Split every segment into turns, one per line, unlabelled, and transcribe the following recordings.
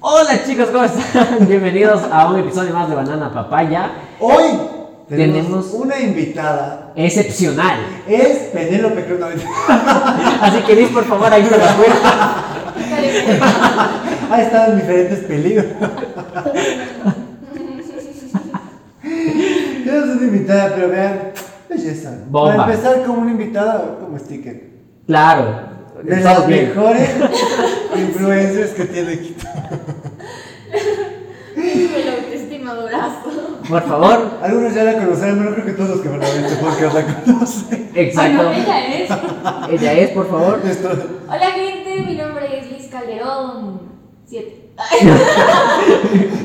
Hola chicos, ¿cómo están? Bienvenidos a un episodio más de Banana Papaya.
Hoy tenemos,
Tenemos-
una invitada.
Excepcional.
Es Penélope Cruz. No,
Así que Liz, por favor, ahí me la puerta.
ha estado en diferentes peligros. Tenemos una invitada, pero vean, belleza.
Bomba.
Para empezar como una invitada, como sticker.
Claro.
De
estamos
las
bien.
mejores influencers que tiene Quito.
El autoestima durazo.
Por favor.
Algunos ya la conocen, pero no creo que todos los que van a ver este podcast la conocen.
Exacto.
Bueno, ella es.
Ella es, por favor.
Nuestro-
Hola gente, mi nombre es Liz Calderón. 7.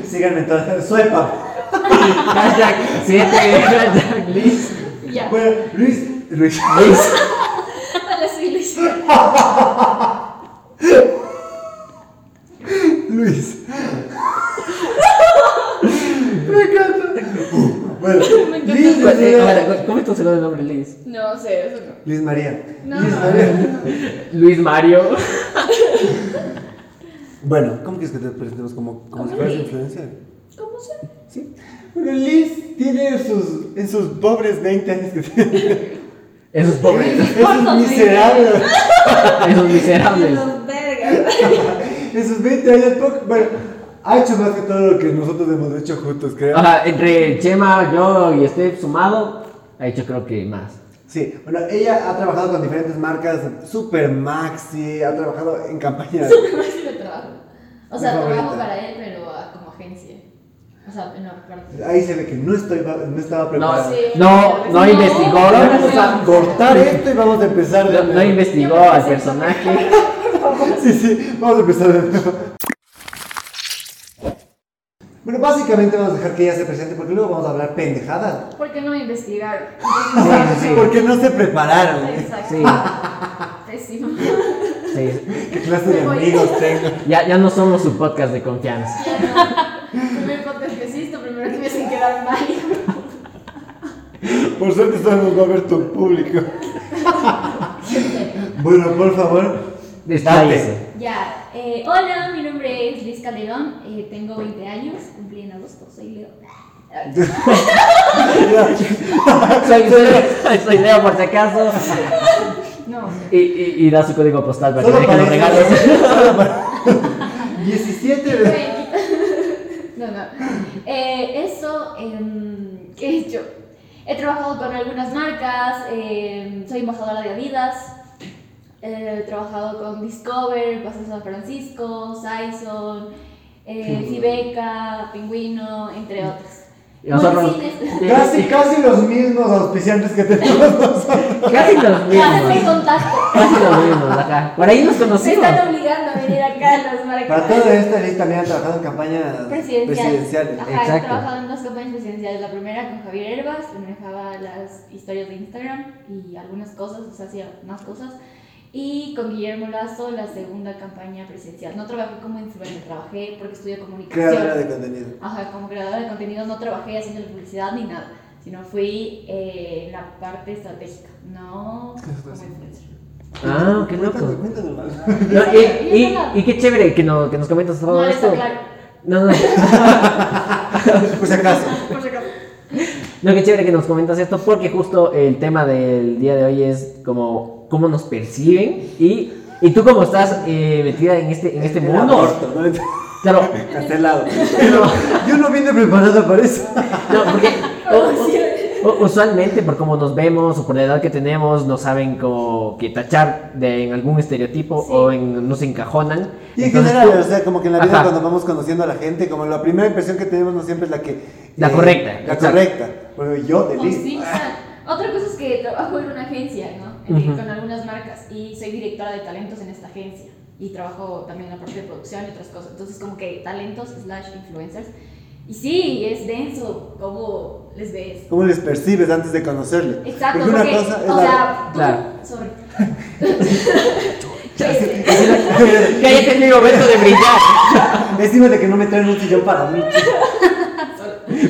Síganme en todas. Suepa.
Hashtag 7. Hashtag Liz.
Ya.
Bueno, Luis. Luis.
Liz.
Hola, soy Liz.
Luis. Me encanta. Uh, Bueno,
Me encanta.
Liz
Pues, eh, a
María.
ver, ¿Cómo es tu segundo nombre, Liz?
No sé, eso no.
Liz María.
No.
Liz María.
Luis Mario.
Bueno, ¿cómo quieres que te presentemos como, como si
Como
fueras
Liz.
influencer?
¿Cómo se?
Sí. Bueno, Liz tiene en sus, en sus pobres 20 años que tiene.
Esos pobres.
Esos miserables.
Esos miserables.
Los vergas.
En sus 20 años, po- bueno, ha hecho más que todo lo que nosotros hemos hecho juntos, creo.
Ajá, entre Chema, yo y Steve sumado, ha hecho creo que más.
Sí, bueno, ella ha trabajado con diferentes marcas, Super Maxi, ha trabajado en campañas.
No sé de trabajo. O sea,
Mi
trabajo
favorita.
para él, pero ah, como agencia. O sea, en una parte.
Ahí se ve que no, estoy, no estaba
No,
preparado.
sí.
no, no
No,
investigó.
no,
Ahora
no,
vamos a cortar esto y vamos a empezar de
No, no
nuevo.
investigó al personaje.
Sí, sí, vamos a empezar de nuevo. Bueno, básicamente vamos a dejar que ella se presente porque luego vamos a hablar pendejadas.
¿Por qué no me investigaron?
sí.
Porque no se prepararon. ¿eh?
Exacto.
Sí,
Pésimo.
sí.
¿Qué clase de amigos tengo?
Ya, ya no somos su podcast de confianza.
Ya no. Primer podcast que asisto, primero que me hacen quedar mal.
Por suerte solo nos va a ver tu público. Bueno, por favor.
Despláyese.
Ya, eh, hola, mi nombre es Liz Calderón, eh, tengo 20 años, cumplí en agosto, soy Leo.
Soy, soy, soy Leo por si acaso.
No,
Y, y, y da su código postal para que
Solo
deje los
para
regalos.
Solo para 17 de...
no, no. Eh, eso, em, ¿qué he hecho? He trabajado con algunas marcas, em, soy embajadora de Adidas, eh, he trabajado con Discover, Paseo San Francisco, Sison, eh, Cibeca, Pingüino, entre otros.
Y nosotros.
Cines.
Casi, casi los mismos auspiciantes que tenemos nosotros.
Casi los
Háganme
mismos.
contacto.
Casi los mismos, ajá. Por ahí nos
Se
conocimos.
están obligando a venir acá las marcas.
Para todo esto, Liz también ha trabajado en campañas
presidenciales.
presidenciales.
Ajá,
exacto.
he trabajado en dos campañas presidenciales. La primera con Javier Herbas, que manejaba las historias de Instagram y algunas cosas, o sea, hacía más cosas. Y con Guillermo Lazo, la segunda campaña presidencial. No trabajé como influencer, trabajé porque estudié comunicación.
Creadora de contenido.
Ajá, como creadora de contenidos no trabajé haciendo publicidad ni nada, sino fui eh, en la parte estratégica, no como influencer.
Ah, qué loco.
Cuéntanos,
No, y, y, y qué chévere que, no- que nos comentas todo
No,
esto.
está claro.
No, no.
Por si acaso.
Por si acaso.
No, qué chévere que nos comentas esto, porque justo el tema del día de hoy es como cómo nos perciben y, y tú cómo estás eh, metida en este, en este
El
mundo.
aborto, ¿no?
Claro,
Cancelado. Pero yo no vine preparado para eso.
no, porque u- u- u- usualmente por cómo nos vemos o por la edad que tenemos nos saben como que tachar de, en algún estereotipo
Sí.
o en, nos encajonan.
Y en
Entonces,
general, o sea, como que en la vida
Ajá.
cuando vamos conociendo a la gente, como la primera impresión que tenemos no siempre es la que...
La correcta,
La
exacto.
correcta. Bueno, yo de
Con
Liz.
Simpson. Otra cosa es que trabajo en una agencia, ¿no? Eh,
Ujú.
Con algunas marcas y soy directora de talentos en esta agencia y trabajo también en la parte de producción y otras cosas. Entonces como que talentos slash influencers. Y sí, es denso cómo les ves.
¿Cómo les percibes antes de conocerle?
Exacto,
Porque
porque,
una cosa es
o
la...
sea, tú,
Claro.
sorry.
Cállate, es mi momento de brillar
Encima de que no me traen un sillón para mí.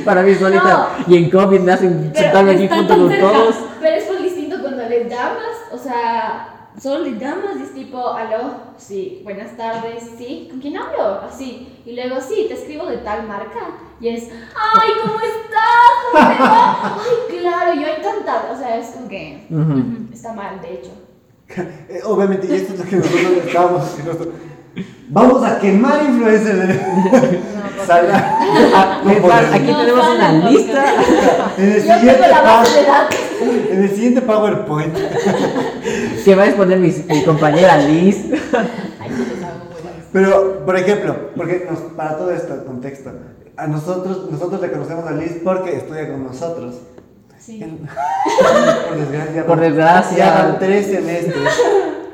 para mí solita. Y en COVID me hacen
pero
sentarme aquí
están
junto
tan
con
cerca.
todos.
Pero es muy distinto cuando les llamas, o sea, solo de damas y es tipo, aló, sí, buenas tardes, sí, ¿con quién hablo? Así. Y luego, sí, te escribo de tal marca. Y es, ay, ¿cómo estás? ¿Cómo te va? Ay, claro, yo encantada. O sea, es como que ujú, está mal, de hecho.
Eh, Obviamente, y esto es lo que nosotros estábamos y nosotros- Vamos a quemar influencers. Sala. No
Es más,
podemos.
aquí
No,
tenemos
sale,
una
no,
lista.
En el
Yo tengo
siguiente
la base de
pa-
datos.
en el siguiente PowerPoint.
que va a exponer mi, mi compañera Liz.
Ay, sí, les hago huevas.
Pero, por ejemplo, porque nos- para todo esto, contexto, a nosotros, nosotros reconocemos a Liz porque estudia con nosotros.
Sí,
En- por desgracia.
Por desgracia.
Ya van tres semestres.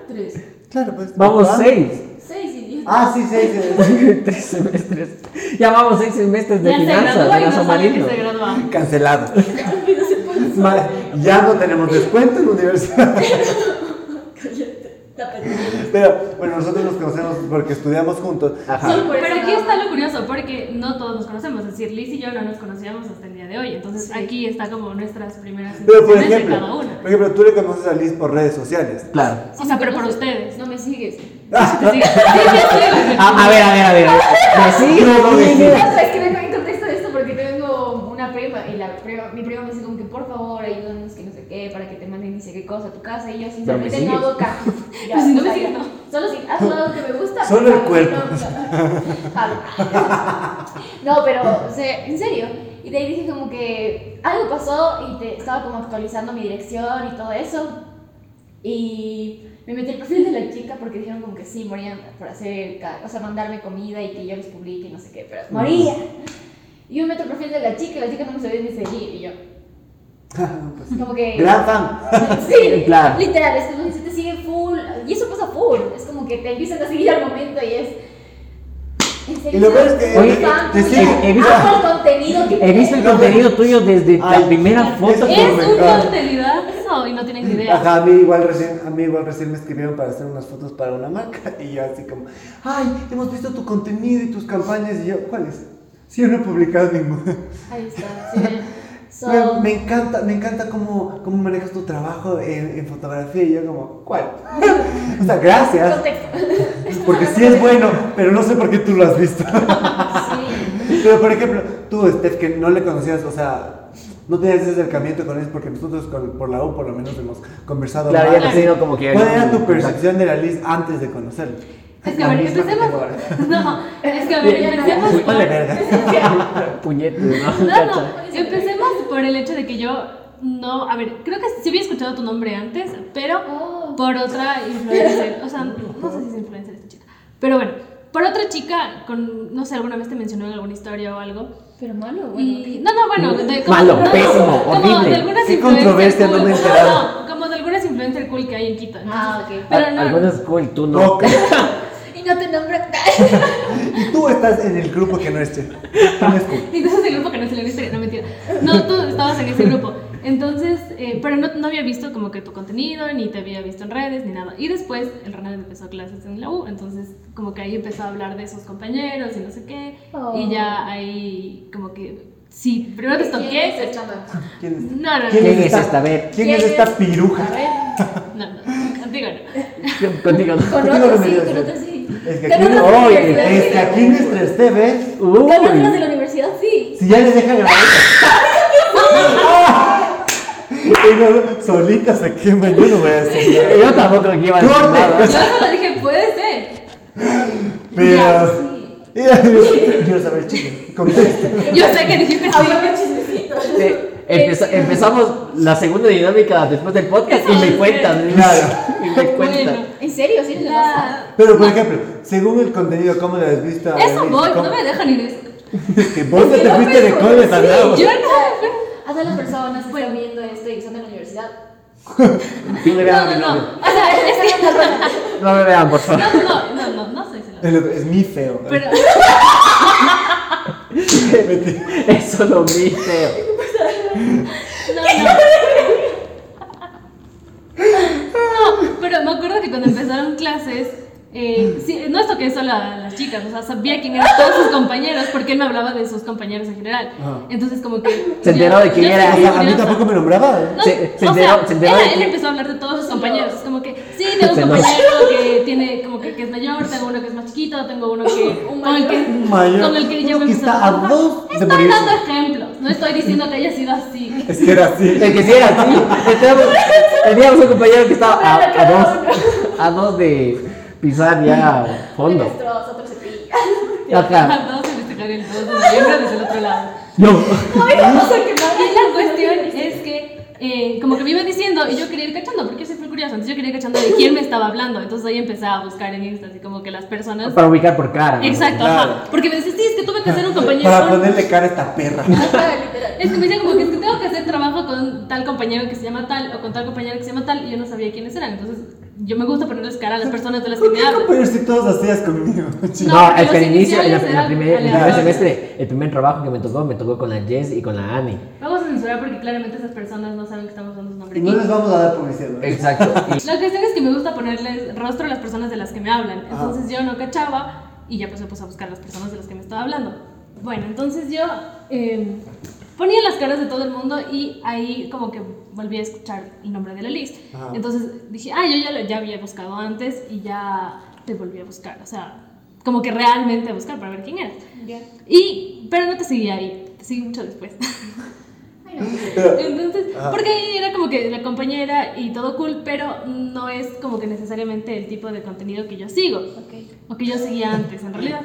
tres.
Claro, pues.
Vamos
¿ah?
seis.
Seis idiotas.
Ah, sí, seis semestres.
Tres semestres. Ya vamos seis semestres de
Ya se
finanzas,
graduó
de
y no
gasto
sabe que
marino.
se graduó.
Cancelado.
Ay, no se puede
Ma- Ya no tenemos descuento en la universidad.
Cállate, tápate.
Pero, bueno, nosotros nos conocemos porque estudiamos juntos.
Ajá.
Por
Pero
eso
aquí
no.
está lo curioso, porque no todos nos conocemos, es decir, Liz y yo no nos conocíamos hasta el día de hoy, entonces
Sí.
aquí está como nuestras primeras
Pero, por
impresiones de
ejemplo,
cada una.
por ejemplo, tú le conoces a Liz por redes sociales.
Claro.
O sea, pero por ustedes.
No me sigues.
Sí, sí, sí, sí, sí.
Ah,
Ah,
A, a ver, a ver, a ver. ¿Me sigue?
No, no me sigue.
O sea, es que vengo en contexto de esto porque tengo una prima y la prima- mi prima me dice como que por favor ayúdanos que no sé qué para que te manden ni sé qué cosa a tu casa y yo sinceramente no
sigues.
hago caso. Ya,
Pero Pues si no
o sea,
me
ya.
sigues,
Solo si haz algo que me gusta.
Solo
pero
el cuerpo.
No, no. No, pero o sea, en serio. Y de ahí dije como que algo pasó y te, estaba como actualizando mi dirección y todo eso. Y me metí el perfil de la chica porque dijeron como que sí, morían por hacer, ca- o sea, mandarme comida y que yo les publique y no sé qué, pero moría. Y yo me meto el perfil de la chica y la chica no me sabía ni seguir y yo.
Ah, pues,
Como que...
Gran fan.
Sí,
Claro.
literal, es como que se te sigue full, y eso pasa full, es como que te empiezan a seguir al momento y es... en serio,
Y lo peor es que-
Oye,
te
tuyo,
siguen.
He visto-
amo el contenido que
He visto el contenido tuyo desde
Ay,
la primera foto.
eso-
que-
Es un
Claro.
contenidazo y no tienen ni idea.
Ajá, a mí igual recién, a mí igual recién me escribieron para hacer unas fotos para una marca y yo así como, ay, hemos visto tu contenido y tus campañas y yo, ¿cuáles? Sí, yo no he publicado ninguna.
Ahí está, sí. So,
Me, me encanta, me encanta cómo, cómo manejas tu trabajo en, en fotografía y yo como, ¿cuál? o sea, gracias,
contexto.
porque sí es bueno, pero no sé por qué tú lo has visto.
Sí.
Pero por ejemplo, tú, Steph, que no le conocías, o sea, no tenías ese acercamiento con ellos porque nosotros con- por la U por lo menos hemos conversado.
Claro,
más.
ya te sigo como que-
¿Cuál era tu percepción de la Liz antes de conocerla?
Es que a ver,
La misma
empecemos.
que tengo ahora.
No, es que a ver, empecemos
Uy,
por.
vale,
No,
Puñetes, ¿no?
no,
Cacha.
empecemos por el hecho de que yo no. A ver, creo que sí había escuchado tu nombre antes, pero
Oh.
por otra influencer. O sea, no sé si es influencer esta chica. Pero bueno, por otra chica, con, no sé, alguna vez te mencionó en alguna historia o algo.
Pero malo, bueno.
Y, no, no, bueno, de, como,
Malo,
no, no,
pésimo,
Como
horrible.
de algunas
Qué
influencer
controversia, no
cool.
me he enterado.
No, no, como de algunas influencer cool que hay en Quito. entonces-
Ah, ok.
Pero
Al-
no.
Algunas cool, tú no.
No, que-
Y no te nombran.
y tú estás en el grupo que no es chévere. Que no es cool.
Entonces el grupo que no se le viste, no mentira. No, tú estabas en ese grupo. Entonces, eh, pero no, no había visto como que tu contenido, ni te había visto en redes, ni nada. Y después el Ronald empezó clases en la U, entonces como que ahí empezó a hablar de sus compañeros y no sé qué.
Oh.
Y ya ahí como que, sí, primero te
¿Quién es
estoqué.
esta man?
¿Quién es?
No, no,
¿Quién
no,
es esta? A ver.
¿Quién es esta piruja?
A ver.
no, no, contigo no.
Contigo no.
Con
Contigo
otro
no me
sí,
digas
con
eso.
otro sí.
Es que
Con
aquí,
otros
no-
Oye,
de la
es que
universidad
aquí en nuestra Steph, ¿eh?
sí. Con otros de
Uy.
la universidad sí.
Si ya les dejan la ¡Ah! Y no, solita se quema, yo no voy a hacer nada.
Yo tampoco aquí iba a decir
Corte.
nada.
Yo solo dije, puede ser.
Pero.
Sí.
Quiero saber, chicos. Contexta.
Yo sé que dijiste sí.
Ahora los chismecitos.
Eh, empeza-
Este-
empezamos la segunda dinámica después del podcast y me cuentas.
Claro.
Y me cuentas.
Bueno,
¿En serio? ¿Sí les pasa?
ya.
Pero, por ejemplo, según el contenido, ¿cómo lo has visto? a
Eso
Liz?
voy,
¿Cómo?
no me pues, dejan ir eso.
Que vos ya te
No
fuiste de
me-
coles al
sí,
lado.
Yo no.
A todas las personas que están viendo esto y que son de la universidad.
No me
No, no,
vean,
no. O sea, es que.
no me vean, por favor.
No, no, no, no, no soy celosa.
El otro, Es mi feo.
Pero,
Mentira.
Eso lo vi feo.
no, no. No, pero me acuerdo que cuando empezaron clases, eh, sí, no esto que solo a las chicas, o sea, sabía quién eran todos sus compañeros, porque él me hablaba de sus compañeros en general.
Ajá.
Entonces, como que.
Se enteró de quién
yo
era.
estaba
A mí
curiosa.
tampoco me nombraba. ¿eh?
No,
Se- se
o
enteró-
sea,
se enteró
era-
de
él
que-
empezó a hablar de todos sus compañeros. Como que, sí, tengo un
Se
compañero que tiene como que, que es mayor, tengo uno que es más chiquito, tengo uno que
Un
con el que,
Un mayor,
con el que yo
uno
me
que
empecé
está a
trabajar.
dos de
Estoy
morirse.
dando ejemplos, no estoy diciendo que haya sido así.
Es que era así.
El que sí era así. Teníamos, teníamos un compañero que estaba a, a dos, a dos de pisar ya fondo.
Nuestros otros cepillos.
Ajá.
Todos se festejar el 2 de noviembre desde el otro lado.
Yo.
Y la cuestión es que, eh, como que me iba diciendo, y yo quería ir cachando, porque yo soy muy curiosa, entonces yo quería ir cachando de quién me estaba hablando. Entonces ahí empezaba a buscar en Insta, así como que las personas.
Para ubicar por cara. ¿no?
Exacto,
Claro.
ajá. Porque me decís, sí, es que tuve que hacer un compañero.
Para ponerle cara a esta perra.
Literal.
Es que me decía como que es que tengo que hacer trabajo con tal compañero que se llama tal o con tal compañero que se llama tal y yo no sabía quiénes eran. Entonces yo me gusta ponerles cara a las personas de las que
¿Por
me
qué
hablan.
compañeros si todos hacías
No,
conmigo?
No,
es que
los
al inicio, en la,
iniciales
en la primer, en el
eran
primer
aleatorios.
semestre, el primer trabajo que me tocó, me tocó con la Jess y con la Annie.
Vamos a censurar porque claramente esas personas no saben que estamos dando su nombre
No
aquí.
les vamos a dar publicidad. ¿no?
Exacto. Y-
La cuestión es que me gusta ponerles rostro a las personas de las que me hablan.
Ah.
Entonces yo no cachaba y ya pues me puse a buscar las personas de las que me estaba hablando. Bueno, entonces yo eh, ponía las caras de todo el mundo y ahí como que volví a escuchar el nombre de la lista.
Ajá.
Entonces dije, ah, yo ya, lo- ya había buscado antes y ya te volví a buscar. O sea, como que realmente a buscar para ver quién era.
Ya.
Y, pero no te seguí ahí, te seguí mucho después.
Ay, no.
Pero,
Entonces,
Ajá.
porque ahí era como que la compañera y todo cool, pero no es como que necesariamente el tipo de contenido que yo sigo
Ok.
o que yo seguía antes, en realidad.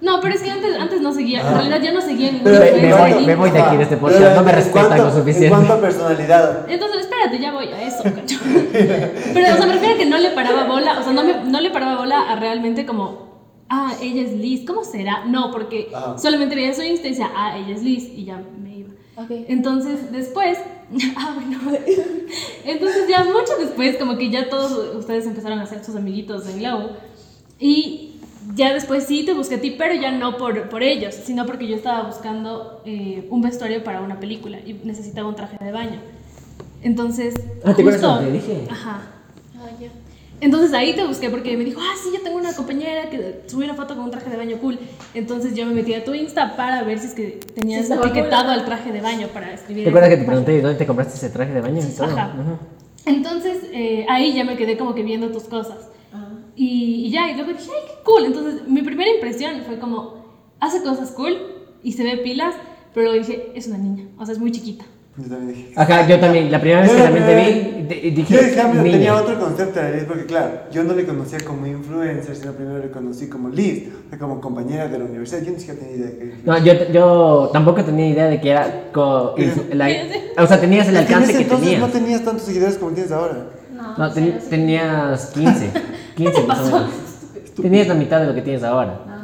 No, pero es que antes, antes no seguía, en
Ajá.
realidad yo no seguía ningún
pero
Me-
influencer
Ah. me voy-
ni-
me voy de aquí, de este podcast,
Pero,
no me
¿en
respetan
cuanto-
lo suficiente.
En cuanto a personalidad,
Entonces, espérate, ya voy a eso, cacho. Pero, o sea, me refiero a que no le paraba bola, o sea, no, me- no le paraba bola a realmente como, ah, ella es Liz, ¿cómo será? No, porque
Ajá.
solamente veía su Insta y decía, ah, ella es Liz, y ya me iba.
Ok.
Entonces, después, ah, bueno, entonces ya mucho después, como que ya todos ustedes empezaron a ser sus amiguitos en la U, y ya después sí te busqué a ti, pero ya no por, por ellos, sino porque yo estaba buscando eh, un vestuario para una película y necesitaba un traje de baño. Entonces,
Ah, ¿te acuerdas lo que te dije?
Ajá.
Ah, ya.
Entonces ahí te busqué porque me dijo, ah, sí, yo tengo una compañera que subió una foto con un traje de baño cool. Entonces yo me metí a tu Insta para ver si es que tenías
Sí, estaba
etiquetado
cool.
al traje de baño para escribir.
¿Te acuerdas que
en tu
te
página?
pregunté dónde te compraste ese traje de baño y todo?
Ajá.
Ajá.
Entonces eh, ahí ya me quedé como que viendo tus cosas.
Ah.
Y, y ya, y luego dije, ay, qué cool. Entonces mi primera impresión fue como, hace cosas cool y se ve pilas, pero luego dije, es una niña, o sea, es muy chiquita.
yo también dije.
Ajá, yo también, la primera vez que también te vi, te- y
Yo en
dije,
cambio
niña.
tenía otro concepto de Liz, porque claro, yo no le conocía como influencer, sino primero le conocí como Liz, o sea, como compañera de la universidad. Yo ni siquiera tenía idea de que era
No, yo, yo tampoco tenía idea de que era co- el- la- O sea, tenías el
Es que en
alcance
ese
que
entonces
tenías.
no tenías tantos seguidores como tienes ahora.
No,
No,
o sea,
Ah,
ten-
sé.
tenías 15. 15 más o menos. Tenías la mitad de lo que tienes ahora.
Ah.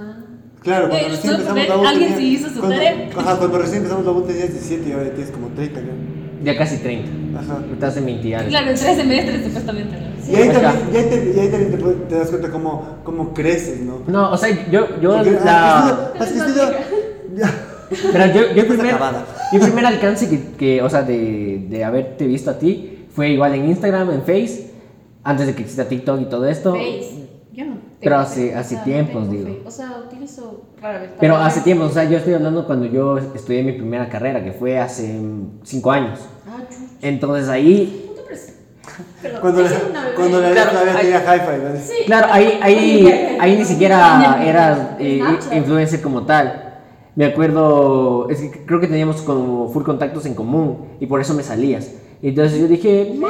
Claro, cuando
Eh,
recién
tú-
empezamos la
ve,
U
alguien
tenías-
sí hizo su
cuando-
tarea.
Ajá, cuando recién empezamos la U tenías 17 y ahora tienes como 30, creo.
Ya casi 30.
Ajá.
Estás en 20 años.
Claro, en tres semestres supuestamente. ¿no?
Y ahí
Ajá.
también, y ahí te, y ahí también te, puedes- te das cuenta cómo, cómo creces, ¿no?
No, o sea, yo, yo
Porque ah,
la...
has crecido- has crecido-
Pero yo, yo
Estás
primer,
acabada.
mi primer alcance que, que, o sea, de, de haberte visto a ti fue igual en Instagram, en Face, antes de que exista TikTok y todo esto.
Face. Yo no tengo
Pero hace-
Face,
hace
no
tiempos,
tengo
digo.
Face. O sea, utilizo rara vez.
Pero
para
hace
ver.
tiempo, o sea, yo estoy hablando cuando yo estudié mi primera carrera, que fue hace 5 años.
Ah, chu-
Entonces ahí,
no te pres- Perdón,
cuando
es
le,
una bebé.
cuando le
Claro,
la vez
hay-
tenía hi-fi, ¿vale?
Sí.
claro, ahí, ahí, ahí ni siquiera eras eh,
Snapchat.
influencer como tal. Me acuerdo, es que creo que teníamos como full contactos en común y por eso me salías. Entonces yo dije, "Ma,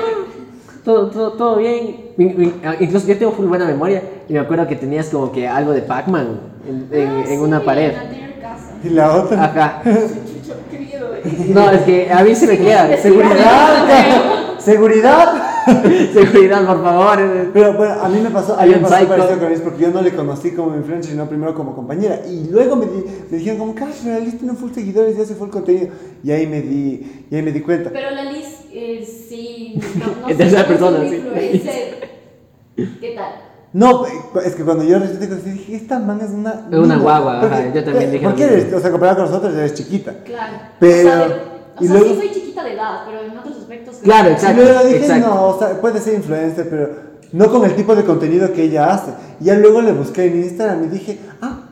todo, todo, todo bien. In- in- Incluso yo tengo full buena memoria y me acuerdo que tenías como que algo de Pac-Man en, en-
Ah,
en una
sí,
pared.
En la anterior casa.
Y la otra.
Ajá.
Chucho, qué miedo, eh.
No, es que a mí se me queda.
¡Seguridad! ¡Seguridad!
Seguridad, por favor.
Pero bueno, a mí me pasó, a mí
Hay
me
un
pasó
psycho.
parecido con Liz porque yo no le conocí como influencer, sino primero como compañera. Y luego me, di- me dijeron como, caray, pero Liz tiene full seguidores y hace full contenido. Y ahí me di, y ahí me di cuenta.
Pero la Liz, eh, sí. No, no
En tercera
sé, es
persona,
un
sí.
influencer. ¿Qué tal?
No, es que cuando yo recién te conocí dije, esta man es una...
Es una guagua, ajá, yo también dije lo
Porque
mismo.
eres, o sea, comparada con nosotros eres chiquita.
Claro.
Pero-
O sea, de- o
y
sea,
luego-
sí soy chiquita de edad, pero en otros aspectos.
Claro,
Y
exacto.
luego dije,
exacto.
no, o sea, puede ser influencer, pero no con el tipo de contenido que ella hace. Y ya luego le busqué en Instagram y dije, ah,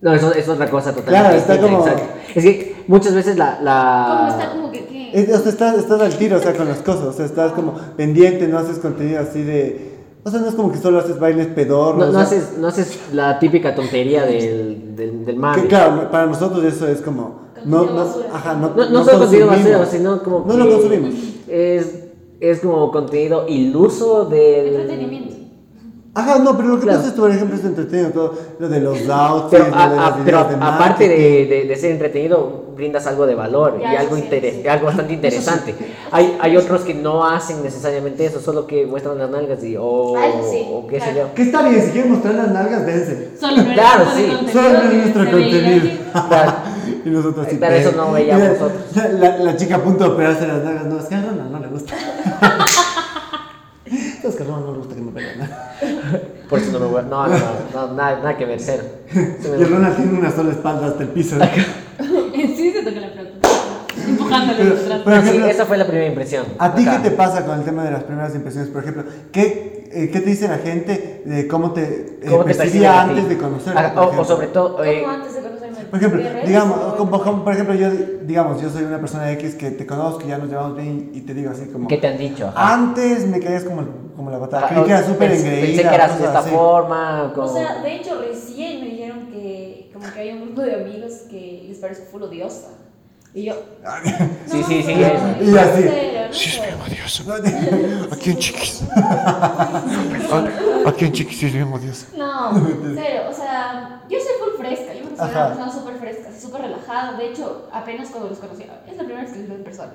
No, eso es otra cosa totalmente
Claro, está
distinta,
como-
exacto. Es que muchas veces la... la...
Como está como que, ¿qué?
también.
Es- o sea, estás, estás al tiro, o sea, con las cosas, o sea, estás como pendiente, no haces contenido así de... O sea, no es como que solo haces bailes
No,
pedorros.
no
o sea,
haces, no haces la típica tontería del, del, del mame.
Que claro, para nosotros eso es como... No,
Contenido
no,
basura.
ajá,
No, no,
no, no
solo contenido
consumimos.
basura, sino como.
No lo
que
consumimos.
Es, es como contenido iluso del.
Entretenimiento.
Ajá, no, pero lo que
Claro.
pasa es, por ejemplo, es entretenido todo lo de los outfits,
Pero, a-
lo de
a-
las
pero
ideas de
aparte
marketing.
de, de- de ser entretenido, brindas algo de valor
Ya,
y
eso
algo,
sí,
interes-
sí.
algo bastante interesante. Hay, hay otros que no hacen necesariamente eso, solo que muestran las nalgas y. o-
Ah, eso sí,
o qué sé
claro.
yo.
Que está bien, si quieren mostrar las nalgas, dense.
Solo no era
Claro,
tipo de
sí.
contenido
Solo es
que
nuestro
se veía
contenido.
aquí.
Claro.
y nosotros sí.
Pero eso no veíamos
Mira,
nosotros.
La, la- la chica a punto de operarse las nalgas, no, es que a Ronald no le gusta. es que a Ronald no le gusta que me operen.
Por eso no me voy a- No, no, no, no, nada, nada que ver, cero. Sí me-
Y Ronald tiene una sola espalda hasta el piso.
En Eh, sí se toca la pelota. Empujándole
Pero-
detrás.
pero-
No, sí, esa fue la primera impresión.
¿A ti qué
Ajá.
te pasa con el tema de las primeras impresiones? Por ejemplo, ¿qué, eh, qué te dice la gente de cómo te, eh,
¿Cómo te perciben
percibía
a ti?
antes de conocer?
Ajá, o, o sobre todo. eh,
¿Cómo antes de conocerme?
Por ejemplo,
¿De redes
digamos,
o-
como- como- por ejemplo, yo digamos, yo soy una persona X que te conozco, ya nos llevamos bien y te digo así como
¿Qué te han dicho? Ajá.
antes me caías como, el- como la batalla,
Ajá,
Ah, creí que era súper
pens-
engreída,
Pensé que eras
cosas
de esta
así.
forma. Como...
O sea, de hecho, recién me dijeron que como que hay un grupo de amigos que les parece full odiosa. Y yo...
Sí,
no,
sí, sí,
no,
es-
no,
y así.
en serio, no sé.
Aquí en chiquis, aquí en chiquis es bien odioso.
No, en serio, o sea, yo soy full fresca, yo me considero
Ajá.
una persona súper fresca, así, súper relajada, de hecho, apenas cuando los conocí, es la primera vez que los veo en persona,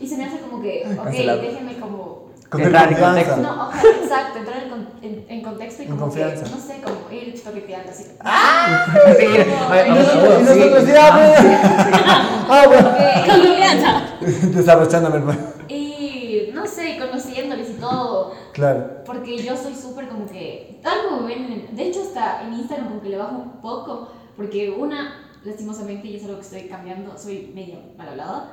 y se me hace como que, ok,
Cancelado.
déjenme como,
Con el
Entrar en
confianza.
contexto.
no, ojalá, exacto, entrar en, con- en- en contexto y
En
como que,
confianza.
no sé, como ir toqueteando así,
Sí, ay,
Y
ay,
nosotros- y
sí.
nosotros, sí, ah, bueno. Ah,
Con
ok,
confianza.
bueno. Desabrochándome el buen-
y no sé, conociéndoles y todo,
Claro.
porque yo soy súper como que, tal como me ven, en- de hecho, hasta en Instagram como que le bajo un poco, porque una, lastimosamente, y es algo que estoy cambiando, soy medio mal hablada.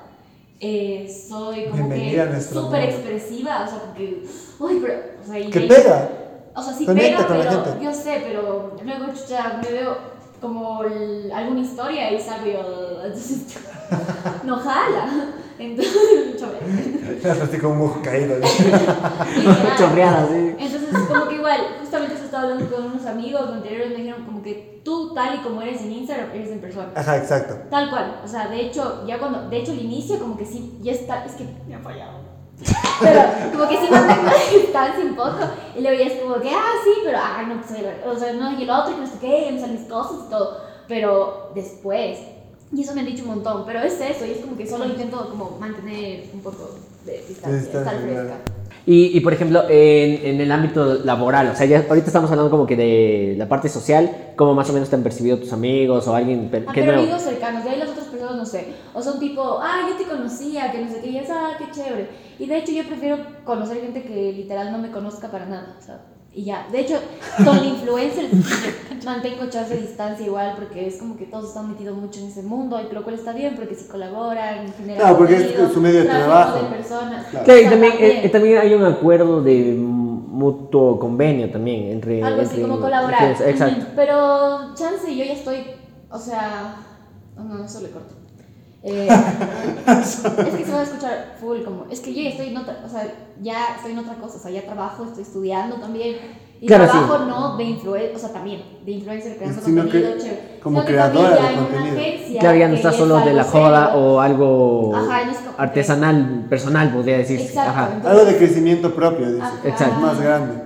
eh, soy como
Bienvenida a
que
nuestro
súper
mundo.
expresiva, o sea, como que, uy, pero, o sea, y
Que
ahí-
pega.
o sea, sí
Conecta
pega,
con la
pero
gente.
yo sé, pero luego chucha, me veo como el- alguna historia y salgo yo, entonces, no jala, entonces, chome.
Estás así como un ojo caído. ¿no?
Literal.
Chorreada, sí.
Entonces, como que igual, justamente eso estaba hablando con unos amigos anteriores, me dijeron como que tú tal y como eres en Instagram, eres en persona.
Ajá, exacto.
Tal cual, o sea, de hecho, ya cuando, de hecho el inicio como que sí, ya está, es que me ha fallado. Pero como que sí mandan una distancia un poco y luego ya es como que, ah, sí, pero, ah, no, pues, o sea, no, y el otro, que no sé qué, y mis cosas y todo, pero después, y eso me han dicho un montón, pero es eso, y es como que solo intento como mantener un poco de distancia,
Distancia,
estar fresca.
claro.
Y, y, por ejemplo, en, en el ámbito laboral, o sea, ya ahorita estamos hablando como que de la parte social, cómo más o menos te han percibido tus amigos o alguien per-
Ah,
que es
pero
nuevo.
amigos cercanos, de ahí las otras personas no sé. O son tipo, ah, yo te conocía, que no sé qué, y es, ah, qué chévere. Y de hecho, yo prefiero conocer gente que literal no me conozca para nada, o sea, y ya. De hecho, con influencers mantengo chance de distancia igual, porque es como que todos están metidos mucho en ese mundo, y lo cual está bien, porque si colaboran, generan.
Claro, porque es
contenido,
su medio de
tráfico
trabajo.
de personas.
Claro.
Claro,
O
y
sea,
también, eh,
también.
también hay un acuerdo de mutuo convenio también entre...
Algo así
entre-
como colaborar.
entre- Exacto.
Ujú. Pero chance, yo ya estoy, o sea, oh, no, eso le corto. Eh, es que se va a escuchar full como, es que yo ya estoy en otra, o sea, ya estoy en otra cosa, o sea, ya trabajo, estoy estudiando también. Y
Claro,
trabajo no de influencer, o sea, también de influencer creando
Sino
contenido,
que-
chévere.
como
Sino que también
creadora
ya
de
hay una
contenido.
agencia
Claro, ya no
que
estás
es
solo de
algo
la joda
serio.
o algo
Ajá, no es como que-
artesanal, personal, podría decirse.
Exacto.
Ajá.
entonces-
Algo de crecimiento propio, dice.
Ajá.
Exacto.
Más grande.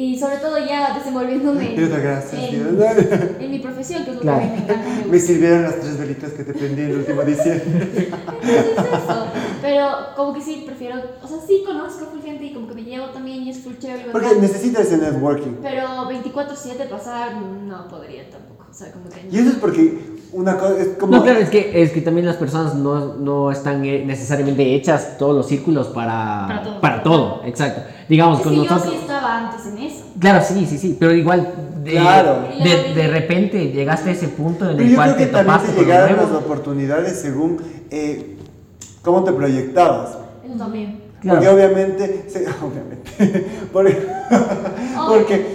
Y sobre todo ya desenvolviéndome en,
Muchas gracias,
en-
Dios.
en mi profesión, que es lo
Claro.
que a mí me encanta. me
Me sirvieron las tres velitas que te prendí el último diciembre.
Entonces, eso. Pero como que sí, prefiero, o sea, sí conozco full gente y como que me llevo también y es full chévere. y
Porque este
bacán,
necesitas ese networking.
Pero 24/7 pasar no podría tampoco. O sea, como que...
Y eso es porque una cosa es como.
No, claro, es que, es que también las personas no, no están eh, necesariamente hechas todos los círculos para,
Para todo.
todo, exacto. Digamos,
es
con
que yo
nosotros.
sí estaba antes en eso.
Claro, sí, sí, sí, pero igual de,
Claro.
de, de repente llegaste a ese punto en el
Pero yo creo
cual te
que también
topaste
te
con lo
llegaron las
nuevo.
oportunidades según eh, cómo te proyectabas.
Eso también.
Porque
Claro.
obviamente. sí, obviamente. Por- porque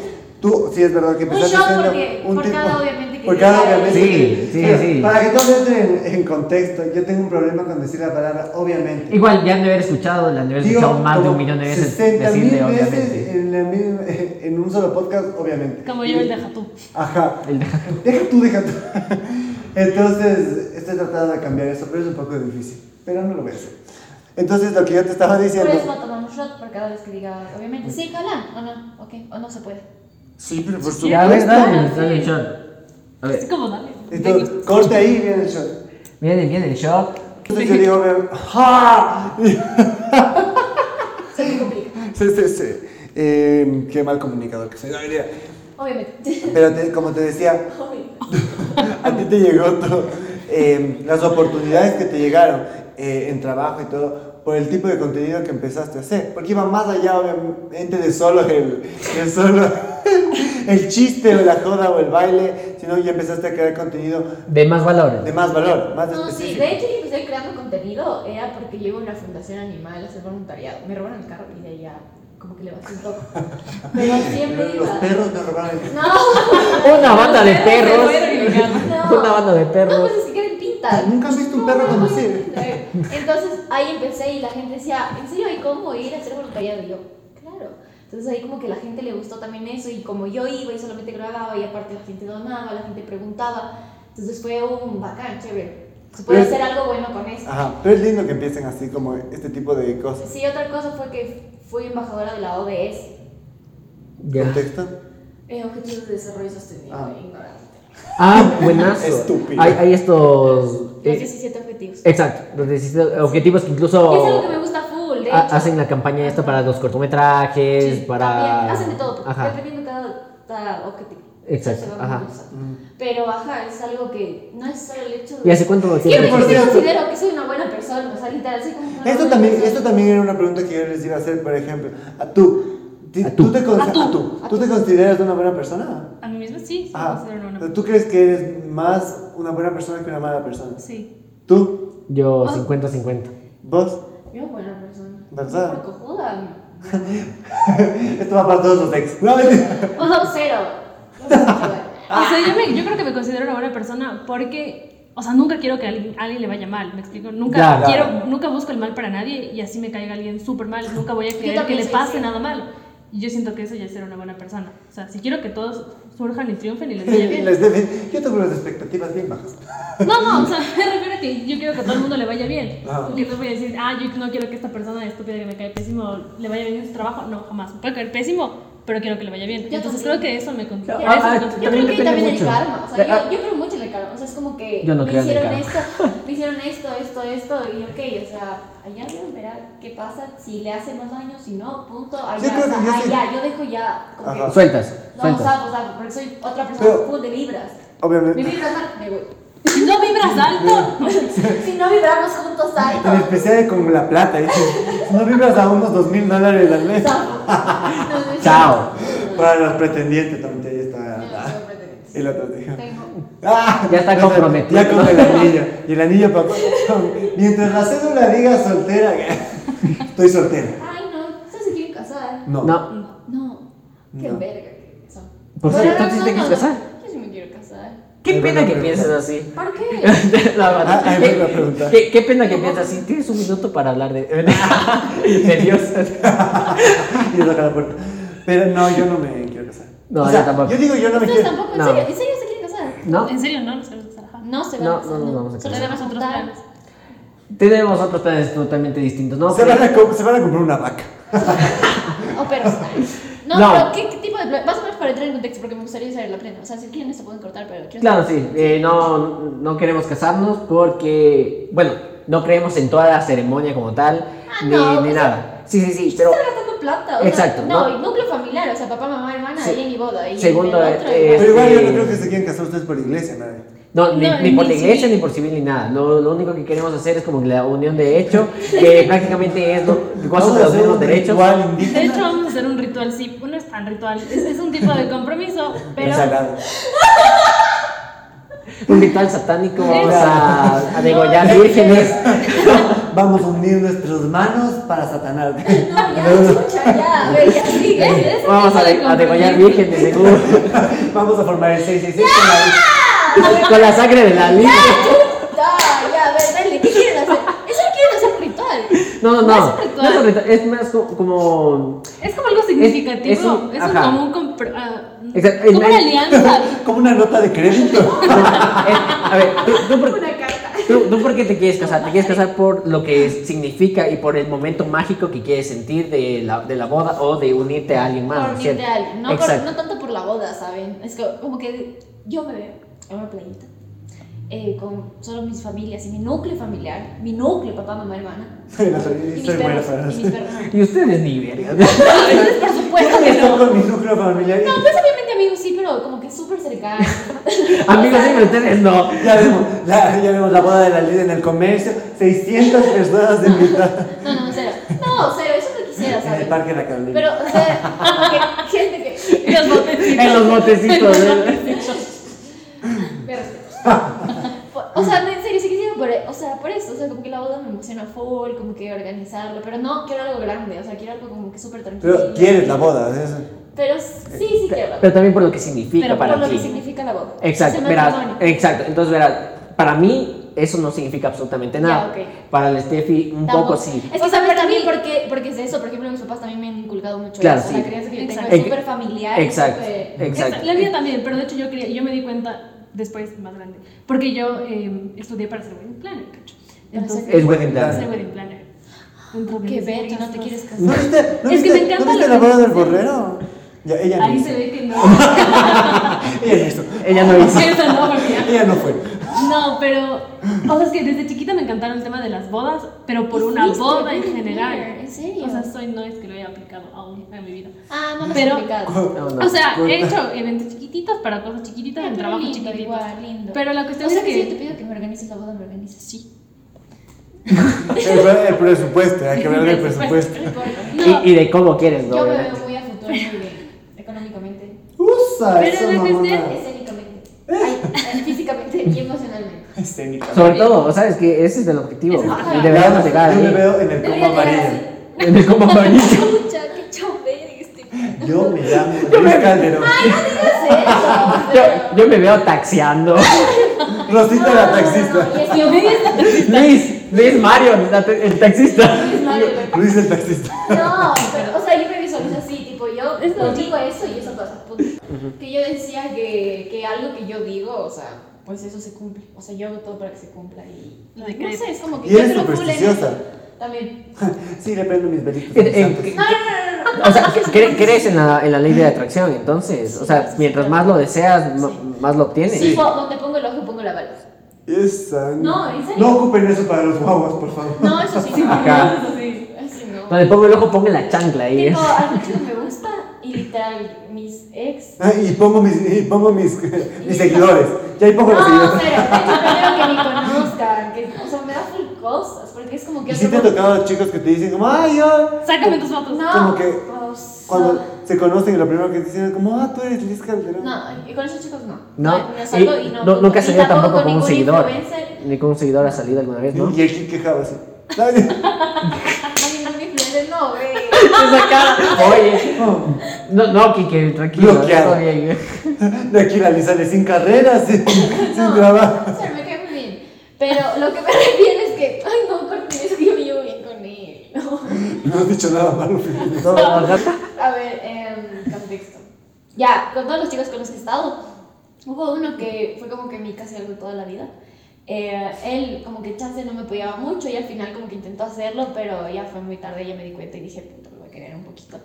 tú, sí es verdad que
Un
empezaste
show
siendo
porque, por cada obviamente
Por cada obviamente.
Sí, sí,
Pero,
sí.
Para que todo esté en, en contexto, yo tengo un problema con decir la palabra obviamente.
Igual, ya han de haber escuchado, la han de haber escuchado más de
como
un millón de veces
60 mil
decirle,
veces
obviamente.
En, la misma- en un solo podcast, obviamente.
Como yo el de Hatú.
Ajá.
El de-
Deja tú, deja tú. Entonces, estoy tratando de cambiar eso, pero es un poco difícil. Pero no lo voy a hacer. Entonces, lo que yo te estaba
Por
diciendo.
eso no tomamos shot por cada vez que diga, obviamente. Sí, jalán, o no, ok, o no se puede.
Sí, pero por supuesto.
Ya, a ver, dale, dale el shot. A
Así
ver,
como dale. Venga.
Entonces, corte ahí y viene el shot.
viene, viene el shot.
Entonces yo digo, me- ¡Ja!
Se me complica.
Sí, sí, sí. Eh, qué mal comunicador que soy. No, mira.
Obviamente.
Pero te- como te decía, a ti te llegó todo. eh, las oportunidades que te llegaron eh, en trabajo y todo por el tipo de contenido que empezaste a hacer. Porque iba más allá, obviamente, de solo el, de solo el chiste o la joda o el baile, sino ya empezaste a crear contenido
De más valores.
de más valor, más
No, sí,
específico.
de hecho yo empecé creando contenido era porque yo iba a una fundación animal a hacer voluntariado. Me robaron el carro y de ahí ya como que le bajé un poco. Pero
Los
siempre iba.
perros me robaron el...
No,
Una banda de
Los
perros.
se fueron y llegaron.
no.
Una banda de
No,
perros.
pues es que eran pintas.
Nunca has visto un perro
No, no, no,
conducir.
no. Entonces ahí empecé y la gente decía, ¿en serio? ¿Y cómo ir a hacer voluntariado? Y yo, claro. Entonces ahí como que la gente le gustó también eso y como yo iba y solamente grababa y aparte la gente donaba, la gente preguntaba. Entonces fue un bacán, chévere. Se puede
Pero-
hacer algo bueno con esto.
Ajá, pero es lindo que empiecen así como este tipo de cosas.
Sí, otra cosa fue que fui embajadora de la ODS,
Ya.
¿Contexto?
eh, Objetivos de Desarrollo Sostenible.
Ah.
ignorante.
Ah, buenazo.
Estúpido.
Hay, hay estos.
Los
eh,
17 objetivos.
exacto, los 17 objetivos que
Y
oh.
es algo que me
incluso
gusta full, de hecho.
Ah,
ha- hacen la campaña esta para los cortometrajes,
Sí,
para.
También, hacen de todo,
Ajá.
dependiendo cada, cada objetivo.
Exacto,
Se va
ajá.
compensando. Pero, ajá, es algo que no es solo el hecho de...
¿Y hace cuánto
Sí,
tiempo?
yo
Por
sí
cierto.
considero que soy una buena persona, o sea, literal, soy como una
Esto
buena
también,
persona.
esto también era una pregunta que yo les iba a hacer, por ejemplo. A tú. ti-
A tú.
te con-
A tú.
a tú. ¿Tú te consideras una buena persona?
A mí misma sí, sí,
Ah,
considero una-
¿Tú crees que eres más una buena persona que una mala persona?
Sí.
¿Tú?
Yo 50-50.
¿Vos?
Yo buena persona.
¿Verdad?
Soy Por cojuda.
Esto va para todos los ex. No, mentira.
O sea, cero. No sé mucho, bueno.
O sea, yo, me- yo creo que me considero una buena persona porque, o sea, nunca quiero que a alguien, a alguien le vaya mal, ¿me explico? Nunca
Claro.
quiero, nunca busco el mal para nadie y así me caiga alguien súper mal, nunca voy a querer que
también
le
soy
pase
así.
nada mal. Y yo siento que eso ya es ser una buena persona. O sea, si quiero que todos surjan y triunfen y les vaya
Y
bien.
les debe- Yo tengo las expectativas bien bajas.
No, no, o sea, me refiero a que yo quiero que a todo el mundo le vaya bien.
Ah.
Que no voy a decir, ah, yo no quiero que esta persona estúpida que me cae pésimo le vaya bien en su trabajo. No, jamás. Me puede caer pésimo, pero quiero que le vaya bien.
Yo
Entonces
también.
creo que eso me con-
Ah,
por eso
ah,
me considero-
Yo creo que
Depende
también
mucho.
el karma, o sea,
Ah.
yo, yo creo mucho en el karma, o sea, es como que
Yo no
me
creo en el
hicieron
karma.
esto, me hicieron esto, esto, esto, y ok, o sea, allá Dios verá qué pasa, si le hace más daño, si no, punto, allá,
Yo creo
o sea,
que yo sí.
allá, yo dejo ya, como que,
Ajá.
Sueltas,
no, o
sueltas.
sea, o sea, porque soy otra persona
Pero-
full de vibras, mi
Obviamente.
vibra es mal, me voy,
Si no vibras alto,
si no vibramos juntos, alto,
En especial con la plata. ¿eh? No vibras a unos dos mil dólares al mes.
Chao.
Para los pretendientes también ahí está.
Tengo,
Y la otra dijo. ¡Ah!
Ya está
Ya
comprometido.
Ya con el anillo. Y el anillo para Mientras la cédula diga soltera, que- estoy soltera.
ay no, ustedes se quieren casar,
No.
No.
no, qué
No.
verga que son.
Por
Bueno,
cierto,
no,
¿tú sí
no,
te
no,
quieres
no.
casar?
Yo sí me quiero casar.
Qué
Ahí va
pena
la
que
pregunta.
pienses así.
¿Por qué?
La
Ah,
verdad.
ahí
Qué-
va la pregunta.
Qué, qué pena que piensas así. Tienes un minuto para hablar de. de Dios.
Y toca la puerta. Pero no, yo no me quiero casar.
No,
O sea,
yo tampoco.
Yo digo, yo no me
Ustedes
quiero.
tampoco, en
No.
serio, en serio se quieren casar.
¿No?
en serio, no nos queremos casar. ajá.
No se van
No,
a casar.
no, no, no vamos a
Solo
casar.
se van a
Tenemos otros
juntar.
planes.
Tenemos otros planes totalmente distintos, ¿no?
Se van, a, co- se van a comprar una vaca.
O perros. No,
No.
pero ¿qué, qué tipo de plan? Más o menos para entrar en contexto, porque me gustaría saber la plena. O sea, si quieren esto pueden cortar, pero quiero
Claro, sí. eh, no, no queremos casarnos porque, bueno, no creemos en toda la ceremonia como tal,
Ah,
ni,
no,
ni
o sea,
nada. Sí, sí, sí, pero
Están gastando plata. O sea,
Exacto,
No,
¿no?
y núcleo familiar, o sea, papá, mamá, hermana,
Se-
alguien y boda. Y
segundo,
el otro,
eh,
y-
Pero igual yo no
Este-
creo que se quieran casar ustedes por iglesia, nadie.
no, ni,
No,
ni por la
ni
iglesia,
civil.
ni por civil, ni nada. Lo, lo único que queremos hacer es como la unión de hecho, que prácticamente es lo, gozas
Vamos
de
a
los
hacer
mismos
un
derechos.
ritual indígena.
De hecho, vamos a hacer un ritual, sí. No es tan ritual, es, es un tipo de compromiso, pero.
Ensalada.
Un ritual satánico, vamos
Claro.
a, a degollar vírgenes.
Vamos a unir nuestras manos para Satanás.
No, ya, chucha, ya. Güey, ya sigue.
Vamos a, de- a degollar vírgenes, seguro.
Vamos a formar el 666 con la
Con la sangre de la línea.
Ya, ya, a ver, dale, ¿qué quieren hacer? Eso quieren hacer ritual.
No, no,
No es
no.
un
No
ritual.
es un ritual, es más co- como.
Es como algo significativo.
es
Es,
un-
un,
ajá.
común compr- ah,
Exacto,
como
en-
una alianza.
Como una nota de crédito.
es- eh, a ver, tú, tú por, tú- tú por qué te quieres casar? Te quieres casar por lo que significa y por el momento mágico que quieres sentir de la, de la boda o de unirte a alguien más.
por
¿no es
mi
cierto?
ideal, no, por-
Exacto.
no tanto por la boda, ¿saben? Es que como que yo me veo en una playita eh, con solo mis familias y mi núcleo familiar, mi núcleo, papá, mamá, hermana
Soy buena
y mis
buena
perros
para
y mis perros.
Y ustedes ni verga.
Entonces, por supuesto que
Estoy
no.
con mi núcleo familiar
No,
y
pues obviamente amigos sí, pero como que súper cercanos.
Amigos, sí, pero ustedes no.
ya vemos, la, ya vemos la boda de la líder en el comercio, 600 personas de invitadas
No, no, cero. No, cero, eso no quisiera,
en el
¿saben?
Parque de la Carolina.
Pero, o sea, como que gente que...
En los botecitos.
En los botecitos,
En los
¿eh?
botecitos.
Me respetas. o sea, no, en serio, sí que sí, por, o sea, por eso, o sea, como que la boda me emociona full, como que organizarlo, pero no quiero algo grande, o sea, quiero algo como que súper tranquilo.
Pero quieres la boda, ¿es?
Pero sí, sí quiero la boda,
Eh, Pero también por lo que significa
Pero por
para
por lo
ti.
que significa la boda.
Exacto,
Ese
verás,
matrimonio.
exacto. Entonces, verás, para mí eso no significa absolutamente
Ya,
nada.
ok.
Para el Steffi, un
Tampoco.
poco sí.
Es O que sea, sabes para también mí- por qué, porque es eso, por ejemplo, mis papás también me han inculcado mucho
Claro,
eso,
sí.
la creencia que yo tengo
Exacto.
es súper familiar, es
Exacto,
súper-
exacto. E-,
Esa- La mía también, pero de hecho yo, quería- yo me di cuenta después, más grande, porque yo eh, estudié para ser wedding planner, cacho.
Para ser-
Es wedding
para
planner.
ser wedding planner. Entonces,
Qué
muchas
verga, no te
cosas.
quieres casar.
¿No viste, no
Es que
viste-
me encanta
¿no viste
lo
la
que
boda del
dice.
borrero? Ya, ella no
Ahí
hizo.
se ve que no.
Ella no hizo.
Ella no hizo.
Eso no, porque-
Ella no fue.
No, pero. O sea, es que desde chiquita me encantaron el tema de las bodas, pero por
Y
una
fuiste
boda en
wedding
general.
planner, ¿en serio?
O sea, soy no es que lo haya aplicado aún en mi vida.
Ah, no me
Pero-
has explicado.
No, no.
O sea,
corta.
he hecho eventos chiquititos para cosas chiquititas, en trabajo
lindo,
chiquitito.
igual, lindo.
Pero la cuestión
o sea,
es
que, si
que-
yo te pido que me organices la boda, me organizas. Sí.
El, el presupuesto, hay que hablar del
El
presupuesto.
No importa.
No,
Y, y de cómo quieres, ¿no?
Yo me
Obviamente.
veo muy a futuro, muy bien. Económicamente,
Usa
Pero
eso,
la cuestión
mamona.
escénicamente, ay, eh, físicamente y emocionalmente.
Escénica.
Sobre todo, ¿sabes que Ese es el objetivo.
Ajá.
Y deberíamos llegar
Yo me
ahí.
veo en el combo
Debería llegar
amarillo.
En el combo amarillo.
Chucha, qué chover este.
Yo me llamo Luis Calderón.
Yo, yo me veo taxiando.
Rosita la taxista.
Y es que yo me
Luis, Luis Mario, la te- el taxista.
Luis el taxista.
No, pero, o sea, yo me visualizo así, tipo, yo no digo eso y eso pasa, punto. Que yo decía que, que algo que yo digo, o sea, pues eso se cumple. O sea, yo hago todo para que se cumpla y...
Lo
No
decreto.
sé, es como que
Y
yo
eres
creo full en
supersticiosa.
eso. También.
Sí, le prendo mis velitos.
Eh, eh,
santos.
No, no, no, no, no.
O sea, cre- crees en la, en la ley de atracción, entonces. O sea, mientras más lo deseas, ma- más lo obtienes.
Tipo, donde pongo el ojo, pongo la bala.
Esa.
No, en serio.
No ocupen eso para los guaguas, por favor.
No, eso sí. no.
Acá.
Eso sí. Eso no.
Donde pongo el ojo, pongo la chancla ahí.
Tipo, algo que me gusta y literal, mis ex.
Ah, Y pongo mis, y pongo mis, mis seguidores. Ya ahí pongo los
No,
seguidores.
pero primero que ni conozcan, que, o sea, me da full cosas, porque es como que
Y si te
otro-
ha tocado a los chicos que te dicen como, ay, yo.
Sácame tus fotos.
No,
Como que
o
Cuando
sea,
se conocen y lo primero que dicen es como, ah, tú eres Liz Calderón.
No, y con esos chicos no.
No,
no salgo
y
y no.
no- nunca
y
salió tampoco con un
ningún
seguidor.
influencer,
Ni con un seguidor ha salido alguna vez, ¿no?
Y el Gil quejaba así. Ay,
No, ningún influencer, no, güey.
Esa cara. Oye. No, no, Kike, tranquilo.
Bloqueado.
todo bien.
De aquí la Liz sale sin carreras, sin, sin
No,
trabajo.
O sea, me cae muy bien. Pero lo que me refiero es que, ay, no, Cortés, es que yo me llevo bien con él. No.
No has dicho nada malo.
No, no, no.
A ver, em, contexto. Ya, con todos los chicos con los que he estado, hubo uno que fue como que mi casi algo toda la vida. Eh, él como que chance no me apoyaba mucho y al final como que intentó hacerlo, pero ya fue muy tarde, ya me di cuenta y dije, puta, me voy a querer un poquito.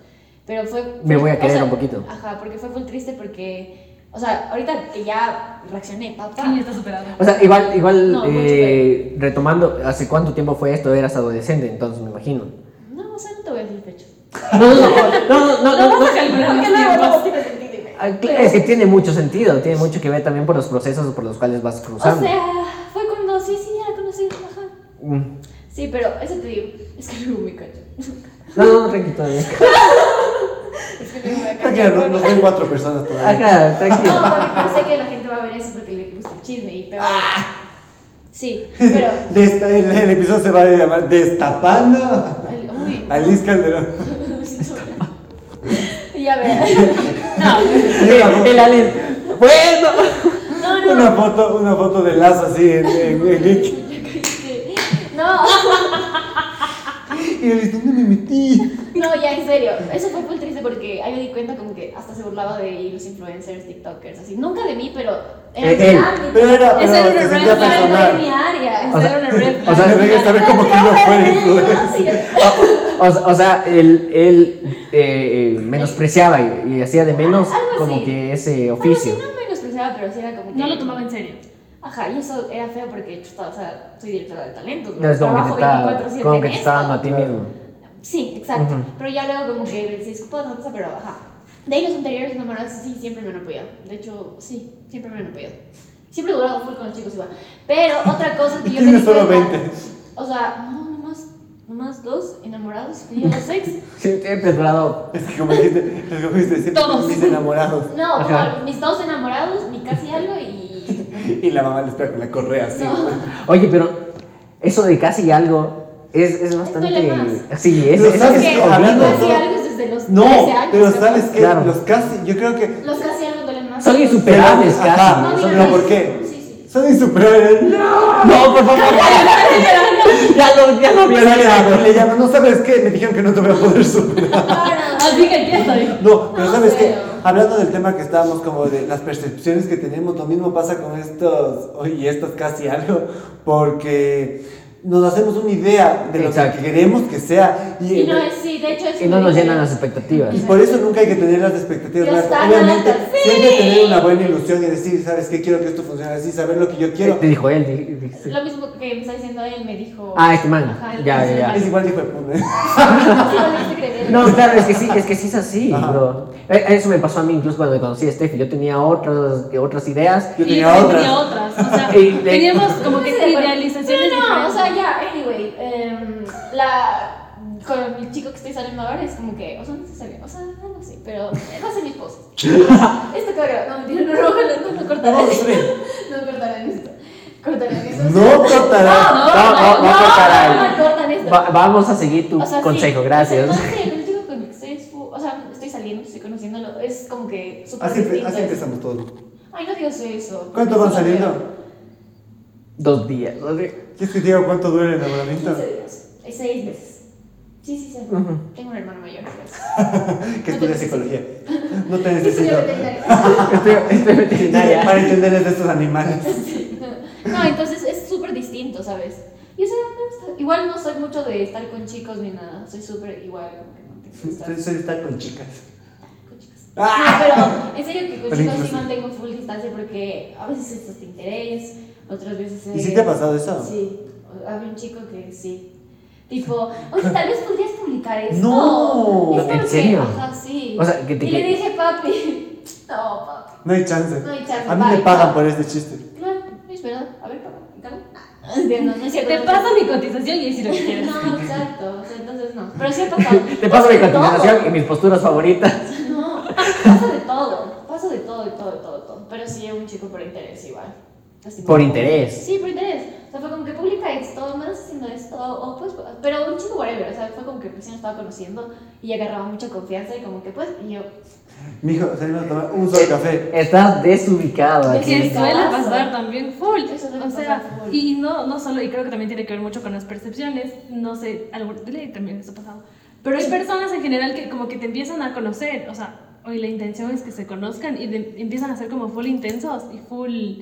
Pero fue...
Me voy a
o
querer
sea,
un poquito.
Ajá, porque fue muy triste porque... O sea, ahorita que ya reaccioné, papá.
Sí, está superado.
O sea, igual, igual
No,
eh, retomando, ¿hace cuánto tiempo fue esto? Eras adolescente, entonces me imagino.
No, o sea, no te voy a decir pecho.
No, no, no, no, no, no, no.
Vamos a calcular los tiempos.
Ah, cl- Es que tiene mucho sentido, tiene mucho que ver también por los procesos por los cuales vas
O
cruzando.
sea, fue cuando sí, sí, ya la conocí, ajá.
Mm.
Sí, pero eso te digo, es que luego me cacho.
No, no, no, tranquilo. todavía.
Es que luego me
Tranquila, no- nos ven cuatro personas todavía.
Ajá, tranquilo.
No, porque sé que la gente va a ver eso porque le gusta el chisme y peor.
Ah.
Sí, pero.
Desta- el, el episodio se va a llamar Destapando
al- Uy.
a Liz Calderón.
Ya ver.
No,
El, el Allen. Bueno.
No, no,
Una foto, una foto de Lazo así en, en, en X.
No,
Y él dice, ¿dónde me metí?
no, ya en serio. Eso fue muy triste porque ahí me di cuenta como que hasta se burlaba de los influencers, TikTokers, así. Nunca de mí, pero era
Eh,
de
él.
ámbito.
Pero era, pero
Ese era
se
un
sentía
red flag,
Era de
personal.
mi área.
O sea,
Era una red
o sea,
flag.
Debería saber como que no fue influencer.
O, sea- o sea, él, él eh, eh, menospreciaba y, y hacía de menos
Ah, Algo así.
como que ese
Bueno, sí,
oficio.
no me menospreciaba, pero sí era como que.
No lo tomaba en serio.
Ajá, y eso era feo porque chuta, o sea, soy directora de talentos.
No es como que te
Trabajo
está,
24/7
como
en
que te
esto.
está dando a ti mismo.
Sí, exacto.
Ujú.
Pero ya luego como que me decía, disculpa, no cosa, pero ajá. De ahí los anteriores enamorados sí, siempre me han apoyado. De hecho, sí, siempre me han apoyado. Siempre he durado full con los chicos igual. Pero otra cosa que yo me
Tiene
di
solo
cuenta-
20.
O sea, no, nomás, nomás dos enamorados y yo los ex.
Siempre has dado
Es que como dijiste, es como dijiste, siempre
Todos.
mis enamorados.
No,
Ajá.
como mis dos enamorados, mi casi algo y...
Y la mamá le espera con la correa así.
Oye, pero eso de casi algo es, es bastante.
duele más.
Sí, es,
Pero
es, es,
¿sabes
que
qué? Hablando
horrible.
de-
casi algo es desde los
No,
13 años.
pero
capaz.
¿sabes qué?
Claro.
Los casi, yo creo que...
Los casi algo duelen más.
Son
que los-
insuperables
Ajá,
casi.
No,
son-
digan
¿Pero
eso.
por qué?
Sí, sí.
Son insuperables. ¡No!
No, por favor. ya lo, ya lo
Le llamo,
Eh,
le llamo, no sabes qué, me dijeron que no te voy a poder superar.
Así que aquí estoy.
No, pero
No,
sabes qué,
pero-
hablando del tema que estábamos como de las percepciones que tenemos, lo mismo pasa con estos, y estos casi algo, porque nos hacemos una idea de lo
Exacto.
que queremos que sea. Y, eh,
Y no es, sí, de hecho es...
Y no nos llenan
horrible.
las expectativas.
y por eso nunca hay que tener las expectativas
Ya
altas.
están
Obviamente,
altas, sí.
siempre tener una buena ilusión y decir, ¿sabes qué? Quiero que esto funcione así, saber lo que yo quiero.
Te dijo él. di- di- sí.
Lo mismo que me está diciendo él, me dijo.
Ah, este man.
Ajá, el-
Ya, ya,
Es
ya.
igual, hijo de puta. ¿eh?
Sí, lo dice que-
No, claro, es que sí, es que sí es así,
Ajá.
bro. Eh, Eso me pasó a mí incluso cuando me conocí a Steffi. Yo tenía otras, otras ideas.
Yo
Y
tenía
también
otra.
tenía otras. O sea,
Y le-
teníamos como que idealizaciones.
Pero no, o
diferentes.
sea, ya, anyway. em, la. Con el chico que estoy saliendo ahora es como que. O sea, no se sale. O sea, algo así, pero va a ser mi esposo. Esto cabrón. No, mentira, no, no, ojalá, no, no cortarán.
Vamos, sí.
No cortarán esto. Cortarán esto.
No cortará.
No, no, no, caray.
no cortan esto.
Va- vamos a seguir tu
O sea, sí,
consejo,
o sea,
gracias.
no sé, pero digo con el que estoy es fu- O sea, estoy saliendo, estoy conociéndolo. Es como que súper
Así, empe-
distinto.
así
es-
empezamos todos.
Ay, no digas eso.
¿Cuánto van saliendo?
Dos días. o sea,
¿Quieres que te diga cuánto dura el enamoramiento?
15 días. Eh, Seis meses. Sí, sí, sí.
Ujú.
Tengo un hermano mayor. gracias.
Que estudia psicología. No te
Sí, soy
necesito.
veterinaria.
Estoy, estoy veterinaria.
Para entender de estos animales.
No, entonces es súper distinto, ¿sabes? Y eso me gusta. Igual no soy mucho de estar con chicos ni nada. Soy súper igual. como que no tengo que estar
Soy estar con chicas.
con chicas.
¡Ah!
No, pero en serio que con
Pero
chicos sí
incluso-
mantengo full distancia porque a veces es hasta interés, otras veces
¿Y
es-
si te ha pasado eso?
Sí, había un chico que sí. Tipo, oye, tal vez podrías publicar esto.
No,
Es como
¿en
que,
serio?
Ajá, sí.
O sea, que te-
y le dije, papi, no, papi.
No hay chance.
No hay chance,
A mí
bye.
me pagan por este chiste.
Claro, no es verdad. A ver, papá, ¿encargo? Ah, No, no es cierto.
Te
no,
paso mi cotización y ahí sí lo que quieres.
No, exacto. O sea, entonces no. Pero sí ha pasado.
Te paso mi
de todo.
continuación y mis posturas favoritas.
No, paso de todo, paso de todo, de todo, de todo, de todo. Pero sí, un chico por interés igual. Así
Por
como-
interés.
Sí, por interés. O sea, fue como que publica esto, me estás haciendo esto, o pues, pero un chico whatever, o sea, fue como que recién estaba conociendo y agarraba mucha confianza y como que pues, y yo,
Mijo, salimos a tomar un solo café.
Estás desubicado
Sí,
aquí.
Que
Eso
suele
pasa.
pasar también full.
Eso suele
O sea,
pasar full.
y no, no solo, y creo que también tiene que ver mucho con las percepciones. No sé, algo le- también eso ha pasado. Pero hay personas en general que como que te empiezan a conocer. O sea, hoy la intención es que se conozcan y de- empiezan a ser como full intensos y full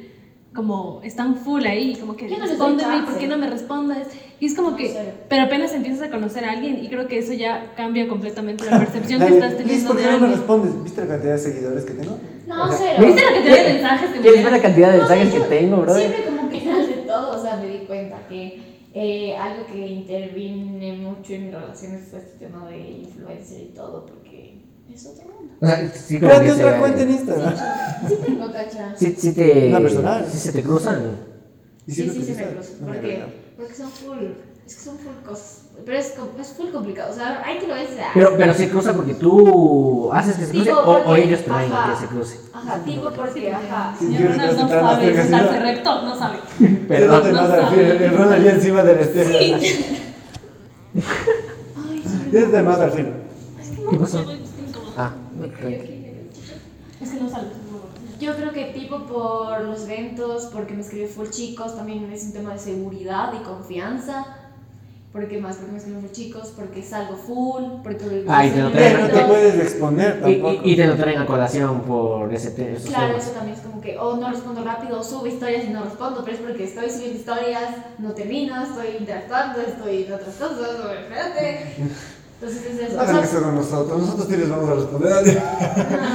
como están full ahí, como que
Yo no les doy
respóndeme,
chance.
¿por qué no me respondes? Y es como
No
que,
sé.
pero apenas empiezas a conocer a alguien y creo que eso ya cambia completamente la percepción que
Dale,
estás
Liz,
teniendo
¿por
de
qué no me
alguien.
respondes? ¿Viste la cantidad de seguidores que tengo?
no,
O sea,
cero.
¿viste
¿Viste lo que te de mensajes? que me
¿Quieres ver
llegan?
la cantidad de
No,
mensajes que
yo
tengo, bro?
Siempre como que era de todo, o sea, me di cuenta que eh, algo que interviene mucho en mis relaciones fue este tema de influencer y todo, porque es otro mundo.
O sea, Ah, sí, como
Créate
que
otra
se-
cuenta en Instagram.
Sí tengo cacha.
Sí, sí te.
Una personal.
Sí, se te cruzan.
¿Y si
Sí,
lo
sí, sí, me
utilizas?
cruzan,
No me
porque,
agrada.
porque son full, es que son full cosas, pero es, com- es full complicado, o sea, hay que lo ves, ah,
Pero, pero se cruzan porque tú haces que se cruce
Digo,
o, o
porque-
ellos traen
ajá.
que se cruce.
ajá, tipo porque, ajá,
Sí,
Mi
yo
hermana
creo que
no
te vas a
sabe
hacer casi
sentarse
nada.
recto, no sabe.
Pero no te
no
vas a
sabe.
decir, el Ron allá encima del espejo. Ya es de más al fin.
¿Qué pasó? Ah, ok.
es que no sale, no, Yo creo que tipo por los eventos, porque me escribió full chicos, también es un tema de seguridad y confianza. Porque más, porque me escribió full chicos, porque salgo full, porque...
Ay, te lo
Pero no te
Pero-
puedes exponer
Y,
tampoco.
y- y te lo traen a colación por ese te- esos
Claro,
temas.
eso también es como que, o no respondo rápido, o subo historias y no respondo, pero es porque estoy subiendo historias, no termino, estoy interactuando, estoy en otras cosas, o espérate. Entonces es eso. O
Hagan
sea,
eso con nosotros, nosotros sí les vamos a responder.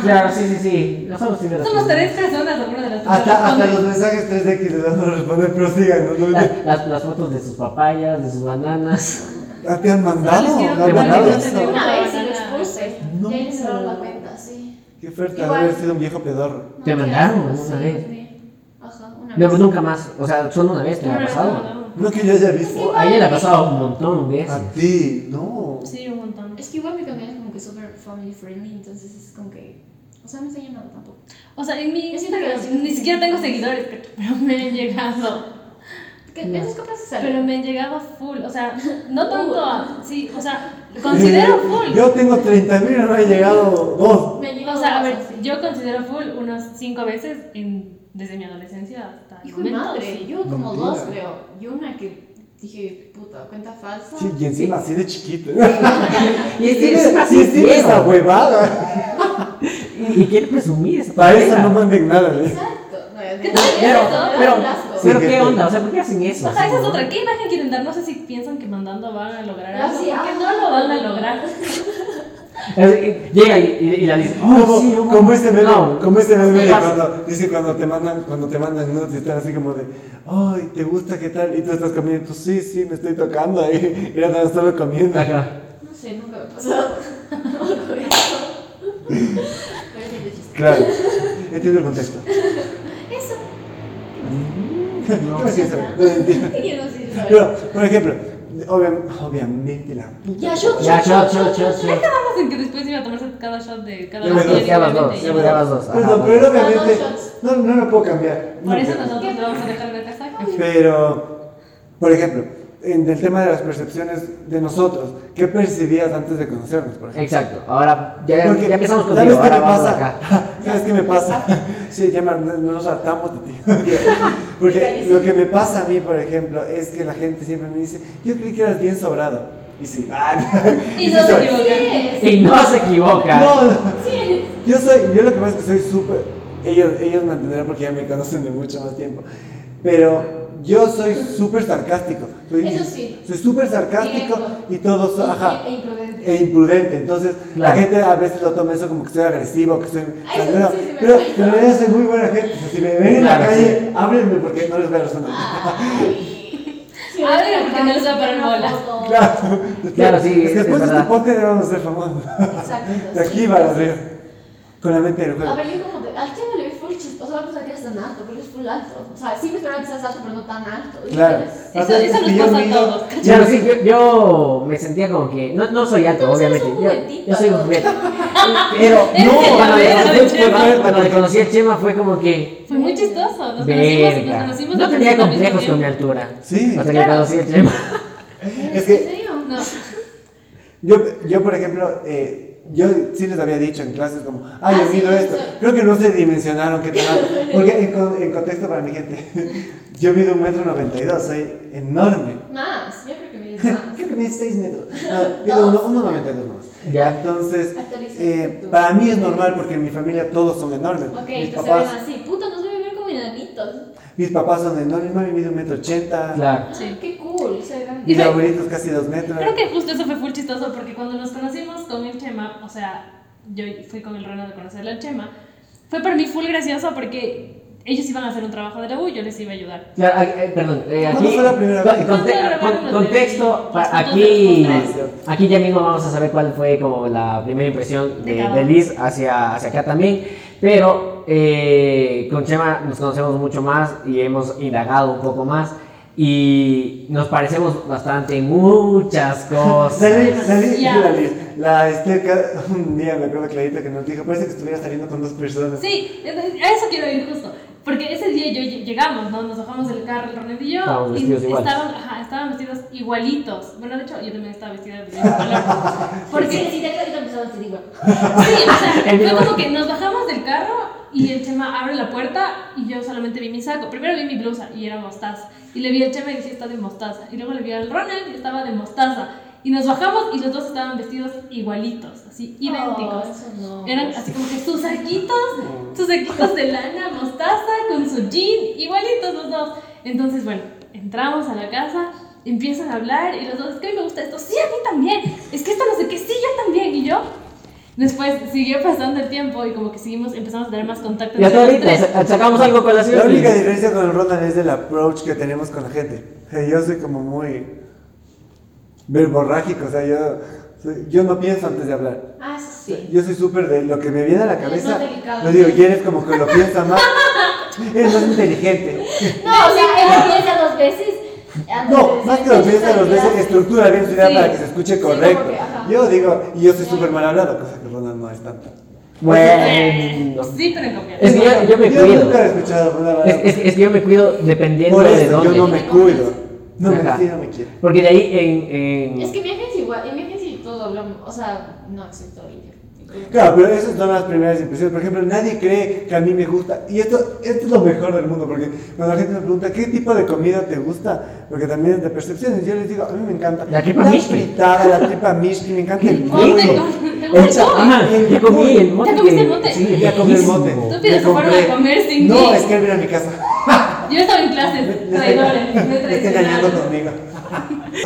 Claro, sí, sí, sí. Nosotros sí lo
Somos
hacemos.
tres personas, alguna de las tres
Hasta, hasta
responde.
los mensajes 3X les vamos a responder, pero síganos. ¿no?
La- las, las fotos de sus papayas, de sus bananas.
¿Ah, ¿Te han mandado?
Sí, sí,
¿Te han
sí,
mandado
sí,
eso?
sí, sí.
una vez y lo
Banana.
expuse,
No.
y ahí me cerraron la cuenta, sí.
Qué fuerte
Igual.
haber sido un viejo pedorro.
Te
No,
mandaron
qué asco,
una
sí,
vez.
sí. Ajá, una
No,
vez.
nunca más. O sea, solo una vez te
No,
ha
no,
pasado.
no, no.
No que yo haya visto.
A ella le ha pasado un montón de
A
veces.
ti, no.
Sí, un montón.
Es que igual mi comunidad es como que súper family friendly, entonces es como que. O sea, no estoy llenando tampoco.
O sea, en mi
Yo siento que los-
ni siquiera tengo seguidores, pero- pero me han llegado.
Que eso es capaz de salir.
Pero me han llegado full, o sea, no tanto a, sí, o sea, considero full.
Eh, Yo tengo 30.000, no he llegado dos.
Me llegó
O sea, a
cosas
ver,
así.
yo considero full unas cinco veces en- desde mi adolescencia hasta el
Hijo de
momento.
madre, yo como
Mentira.
dos creo. Y una que dije, puta, cuenta falsa.
Sí, y encima así de
Y
chiquito.
es que
Tiene-
es
sí, tiene esa
brasileño.
huevada.
Y, y quiere presumir esa
Para eso
manera.
no manden nada. ¿eh?
Exacto. No, es
¿Qué
de-
tal
es de-
Pero,
eso?
me da
pero,
un asco.
pero
Sí,
¿qué
que-
onda? O sea, ¿por qué hacen eso?
O sea, esa es otra. ¿Qué imagen quieren dar? No sé si piensan que mandando van a lograr
No,
algo.
sí,
porque
ah.
no lo van a lograr.
Eh, Llega y, y, y la dice,
Como,
oh, sí, un-
como ese meme,
no,
como ese meme de
Sí,
cuando, dice cuando te mandan, cuando te mandan nudes y están así como de, ay, ¿te gusta qué tal? Y tú estás comiendo, y tú, sí, sí, me estoy tocando ahí, y ya estás solo comiendo.
Acá.
No sé, nunca me ha pasado. No lo veo. Pero sí, de chiste.
Claro, entiendo el contexto.
Eso,
No, no, sí, no entiendo.
¿qué quiero decir?
Pero, por ejemplo, obvia- obviamente la
Ya, yo, yo,
Ya,
yo,
shot, shot, shot, shot.
Estábamos en que después iba a tomarse cada shot de cada
Ya me
botella
dos, ya vas
diferente,
dos, ya
ya me
me
dos.
dabas dos. Ajá,
Perdón,
vas.
pero
dos
obviamente
shots.
no, no lo puedo cambiar.
Por
No
eso
puedo.
nosotros te vamos a dejar en el casaca.
Pero, por ejemplo, en el tema de las percepciones de nosotros, ¿qué percibías antes de conocernos, por ejemplo?
Exacto, ahora ya,
Porque,
ya empezamos
¿Sabes
contigo,
qué
ahora
me
vamos
pasa?
acá.
¿Sabes qué me pasa? Sí, ya me- no- nos hartamos de ti. Porque lo que me pasa a mí, por ejemplo, es que la gente siempre me dice, yo creí que eras bien sobrado. Y sí, ah,
Y no se
soy.
equivocan.
Sí,
Y no se equivoca.
No, no.
sí.
Yo soy, yo lo que pasa es que soy súper, ellos, ellos me entenderán porque ya me conocen de mucho más tiempo, pero yo soy súper sarcástico. Soy,
Eso sí.
Soy súper sarcástico
Directo.
y todo, so- ajá,
E imprudente.
e imprudente. Entonces la
Claro.
gente a veces lo toma eso como que soy agresivo, que soy...
Ay, eso
pero
sí se me
pero
olvidó.
en realidad soy muy buena gente. O sea, si me ven en la
Claro,
calle, háblenme porque no les voy a responder.
Ah, Sí,
A ver,
es
porque no les va a parar bola.
como-
Claro,
Claro, sí,
Es que
es
después de este
verdad.
podcast ya vamos a ser famosos.
Exacto,
De aquí
sí.
van a ser. Con la mente del
A
juego.
ver, yo como que al chavo le vi full chistoso, vamos a que eres tan alto, porque es full alto. O sea, sí me esperaba que seas alto, pero no tan alto. Y
Claro.
entonces,
Eso- eso nos pasa a todos,
Claro, sí, yo, yo me sentía como que. No, no soy alto,
Tú eres
obviamente.
un
Yo,
juguetito.
yo soy un juguete. Pero
Eres
no,
el
cuando le
llavero de
conocí,
Chema.
cuando- cuando le conocí a Chema fue como que.
Fue muy chistoso. Nos conocimos, nos
Verga.
conocimos.
No
al
tenía
mismo
complejos
tiempo.
con mi altura.
Sí.
Hasta que le conocí a Chema.
Es que
¿En serio?
No,
Yo, yo por ejemplo, eh, yo sí les había dicho en clases como, ay, yo
Ah, sí,
mido esto.
eso.
Creo que no se dimensionaron qué tal. Porque en, con- en contexto para mi gente, yo mido un metro noventa y dos, soy enorme.
Más, yo creo que me dices más.
Creo que mido seis metros. No, mido uno- uno noventa y dos más.
Ya.
Entonces,
Actualiza
eh,
tú.
para mí es normal porque en mi familia todos son enormes.
Ok,
mis,
entonces se
papás,
ven así. Puta, nos debe ver como enanitos.
mis papás son enormes, mami mide un metro ochenta,
Claro.
sí.
Qué cool, se ven.
mis
Y-
abuelitos casi dos metros.
Creo que justo eso fue full chistoso porque cuando nos conocimos con el Chema, o sea, yo fui con el reno de conocerle al Chema, fue para mí full gracioso porque ellos iban a hacer un trabajo de la U y yo les iba a ayudar.
Claro, ah, eh, perdón, eh,
¿Cuándo
aquí,
fue la primera vez?
con-
¿Cuándo
conte-
grabaron
con-
los
contexto,
de-
pa-
los fotos
aquí,
de los
postres?
aquí ya mismo vamos a saber cuál fue como la primera impresión de,
De cada
de
uno.
Liz hacia, hacia acá también, pero eh, con Chema nos conocemos mucho más y hemos indagado un poco más y nos parecemos bastante en muchas cosas.
Salí, salí,
Ya.
la, la Esteca, un día me acuerdo clarito que nos dijo, parece que estuviera saliendo con dos personas.
Sí, entonces, a eso quiero ir justo. Porque ese día yo ll- llegamos, ¿no? Nos bajamos del carro, el Ronald y yo.
Estábamos vestidos
y
igual.
Estaban, ajá, estaban vestidos igualitos. Bueno, de hecho, yo también estaba vestida de mismo color.
Porque
Porque
si te quedas, yo te empezaba a decir igual.
Sí, o sea,
El
fue
mismo.
como que nos bajamos del carro y el Chema abre la puerta y yo solamente vi mi saco. Primero vi mi blusa y era mostaza. Y le vi al Chema y decía, está de mostaza. Y luego le vi al Ronald y estaba de mostaza. Y nos bajamos y los dos estaban vestidos igualitos, así, idénticos. Eran así como que sus saquitos, sus saquitos de lana, mostaza, con su jean, igualitos los dos. Entonces, bueno, entramos a la casa, empiezan a hablar y los dos, es que a mí me gusta esto, sí, a mí también, es que esto no sé qué, sí, yo también, y yo. Después siguió pasando el tiempo y como que seguimos, empezamos a tener más contacto
Y hasta
entre los
ahorita
tres.
sa- sacamos algo con la
La
señora.
única diferencia con el Ronald es el approach que tenemos con la gente. Eh, Yo soy como muy verborrágico, o sea, yo, soy- yo no pienso antes de hablar.
Ah, eso sí.
Yo soy súper de lo que me viene a la cabeza.
más delicado.
Lo digo, y eres como que lo piensa más. Eres más inteligente.
No, o sea, él lo piensa dos veces. antes de
No,
decir
más que lo piensa dos veces,
idea.
estructura bien su idea
Sí.
para que se escuche
como
correcto.
que, ajá.
Yo digo, y yo soy súper mal hablado, cosa que Ronald no es tanto.
Pues,
Bueno.
Sí, pero en confianza.
eh,
Es que yo, yo me
Yo
cuido.
nunca he escuchado a Ronald
Es,
hablado.
es- es que yo me cuido dependiendo
Por
de
eso
dónde.
yo no me cuido. No me
Ajá.
quiero, me quiero.
Porque de ahí en. en-
Es que en viajes igual, en viajes y todo hablamos, o sea, no, excepto Olivia.
Claro, pero esas son las primeras impresiones. Por ejemplo, nadie cree que a mí me gusta. Y esto, esto es lo mejor del mundo, porque cuando la gente me pregunta, ¿qué tipo de comida te gusta? Porque también es de percepciones. Yo les digo, a mí me encanta
La tripa mishki.
fritada, la tripa mishki, me encanta el
Monte,
pollo.
con-
El chapín,
Ah,
el
ya comí el
pollo.
mote.
¿Ya comiste el mote?
Sí,
Ya comí el mote.
riquísimo.
Tú pides
Ya compré.
forma de comer sin
No,
mí.
es que él viene a mi casa.
Yo estaba en clases,
Me
traidores, me
está- me está engañando
traicionaron.
conmigo.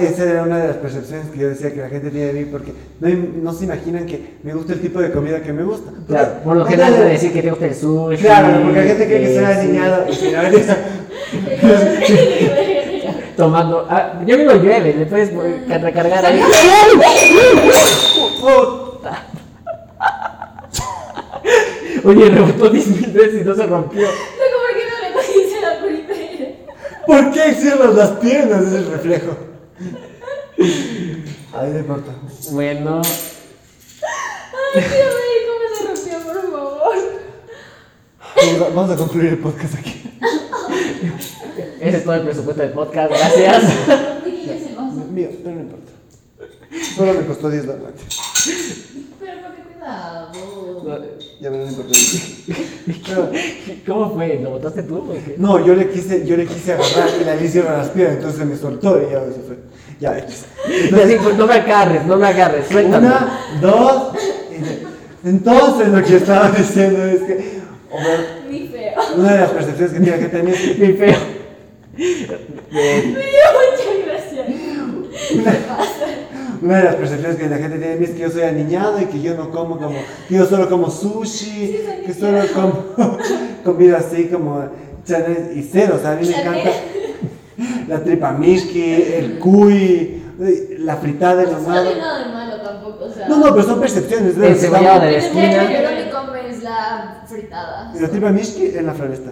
Esa era una de las percepciones que yo decía que la gente tiene de mí, porque no, im- no se imaginan que me gusta el tipo de comida que me gusta.
Claro, por lo
Porque-
general de decir que te gusta el sushi.
Claro, porque la gente cree que
eh,
será
sí,
diseñado. Y no, es-
Tomando. Ah, yo vivo llueve, le puedes eh, ca- recargar ahí. Puta. Oye, rebotó 10.000 veces y no se rompió.
Luego, ¿por qué no le cogiste la primera?
¿Por qué cierras las piernas? Es el reflejo. A ver, no importa.
Bueno,
Ay, quiero ver cómo se rompió, por favor.
Vamos a- Vamos a concluir el podcast aquí.
ese es todo el presupuesto del podcast, gracias.
¿De quién es el vaso?
Mío, pero no importa. Solo me costó 10 dólares.
Pero porque cuidado.
Ya me lo importante. Pero-
¿Cómo fue? ¿Lo botaste tú o qué?
No, yo le quise, yo le quise agarrar y la le hicieron las piernas, entonces me soltó y ya se fue. Ya, X.
Ya, sí, pues, no me agarres, no me agarres, suéltame.
Una, dos. y- Entonces lo que estaba diciendo es que o sea,
Ni feo.
una de las percepciones que tiene la gente de mí es que
Mi feo. Bien.
Me dio mucha gracia.
una de las percepciones que la gente tiene de mí es que yo soy aniñado y que yo no como como que yo solo como sushi, que solo como comida así como chanel y cero, o sea, a mí me encanta la tripa mishki, el cuy, la fritada el
No
ahumado.
tiene nada de malo tampoco, o sea.
No, no, pero son percepciones. ¿verdad?
El cebollado de-
En el medio,
Esquina.
Yo no me comes la fritada.
La tripa mishki en la floresta.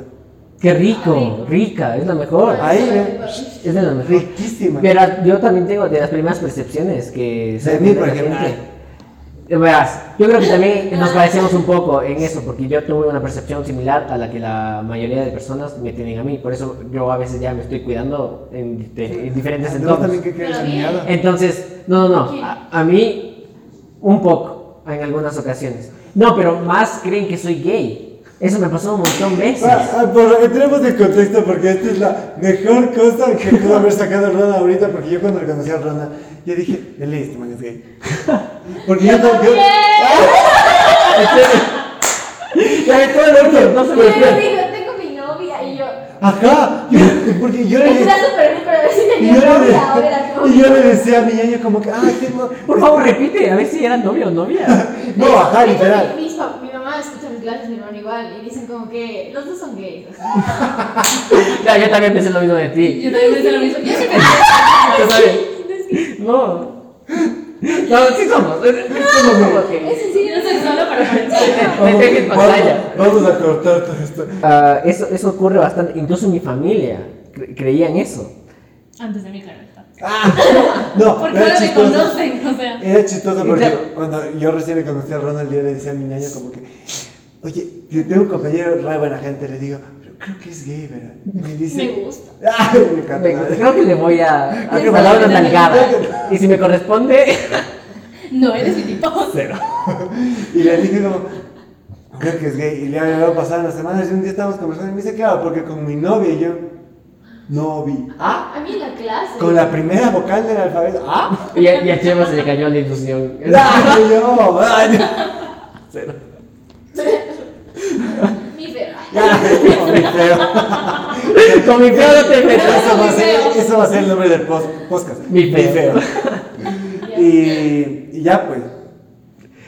Qué rico, rica, es la mejor.
Oh, Ahí, eh. ve.
Es de las mejores.
Riquísima.
Pero yo también tengo de las primeras percepciones que
De mí, por ejemplo.
Eh, Verás, yo creo que también nos parecemos un poco en eso, porque yo tuve una percepción similar a la que la mayoría de personas me tienen a mí, por eso yo a veces ya me estoy cuidando en, de- en diferentes
¿Tú
entornos.
Ah, también que crees
Pero bien.
alineada?
Entonces, no, no, no, a, a mí un poco, en algunas ocasiones. No, pero más creen que soy gay. Eso me pasó un montón de veces.
Ah, ah, por- entremos en contexto porque esta es la mejor cosa que pudo haber sacado Rona ahorita porque yo cuando le conocí a Rona yo dije, él este man es gay. Porque yo no... Yo,
Ya de todo el orto, no se me
Yo
pues,
le
olvida.
digo, tengo mi novia y yo.
ajá, yo- porque yo le
Está súper bien, pero a ver si
y
tenía
yo le,
novia o era
y yo
novia.
le decía a mi ñaño como que, ay, tengo...
Por favor, repite, a ver si era novio o novia.
No, ajá,
De hecho,
literal.
Mi, mis pap- mi mamá escucha mis clases, mi hermano igual, y dicen como que los dos son gays. o sea.
Ya, yo también pensé lo mismo de ti.
Yo también pensé lo mismo. Yo sí pensé.
Tú sabes. No. No, sí somos. Somos como que.
Sí, sí, yo soy solo para parecer.
Me dejes pantalla.
Vamos, vamos a cortar todo esto.
Ah, eso, eso ocurre bastante. Incluso en mi familia cre- creía en eso.
Antes de mi carreta.
No,
Porque
era
ahora me
chistoso.
conocen, o sea.
Era chistoso
Y
porque
claro.
cuando yo recién le conocí a Ronald, yo le decía a mi niña como que, oye, yo tengo un compañero re buena gente, le digo, pero creo que es gay, ¿verdad? Y me dice,
Me gusta.
Ay, me encanta.
Me- Creo que le voy a, a
Creo que
dar una
me-
nalgada. Y si me corresponde.
No eres mi tipo.
Y le dije como, creo que es gay. Y le había pasado unas semanas y un día estábamos conversando y me dice, claro, porque con mi novia y yo, novi. Ah,
A mí en la clase.
con la primera vocal del alfabeto. Ah,
Y a, y a Chema se le cayó la ilusión.
ah, yo, ay, no. Cero.
Mi perra.
Ya, con mi feo.
Con mi feo no te metas.
Eso va, a
Mi
ser,
feo.
eso va a ser el nombre del pos- podcast.
Mi feo.
Y, y ya pues.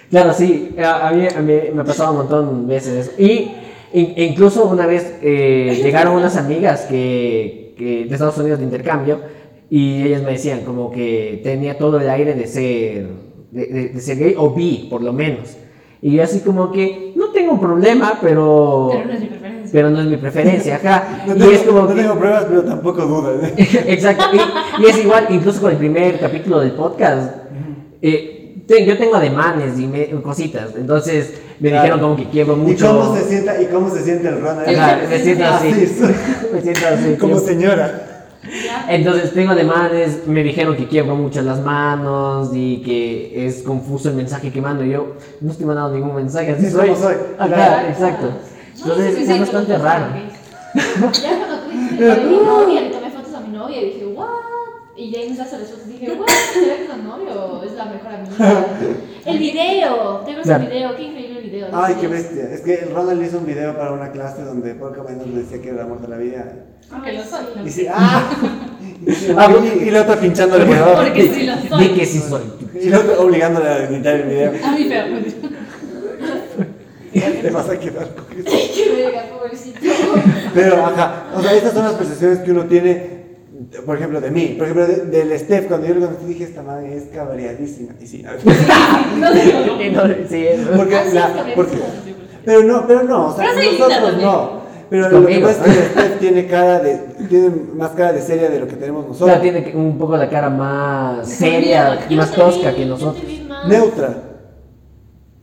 Claro, sí, a, a mí, a mí me ha pasado un montón de veces eso. Y in- incluso una vez eh, llegaron unas amigas que, que de Estados Unidos de intercambio y ellas me decían como que tenía todo el aire de ser, de, de- de ser gay o bi, por lo menos. Y yo así como que no tengo un problema, pero,
Pero no es mi preferencia.
pero no es mi preferencia, ajá.
No
y
tengo,
es como
no
que-
tengo pruebas, pero tampoco dudas.
Exacto. Y, y es igual, incluso con el primer capítulo del podcast. eh, te- yo tengo ademanes y me- cositas. Entonces me
Claro.
dijeron como que quiebro mucho.
¿Y cómo se sienta, y cómo se siente el Ronald?
Ajá, me siento
Ah,
así.
sí, sí.
me siento así.
Como
quiebro.
señora.
Entonces tengo ademanes, me dijeron que quiebro mucho las manos y que es confuso el mensaje que mando. Y yo no estoy mandando ningún mensaje, así
Sí,
soy.
como soy.
Ajá,
Claro.
exacto.
No,
Entonces
sí, sí,
es
sí,
bastante
sí,
raro.
Ya cuando tú dijiste mi novia, le tomé fotos a mi novia y dije, what? Y James hace las fotos y dije, what? ¿Será que es la novia o es la mejor amiga?
El video.
Tengo
Claro.
ese video, qué increíble el video.
Ay, qué bestia. Es que el Ronald hizo un video para una clase donde poco menos le decía que era el amor de la vida.
Porque lo soy.
Y
¿no?
dice, ¡ah! Y, dice,
Ah,
"Uy", y la otra pinchando el ordenador.
Porque sí lo
Di
soy.
que sí soy.
Y la otra obligándole a editar el video.
A mi feo.
Te vas a quedar con eso.
Qué verga, pobrecito.
Pero, ajá, o sea, estas son las percepciones que uno tiene, por ejemplo, de mí, por ejemplo, de- del Steph, cuando yo le conocí dije, esta madre es cabreadísima, y sí, a ver.
No sé cómo.
Y no- sí, es-
porque,
Así es
la,
cabreadísima.
porque, pero no, pero no, o sea,
Pero sí,
nosotros
también.
no, pero lo que
Conmigo.
pasa es que Steph tiene cara de, tiene más cara de seria de lo que tenemos
Claro,
nosotros,
tiene que- un poco la cara más seria y más tosca que nosotros.
neutra,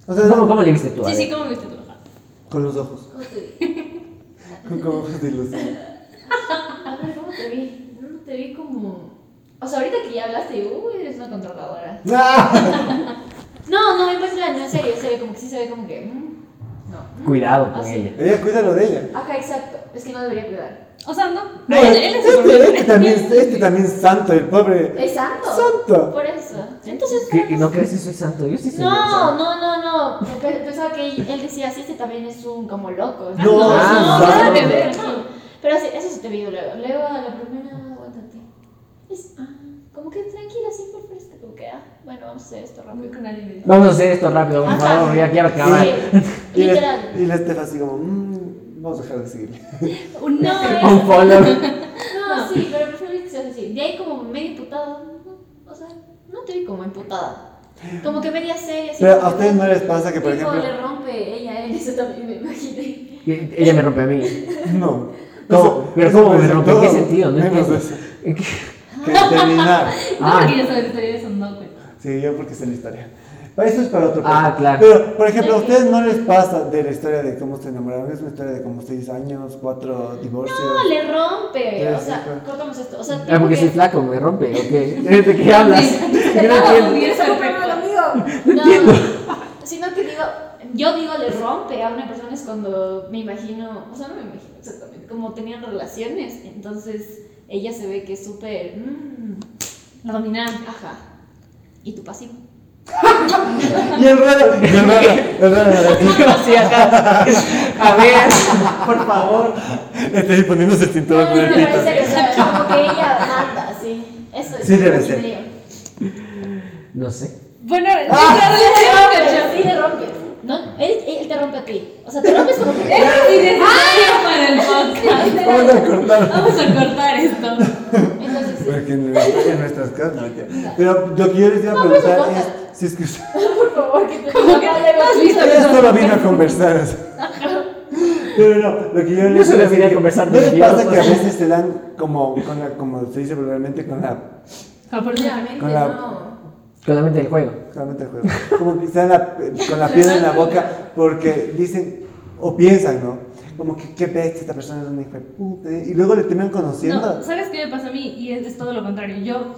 o sea,
¿Cómo,
no,
cómo le viste tú? a
Sí,
ver?
sí, ¿cómo me viste trabajar?
con los ojos, con con ojos de ilusión,
Ah, A ver, ¿cómo te vi? No te vi como. O sea, ahorita que ya hablaste, digo, uy, eres una controladora.
¡Ah!
No, no, en verdad, no, en serio, se ve como que sí se ve como que. mm, no.
Cuidado con
Ah, sí.
ella.
ella, cuídalo de ella,
Ajá, exacto. Es que no debería cuidar.
O sea, no.
No,
él, él es el
este, este también, este también es santo, el pobre,
¿Es santo?
santo,
Por eso. Entonces.
¿Qué- ¿No crees que soy santo? Yo sí soy un
No,
santo.
no, no, no. Pe- Pensaba que él decía así, este también es un como loco.
No, no,
Ah,
nada
no.
que ver, no.
Pero sí, eso se te vio luego. Luego a la primera, aguántate. Es ah, como que tranquila, así por fresca, como que, ah, bueno, vamos a hacer esto
Voy
rápido.
con alguien de-
Vamos a hacer esto rápido, por
Ajá.
favor. Ya quiero acabar.
Sí,
y
literal.
la, y la Steph así como, "Mm, vamos a dejar de seguirle,
Un
No,
Uh, no.
es-
Un follow.
no, sí, pero prefiero que seas así. De ahí como medio imputada. ¿no? O sea, no te vi como imputada. Como que media seria. así
pero
como
a
que-
ustedes no les pasa que, por
Tipo,
ejemplo,
le rompe ella a él, eso también me imaginé.
Y- Ella me rompe a mí.
No.
¿Cómo?
Eso-
¿Pero
eso
cómo
puede
me
ser
rompe? ¿En qué
todo,
sentido? No
menos
entiendo.
eso.
¿En qué?
Que terminar.
No,
Ah.
porque yo soy de eso, no, güey.
Sí, yo porque sé la historia. Pero Eso es para otro
Ah,
podcast.
claro.
Pero, por ejemplo, a ustedes no les pasa de la historia de cómo se enamoraron. Es una historia de como seis años, cuatro divorcios.
No, le rompe.
Ya,
O
sí,
sea,
claro.
cortamos esto. O sea,
Ah,
tipo
porque soy
que.
flaco, me rompe. ¿o qué? ¿De qué hablas? Yo no
Ah,
entiendo.
hubiera sido perfecto.
No, sino que digo, yo digo le rompe a una persona es cuando me imagino, o sea, no me imagino exactamente, como tenían relaciones, entonces ella se ve que es súper, mm,
La dominante.
ajá, y tu pasivo.
Y el raro, y el raro, el raro, el raro.
Sí, ajá. A ver, por favor.
Estoy poniéndose el cinturón
No,
con
no,
el
pero en
pito.
serio, o sea, como que ella manda, sí, eso es
Sí,
lo que
debe
me
ser.
imagino yo.
No sé.
Bueno, sí,
Sí,
Ah.
claro, sí,
le
sí,
rompe,
sí.
sí le rompe, ¿no? Él, él te rompe a ti, o sea, te rompes como que...
Eso sí es
Ah.
necesario para el podcast.
Vamos a cortar.
Vamos a cortar esto.
Entonces, sí,
Porque en, en nuestras casas, no, mentira. Pero lo que yo les iba a
No, pues,
preguntar
corta.
es si es que ustedes
por favor, que te
Como que
Ya, ya, ya.
no, listo,
Ella
listo.
solo vino a conversar. o sea. Pero no, lo que yo
Yo solo
quiero
vine a
decir
conversar
¿No
con
les
Dios,
pasa que a
o sea.
veces se dan como, con la, como se dice vulgarmente, con la...
Afortunadamente.
Con la-
no.
Con la mente del juego.
Realmente juego. Como que se dan la- con la piedra en la boca porque dicen, o piensan, ¿no? Como que qué bestia, esta persona es una hija de puta. Y luego le terminan conociendo.
No, ¿sabes qué me pasa a mí? Y es, es todo lo contrario. Yo,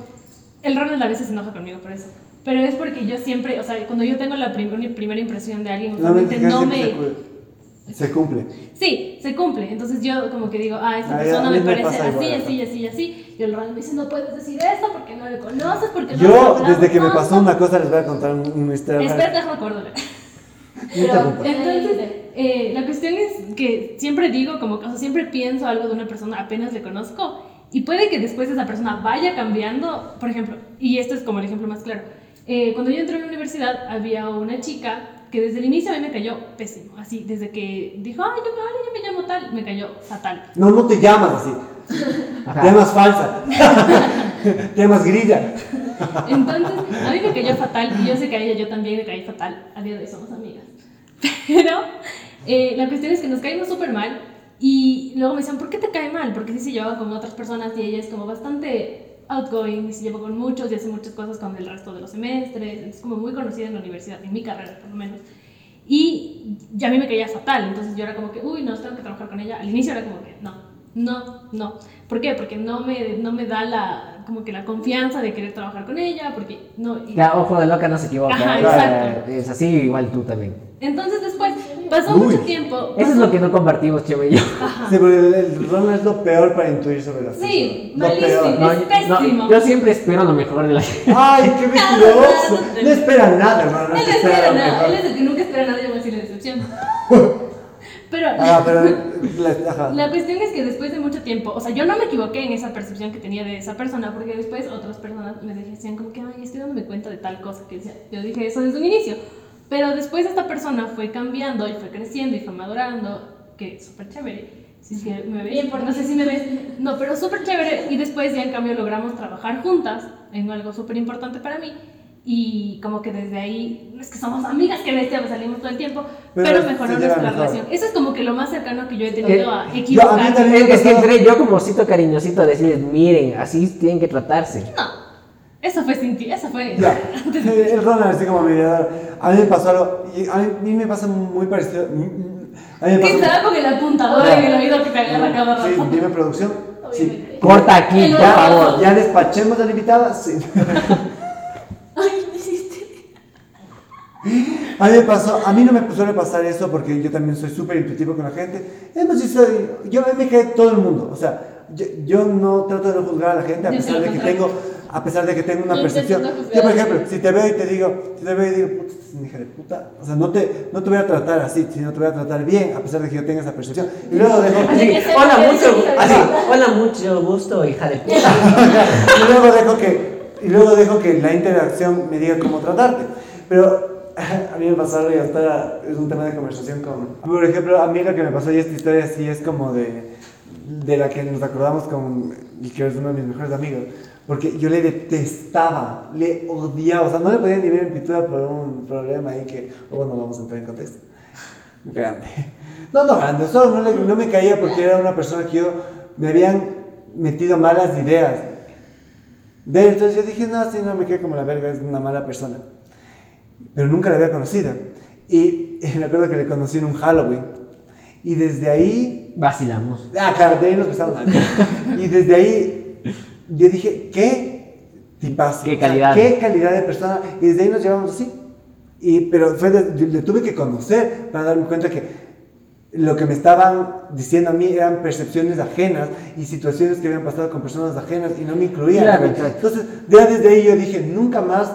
el Ronald a veces se enoja conmigo por eso. Pero es porque yo siempre, o sea, cuando yo tengo la prim- primera impresión de alguien,
La
usualmente
mexicana
no
siempre se
me...
acuerda. Se cumple.
Sí, se cumple. Entonces yo como que digo, ah, esta
Ah, ya,
persona
a
me
mí me
parece
pasa
así,
igual,
así, así, así. Y el Ronald me dice, no puedes decir esto porque no le conoces, porque no
Yo,
lo
desde que me
conoces".
pasó una cosa, les voy a contar un, un misterio.
Espera, déjame acordarme.
Pero,
Entonces, eh, la cuestión es que siempre digo, como que, o sea, siempre pienso algo de una persona apenas le conozco y puede que después esa persona vaya cambiando, por ejemplo, y esto es como el ejemplo más claro. Eh, cuando yo entré a la universidad había una chica que desde el inicio a mí me cayó pésimo, así, desde que dijo, ay, yo me, hola, yo me llamo tal, me cayó fatal.
No, no te llamas así. Te llamas falsa. te llamas grilla.
Entonces, a mí me cayó fatal y yo sé que a ella yo también le caí fatal. A día de hoy somos amigas. Pero eh, la cuestión es que nos caímos súper mal y luego me decían, ¿por qué te cae mal? Porque sí se llevaba con otras personas y ella es como bastante outgoing, y se lleva con muchos y hace muchas cosas con el resto de los semestres. Es como muy conocida en la universidad, en mi carrera por lo menos. Y ya a mí me caía fatal, entonces yo era como que, uy, no, tengo que trabajar con ella. Al inicio era como que, no, no, no. ¿Por qué? Porque no me, no me da la, como que la confianza de querer trabajar con ella, porque no. y-
Ya, ojo de loca no se equivoca.
Ajá,
eh,
exacto.
Es así, igual tú también.
Entonces después pasó
Uy.
mucho tiempo.
Eso es
pasó-
lo que no compartimos, Chema y yo.
Ajá.
Sí, porque el, el Ron es lo peor para intuir sobre las
Sí,
personas. Lo
malísimo.
peor.
No,
Es
yo-
pésimo.
no, yo siempre espero lo mejor de la gente.
¡Ay, qué mentiroso!
no te-
No espera nada, hermano. No
Él
te
no
espera
espera
lo
nada, él
mejor.
es el que nunca espera nada, yo voy a decir la decepción. Pero
Ah, pero. eh, la- ajá.
la cuestión es que después de mucho tiempo, o sea, yo no me equivoqué en esa percepción que tenía de esa persona, porque después otras personas me decían como que, ay, estoy dándome cuenta de tal cosa que decía. Yo dije eso desde un inicio. Pero después esta persona fue cambiando y fue creciendo y fue madurando, que es súper chévere. Si es que me ves,
Bien por
no
ti.
sé si me ves. No, pero súper chévere. Y después ya en cambio logramos trabajar juntas en algo súper importante para mí. Y como que desde ahí, no es que somos amigas, que bestia, pues salimos todo el tiempo,
Pero
pero,
se
mejoró
llevan
nuestra
mejor.
relación. Eso es como que lo más cercano que yo he tenido
Eh,
a equivocarme.
también
Es que- es que entré yo como cito cariñosito a decirles, miren, así tienen que tratarse.
No, eso fue sin ti, eso fue.
Ya, eh, el Ronald así como mediador. A mí me pasó algo, y a mí, a mí me pasa muy parecido. mm, mm, A mí me
Que
pasa.
estaba con el apuntador
Ya.
en el oído que te agarra cada rato.
Sí, dime producción. Sí.
Corta aquí,
El
por
otro-
favor.
Ya despachemos a la invitada. Sí.
Ay, me hiciste.
A mí me pasó, a mí no me suele pasar eso porque yo también soy súper intuitivo con la gente. Además, yo soy, yo a mí me cae todo el mundo. O sea, yo, yo no trato de no juzgar a la gente a
Yo sí
pesar
lo
de que
contrario.
tengo, a pesar de que tengo una
Yo intento
percepción.
no juzgar
Yo, por
a la
ejemplo,
gente.
si te veo y te digo, si te veo y digo, puta, esta es una hija de puta. O sea, no te, no te voy a tratar así, sino te voy a tratar bien a pesar de que yo tenga esa percepción. Y luego dejo,
Así que se
hola,
me
mucho,
dice,
así,
¿verdad?
hola, mucho gusto, hija de puta.
y luego dejo que y luego dejo que la interacción me diga cómo tratarte pero a mí me pasó algo y hasta era- es un tema de conversación con por ejemplo a mí lo que me pasó y esta historia sí es como de de la que nos acordamos con el que es uno de mis mejores amigos porque yo le detestaba le odiaba o sea no le podía ni ver en pintura por un problema ahí que luego no vamos a entrar en contexto grande. No, no, grande, solo no, le- no me caía porque era una persona que yo me habían metido malas ideas. De él. entonces yo dije, no, si no me cae como la verga, es una mala persona. Pero nunca la había conocido. Y eh, me acuerdo que le conocí en un Halloween. Y desde ahí
Vacilamos.
Ah, claro, de ahí nos besamos. Y desde ahí yo dije, ¿qué tipazo?
Qué
O sea,
calidad.
¿Qué calidad de persona? Y desde ahí nos llevamos así. Y, pero fue de- yo le tuve que conocer para darme cuenta que lo que me estaban diciendo a mí eran percepciones ajenas y situaciones que habían pasado con personas ajenas y no me incluían.
Claro, exacto.
Entonces, ya desde ahí yo dije, nunca más,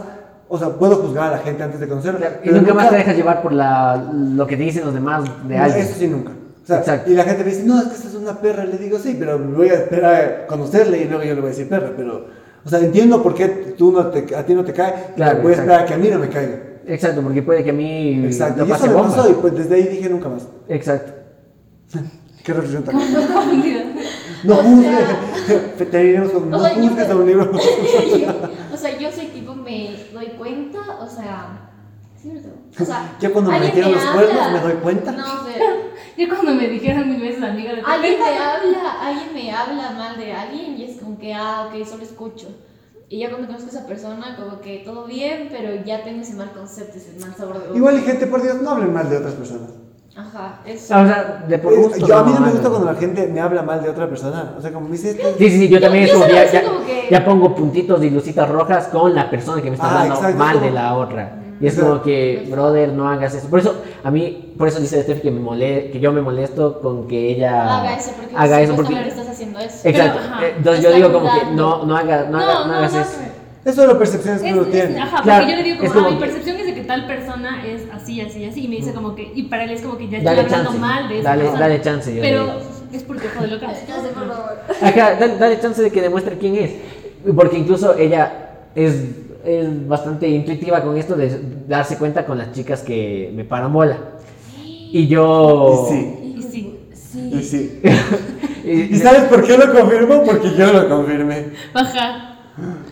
o sea, puedo juzgar a la gente antes de conocerla.
Y
pero
nunca más te dejas llevar por la, lo que te dicen los demás de
no,
alguien.
Eso sí, nunca. O sea,
Exacto.
Y la gente me dice, no, es que esta es una perra. Le digo, sí, pero voy a esperar a conocerle y luego yo le voy a decir perra. Pero, o sea, entiendo por qué tú no te, a ti no te cae.
Claro,
voy
exacto.
a esperar a que a mí no me caiga.
Exacto, porque puede que a mí
Exacto.
no
Y eso
pase
me
bomba.
pasó y pues desde ahí dije nunca más.
Exacto.
Qué reflexión tan
Confundida.
No
O
juzgues.
sea-
Te terminamos con, no
O sea, yo-
juzgues a un libro.
o sea, yo soy tipo, me doy cuenta, o sea, ¿cierto? O sea,
Ya cuando me
alguien
metieron los cuernos,
habla-
me doy cuenta.
No, pero
Yo cuando me dijeron mil veces amiga de
alguien me habla, alguien me habla mal de alguien y es como que, ah, ok, solo escucho. Y ya cuando conozco a esa persona, como que todo bien, pero ya tengo ese mal concepto, ese mal sabor de boca.
Igual, y gente, por Dios, no hablen mal de otras personas.
Ajá, eso.
O sea, de por
Eh,
gusto.
yo, a mí no me
malo.
gusta cuando la gente me habla mal de otra persona. O sea, como me dice, "Esta-
Sí, sí, sí, yo,
Yo-
también
yo
es como,
solo
ya,
así
ya,
como que-
ya pongo puntitos y lucitas rojas con la persona que me está
Ah,
hablando
exacto, es
mal
como-
de la otra. Y es como que, brother, no hagas eso. Por eso, a mí, por eso dice Steph que, me mole- que yo me molesto con que ella
Ah,
haga eso porque
haga eso,
supuestamente
porque-
estás haciendo eso.
Exacto.
Pero, ajá,
Eh, Entonces yo
está
digo como que
ayudando.
no, no, haga, no, haga- no hagas
nada
eso.
que ver.
Eso es lo percepciones que uno
Es- es-
tiene.
ajá,
Claro,
porque yo le digo
es
como,
como
ah, mi
que-
percepción es de que tal persona es así, así, así, y me dice como que, y para él es como que ya estoy
Dale
hablando
chance.
mal de esa
Dale,
persona.
dale chance. yo le
Pero
digo.
es porque joder lo que
Entonces, por favor.
Ajá, dale, dale chance de que demuestre quién es. Porque incluso ella es, es bastante intuitiva con esto de darse cuenta con las chicas que me paran bola. Y yo...
Y sí.
Y sí,
Y sí.
y-
¿Y sabes por qué lo confirmo? Porque yo lo confirmé.
baja.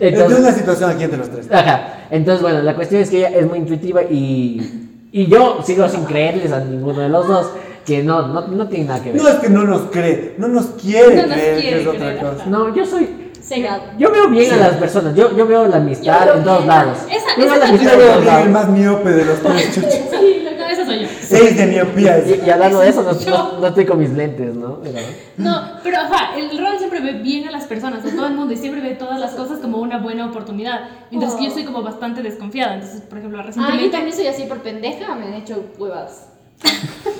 Esta es
entonces-
una situación aquí entre los tres.
Ajá. Entonces, bueno, la cuestión es que ella es muy intuitiva y, y yo sigo sin creerles a ninguno de los dos que no, no, no tiene nada que ver.
No es que no nos cree, no nos quiere
No nos
creer,
quiere
que es otra
creer,
cosa.
No, yo soy.
Cegado.
Yo veo bien a las personas, yo, yo veo la amistad
Yo veo
en todos
bien.
lados. Yo
Esa-
veo
esa
la
es la
Yo
amistad en
creo
todos
que soy
lados.
el más miope de los tres chuchos.
No, esa soy yo.
Seis de miopía. es-
Y, y hablando de eso, no, no-
Yo.
no estoy con mis lentes, ¿no? Pero-
No, pero ajá, el rol siempre ve bien a las personas, a todo el mundo, y siempre ve todas las cosas como una buena oportunidad. Mientras que yo soy como bastante desconfiada. Entonces, por ejemplo,
Ah, yo
recientemente
también soy así por pendeja, me han hecho huevadas.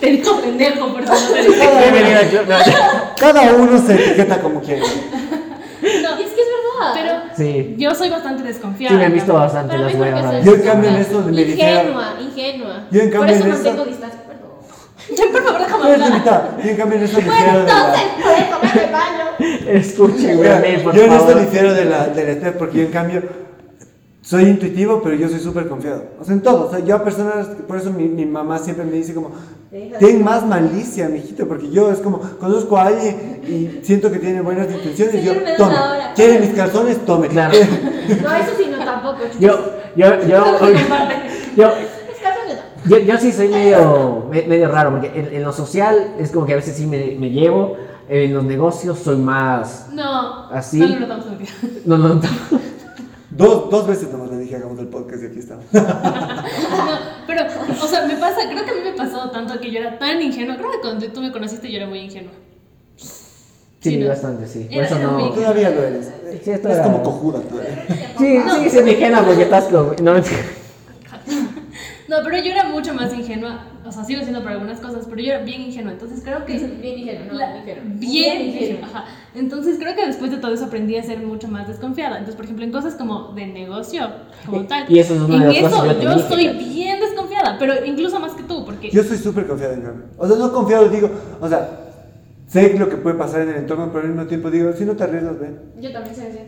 te he dicho pendejo, por favor.
Bienvenido al club. No,
Cada uno se etiqueta como quiere.
Y es que es verdad.
Pero
Sí.
yo soy bastante desconfiada.
Sí, me han visto
también.
bastante
Para
las
mí porque
huevas.
soy
¿verdad?
Yo en cambio en eso me dijeron.
ingenua, ingenua.
Yo en
por
cambio
eso
en eso-
mantengo distancia, perdón.
Por favor,
Tú
déjame
eres
hablar.
invitada. Yo en cambio en eso
Bueno,
dijeron.
entonces, por eso me baño.
Escúchenme a mí, por
Yo en esto
favor.
difiero de la, de la Steph porque yo en cambio soy intuitivo, pero yo soy súper confiado. O sea, en todo. O sea, yo a personas, por eso mi, mi mamá siempre me dice como, ten más malicia, mijito, porque yo es como, conozco a alguien y siento que tiene buenas intenciones,
Señor, me
yo,
das
tome.
la hora".
¿Quiere mis calzones? Tome. Eh,
Claro.
No, eso sí, no tampoco. chucha.
Yo, yo, yo, yo,
Es caso de no.
Yo, yo sí soy medio, me- medio raro, porque en, en lo social es como que a veces sí me, me llevo, en los negocios soy más
No.
así.
Solo lo estamos metiendo.
No, no, no.
Dos, dos veces nomás le dije, hagamos el podcast y aquí estamos.
No, pero, o sea, me pasa, creo que a mí me pasó tanto que yo era tan ingenua. Creo que cuando tú me conociste yo era muy ingenua.
Sí,
Sí, no.
bastante, sí. Por
Era-
eso
era
no.
muy-
Todavía lo eres.
Sí, esto
es
era-
como cojuda todavía.
Sí, sí, sí, es ingenua porque estás con. No,
No, pero yo era mucho más ingenua. O sea, sigo siendo para algunas cosas, pero yo era bien ingenua. Entonces creo que.
Bien ingenua, no,
la-
ingenua.
bien ingenua. Ajá. Entonces creo que después de todo eso aprendí a ser mucho más desconfiada. Entonces, por ejemplo, en cosas como de negocio, como tal.
Y eso es una
en
de las
eso
cosas que yo te
yo
dije,
soy
Katy.
bien desconfiada, pero incluso más que tú, porque.
Yo soy súper confiado en cambio. O sea, no confiado, digo, o sea, sé lo que puede pasar en el entorno, pero al mismo tiempo digo, si no te arriesgas, ven.
Yo también soy así.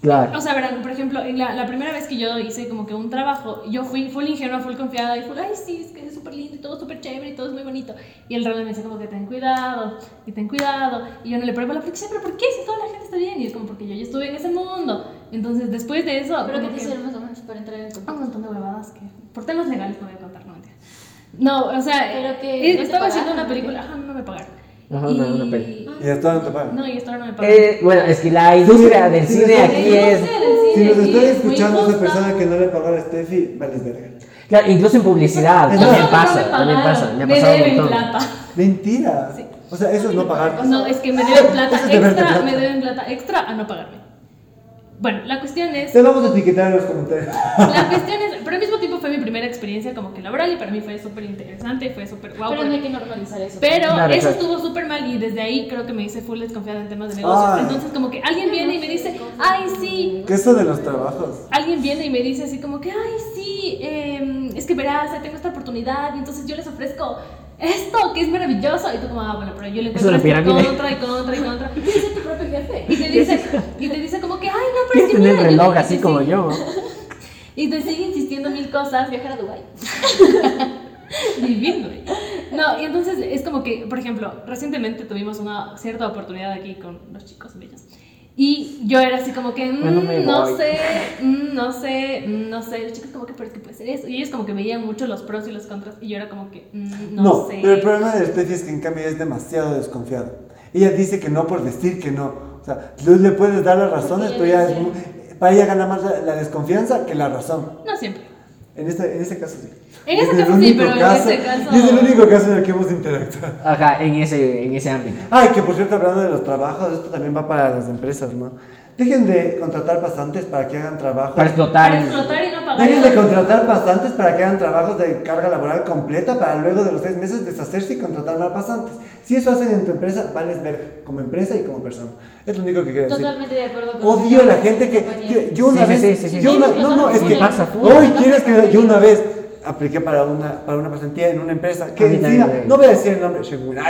Claro.
O sea, verán, por ejemplo, en la, la primera vez que yo hice como que un trabajo, yo fui full ingenua, full confiada y full, ay, sí, es que es súper lindo y todo súper chévere y todo es muy bonito. Y el Roland me dice como que ten cuidado y ten cuidado. Y yo no le pruebo la fricción, pero ¿por qué? Si toda la gente está bien. Y es como porque yo ya estuve en ese mundo. Entonces, después de eso...
Pero que
como
te
que-
hicieron más o menos para entrar en el
un
contexto.
montón de huevadas que por temas legales no voy a contar, no mentira. No, o sea,
Pero que
eh,
no te
estaba haciendo
pagaron, ¿o
una película, ajá, no me pagaron.
Ajá,
y... ah,
una- una peli.
Y hasta no te pagan.
No, y esto ahora no me pagaron.
Eh, bueno, es que la industria del
Sí,
cine
sí,
aquí
sí.
es.
Si nos están escuchando esa persona que no le pagó a Steffi, vales verga.
Claro, incluso en publicidad
No,
también
no
pasa, también pasa. Me ha
Ah, me
pasado un
deben
montón.
plata.
Mentira.
Sí.
O sea, eso es no pagar.
No, es que me deben plata
Eso es deberte
extra,
plata.
me deben plata extra a no pagarme. Bueno, la cuestión es,
Te vamos a etiquetar en los comentarios.
la cuestión es, pero al mismo tiempo fue mi primera experiencia como que laboral y para mí fue súper interesante, fue súper guau.
Pero
porque-
no hay que normalizar eso.
Pero
Claro,
eso
claro.
estuvo súper mal y desde ahí creo que me hice full desconfiada en temas de negocios.
Ay.
Entonces como que alguien viene y me dice, ay sí,
¿Qué es eso de los trabajos?
alguien viene y me dice así como que, ay sí, em, es que verás, tengo esta oportunidad y entonces yo les ofrezco esto que es maravilloso. Y tú como, ah bueno, pero yo le
Es una
encuentro esto
pirámide.
contra y contra y contra.
Tienes ser tu propio jefe.
Y te dice, y te dice como que, ay no, pero
Quieres
es que
tener
mira, yo-
reloj
y
así
te
como
sigue-
yo.
Y te sigue insistiendo mil cosas.
Viajar a Dubái.
viviendo. ahí. No, y entonces es como que, por ejemplo, recientemente tuvimos una cierta oportunidad aquí con los chicos bellos. Y yo era así como que, mm,
Bueno, me
no
voy.
sé, mm, no sé, mm, no sé. Los chicos como que, pero es que puede ser eso. Y ellos como que veían mucho los pros y los contras. Y yo era como que, mm, no, sé.
pero el problema de Steffi es que en cambio ella es demasiado desconfiada. Ella dice que no por decir que no. O sea, tú le puedes dar las razones, pero ella es muy- para ella gana más la, la desconfianza que la razón.
No siempre.
En este, en este caso sí.
En
Es
ese
el
caso sí,
único
pero en
caso-
este caso.
Y es el único caso en el que hemos interactuado.
Ajá, en ese, en ese ámbito.
Ay, que por cierto, hablando de los trabajos, esto también va para las empresas, ¿no? Dejen de contratar pasantes para que hagan trabajo.
Para explotar.
Para
en-
explotar y no pagar.
Dejen de contratar pasantes para que hagan trabajos de carga laboral completa para luego de los seis meses deshacerse y contratar más pasantes. Si eso hacen en tu empresa, vales ver como empresa y como persona. Es lo único que quiero decir.
Totalmente de acuerdo con
Odio la gente que.
compañero.
Yo, yo una
Sí, sí,
vez.
sí, sí, sí.
yo una-
Sí,
no, no,
sí,
es
sí,
que.
pasa, tú.
Hoy quieres que. Yo una vez apliqué para una, para una pasantía en una empresa que
A mí también
encima.
me dio.
No voy a decir el nombre, seguro.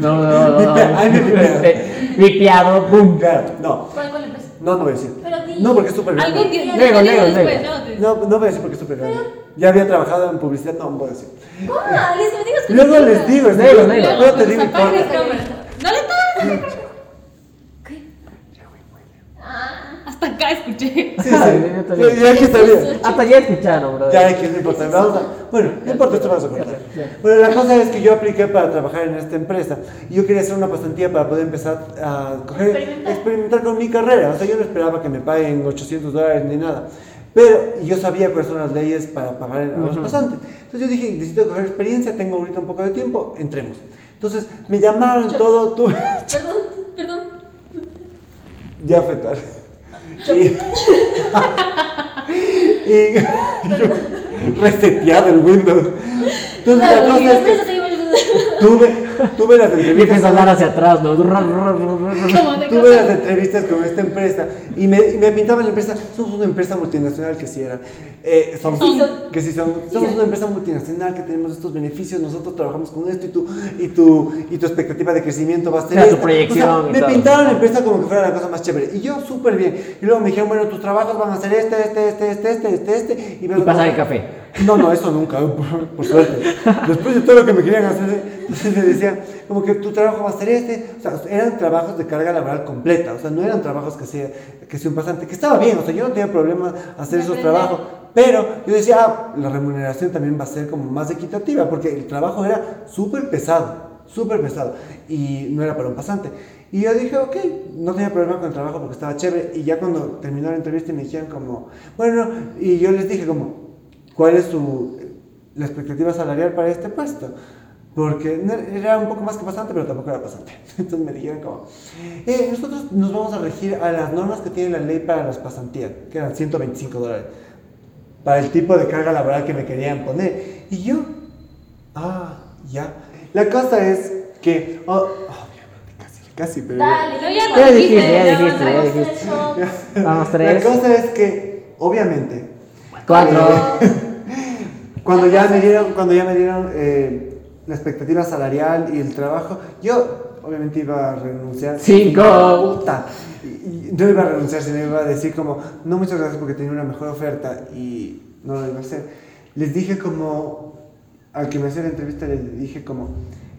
No, no, no. no.
Ay, me pipeo.
Te- Vipiado, boom.
Claro, no,
¿Cuál, cuál empresa?
no, no voy a decir.
Pero di.
No, porque es súper grave.
Algún día.
Luego,
te digo
luego,
después,
luego.
¿no? Te-
No, no voy a decir porque es súper grave. Ya había trabajado en publicidad, no, no voy a decir.
¿Cómo? Ah, Les me digas que
Luego
no.
les digo, es
Negro,
negro,
negro.
Luego te digo y
Apaga
corta.
la cámara. No le toques. Ah, Hasta acá escuché.
Sí,
Ay, yo
sí.
también.
Ya hay que está bien.
Hasta ya escucharon, bro.
Ya X, no importa. Vamos a- bueno, no importa, esto lo vamos a cortar. Bueno, la cosa es que yo apliqué para trabajar en esta empresa. Y yo quería hacer una pasantía para poder empezar a coger, experimentar. con mi carrera. O sea, yo no esperaba que me paguen 800 dólares ni nada. Pero yo sabía cuáles son las leyes para pagar a los pasantes. Entonces yo dije, necesito coger experiencia, tengo ahorita un poco de tiempo, entremos. Entonces me llamaron todo, tú.
Perdón, perdón.
Ya fetal. Y, y yo- reseteado el Windows. Entonces la
Claro,
cosa
mi
es que
empresa te iba a ayudar.
tuve, tuve las
Y empieza a
entrevistas.
hablar hacia atrás, ¿no? Ra, ra, ra, ra, ra.
Como de
Tuve
cosas.
las entrevistas con esta empresa y me, y me pintaban la empresa, somos una empresa multinacional que sí era. Eh, somos,
Sí
que sí son, somos una empresa multinacional que tenemos estos beneficios, nosotros trabajamos con esto y tu, y tu, y tu expectativa de crecimiento va a ser
Claro, tu
esta.
proyección
O sea,
y
me
todo.
pintaron la empresa como que fuera la cosa más chévere y yo súper bien. Y luego me dijeron, bueno, tus trabajos van a ser este, este, este, este, este, este, este. Y, vas
Y
a-
pasar el café.
no, no, eso nunca, por, por suerte. Después de todo lo que me querían hacer, entonces me decían, como que tu trabajo va a ser este. O sea, eran trabajos de carga laboral completa, o sea, no eran trabajos que sea, que sea un pasante, que estaba bien, o sea, yo no tenía problema hacer esos trabajos. Pero yo decía, ah, la remuneración también va a ser como más equitativa, porque el trabajo era súper pesado, súper pesado, y no era para un pasante. Y yo dije, ok, no tenía problema con el trabajo porque estaba chévere. Y ya cuando terminó la entrevista y me dijeron como, bueno, y yo les dije como, cuál es su, la expectativa salarial para este puesto. Porque no- era un poco más que pasante, pero tampoco era pasante. Entonces me dijeron como, "Eh, nosotros nos vamos a regir a las normas que tiene la ley para las pasantías, que eran 125 dólares, para el tipo de carga laboral que me querían poner. Y yo, ah, ya. La cosa es que, oh, oh, casi, casi, pero... ya.
Dale,
No, ya
no,
lo
Ya
dijiste,
dijiste, ya
ya
dijiste, ya
avanzamos.
dijiste.
Shock.
Vamos,
La
tres,
cosa es que, obviamente,
cuatro.
Cuando ya me dieron, cuando ya me dieron eh, la expectativa salarial y el trabajo, yo obviamente iba a renunciar.
Cinco.
Puta. Y- y No iba a renunciar, sino iba a decir como, no muchas gracias porque tenía una mejor oferta y no lo iba a hacer. Les dije como, al que me hacía la entrevista, les dije como,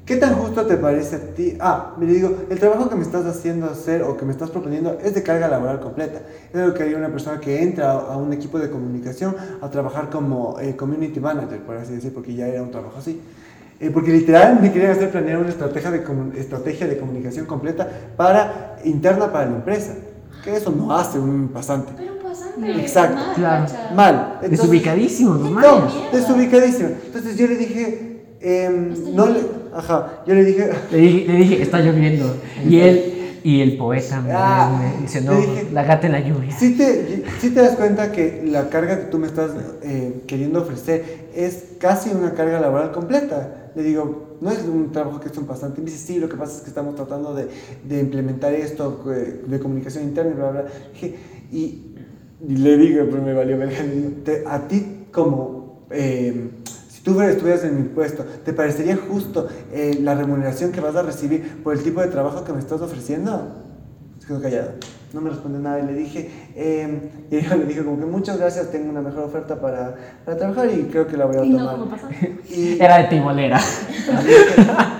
¿qué tan justo te parece a ti? Ah, me le digo, el trabajo que me estás haciendo hacer o que me estás proponiendo es de carga laboral completa. Es algo que haría una persona que entra a a un equipo de comunicación a trabajar como eh, community manager, por así decir, porque ya era un trabajo así. Eh, porque literal me querían hacer planear una estrategia de, comu- estrategia de comunicación completa para, interna para la empresa. Que eso no hace un pasante.
Pero pasante.
Exacto.
mal,
Claro.
cacha.
Mal. Entonces-
Desubicadísimo, no
no,
mames.
desubicadísimo. Entonces yo le dije, em, no le, ajá, yo le dije,
Le dije, le dije, está lloviendo. Y él, y el poeta me,
Ah,
me dice,
le
no,
dije-
la gata en la lluvia.
si te, sí te das cuenta que la carga que tú me estás eh, queriendo ofrecer es casi una carga laboral completa. Le digo, no es un trabajo que es un pasante. Me dice, sí, lo que pasa es que estamos tratando de, de implementar esto eh, de comunicación interna y bla, bla. Dije, y, y le digo, pero me valió verga, le digo, "Te- a ti como... em, Si tú fueras- estuvieras en mi puesto, ¿te parecería justo eh, la remuneración que vas a recibir por el tipo de trabajo que me estás ofreciendo? Se quedó callado. No me respondió nada y le dije, em, y yo le dije como que muchas gracias, tengo una mejor oferta para, para trabajar y creo que la voy a
Y no
tomar.
como pasante.
y,
Era de timolera.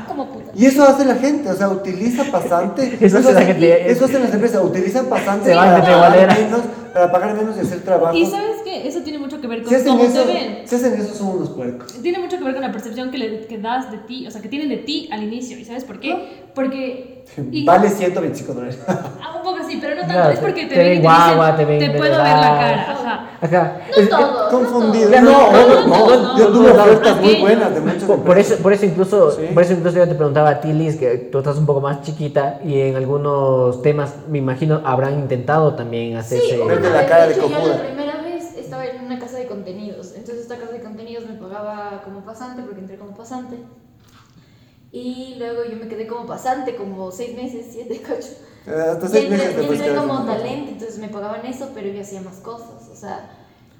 Como puta.
y eso hace la gente, o sea, utiliza pasante.
Eso hace la gente. eh,
Eso hacen las empresas, utilizan pasante
Se van
para,
de
pagar
revolera.
menos, para pagar menos y hacer trabajo.
Y sabes que eso tiene mucho que ver con
Si hacen
cómo te
eso,
ven.
si hacen eso son unos puercos.
Tiene mucho que ver con la percepción que, le, que das de ti, o sea, que tienen de ti al inicio. ¿Y sabes por qué? Porque. y-
Vale 125 dólares.
Ah, un poco así, pero no tanto.
Claro,
es porque te,
te ven
ven y te dicen,
guagua, te
te,
ven de
puedo ver la
verdad".
cara. Ajá.
Ajá.
No todos.
Confundido.
No,
No,
no,
no,
no, no,
Yo
no,
tuve
no, no.
ofertas muy
Ok.
buenas de muchas
Por, por
empresas.
eso, por, eso incluso,
Sí.
por eso incluso yo te preguntaba a ti, Liz, que tú estás un poco más chiquita y en algunos temas, me imagino, habrán intentado también hacerse...
Sí, una
Vete
vez,
la cara de
de hecho, yo
cojuda.
la primera vez estaba en una casa de contenidos. Entonces esta casa de contenidos me pagaba como pasante porque entré como pasante. Y luego yo me quedé como pasante como seis meses, siete, ocho.
Eh, Hasta
Y
seis
entré,
meses
y
después
entré
que-
como talento, entonces me pagaban eso, pero yo hacía más cosas. O sea,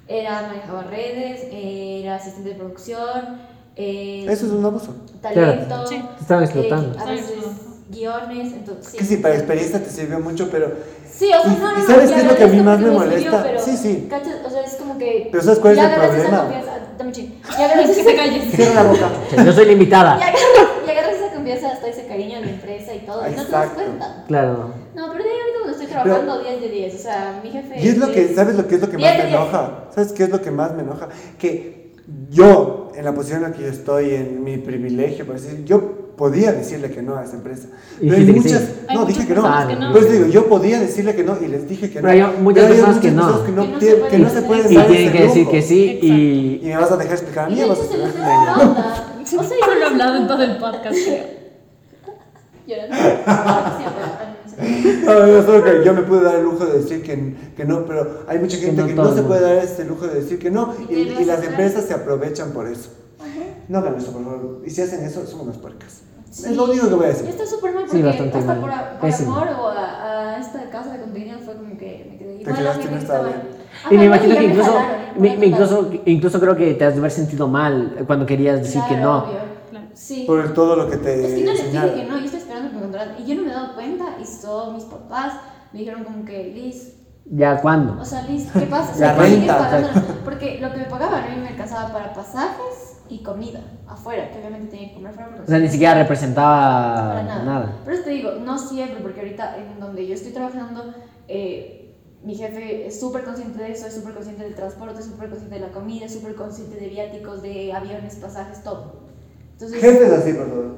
era manejaba redes, era asistente de producción, eh,
Eso es un abuso.
talento.
Sí.
Te estaban
eh,
explotando.
a
Estaban
veces
explotando.
guiones, entonces
Que sí, para experiencia te sirvió mucho, pero
Sí, o sea,
¿Y-
no, no,
y
no,
sabes
ya
qué es lo que a mí
agradezco
más me
porque sirvió,
molesta?
pero,
Sí, sí.
¿Cachas? O sea, es como que.
Pero ¿sabes cuál es
ya
el
agarras esa
problema?
confianza- dame ching. Ya agarras
Que
esa-
se calles.
cierra la boca.
O sea, Yo soy
ya
limitada.
agarras- ya agarras esa confianza, hasta ese cariño de la empresa y todo. Y no te das
Exacto.
cuenta.
Claro.
No, pero de ahí ahorita cuando estoy trabajando 10 de 10. O sea, mi jefe.
Y es lo que, ¿sabes lo que es lo que más
Diez de
me
diez.
enoja? ¿Sabes qué es lo que más me enoja? Que yo, en la posición en la que yo estoy, en mi privilegio, por decir, yo podía decirle que no a esa empresa.
Y
Pero hay
dijiste que
muchas,
sí.
Hay
no,
muchas
dije que no.
personas que no.
Pues digo, yo podía decirle que no y les dije que
Pero
no.
hay muchas personas que no.
tie- que no, se pueden
Y
dar
tienen
ese
que decir
lujo.
que sí
Y
y...
me vas a dejar explicar a
Y
mí,
de
vas
hecho
a
se les
explicar
ve
a
la
ella.
onda. O sea,
Pero lo he hablado en todo el podcast, creo.
llorando. Siempre,
No, yo solo que yo me pude dar el lujo de decir que, que no, pero hay mucha gente
no
que no,
todo el
se puede
mundo.
dar ese lujo de decir que no y,
Y que no
y
se
las
puede.
empresas se aprovechan por eso. No hagan eso, por favor. Y si hacen eso, son unas puercas.
Sí.
Es lo único que voy a
Y
decir.
está súper mal
Sí,
porque
bastante
hasta
mal.
por, a- por
Pésimo.
amor o a, a esta casa de contenido fue como que me quedé
Te
igual.
quedaste
la
en
gente
esta
estaba-
área.
Ajá,
Y me
no,
imagino
ya
que
me
incluso,
jalaron,
me-
por
me
otro lado.
incluso, incluso creo que te has de haber sentido mal cuando querías decir que
Claro,
no.
obvio.
Claro.
Sí.
Por eh, todo lo que te
es que no les dije
enseñaron.
que no, yo estaba esperando que me encontraran. Y yo no me he dado cuenta. Y son mis papás. Me dijeron como que, Liz,
¿Ya cuándo?
o sea, Liz, ¿qué pasa?
La
O sea, ¿por qué sigues
renta,
pagando? Porque lo que me pagaban a mí me alcanzaba para pasajes y comida afuera, que obviamente tenía que comer fuera. porque
O sea, ni siquiera representaba
para nada.
nada.
Pero te digo, no siempre, porque ahorita en donde yo estoy trabajando, eh, mi jefe es súper consciente de eso, es súper consciente del transporte, es súper consciente de la comida, es súper consciente de viáticos, de aviones, pasajes, todo. Entonces,
Jefes así, por favor.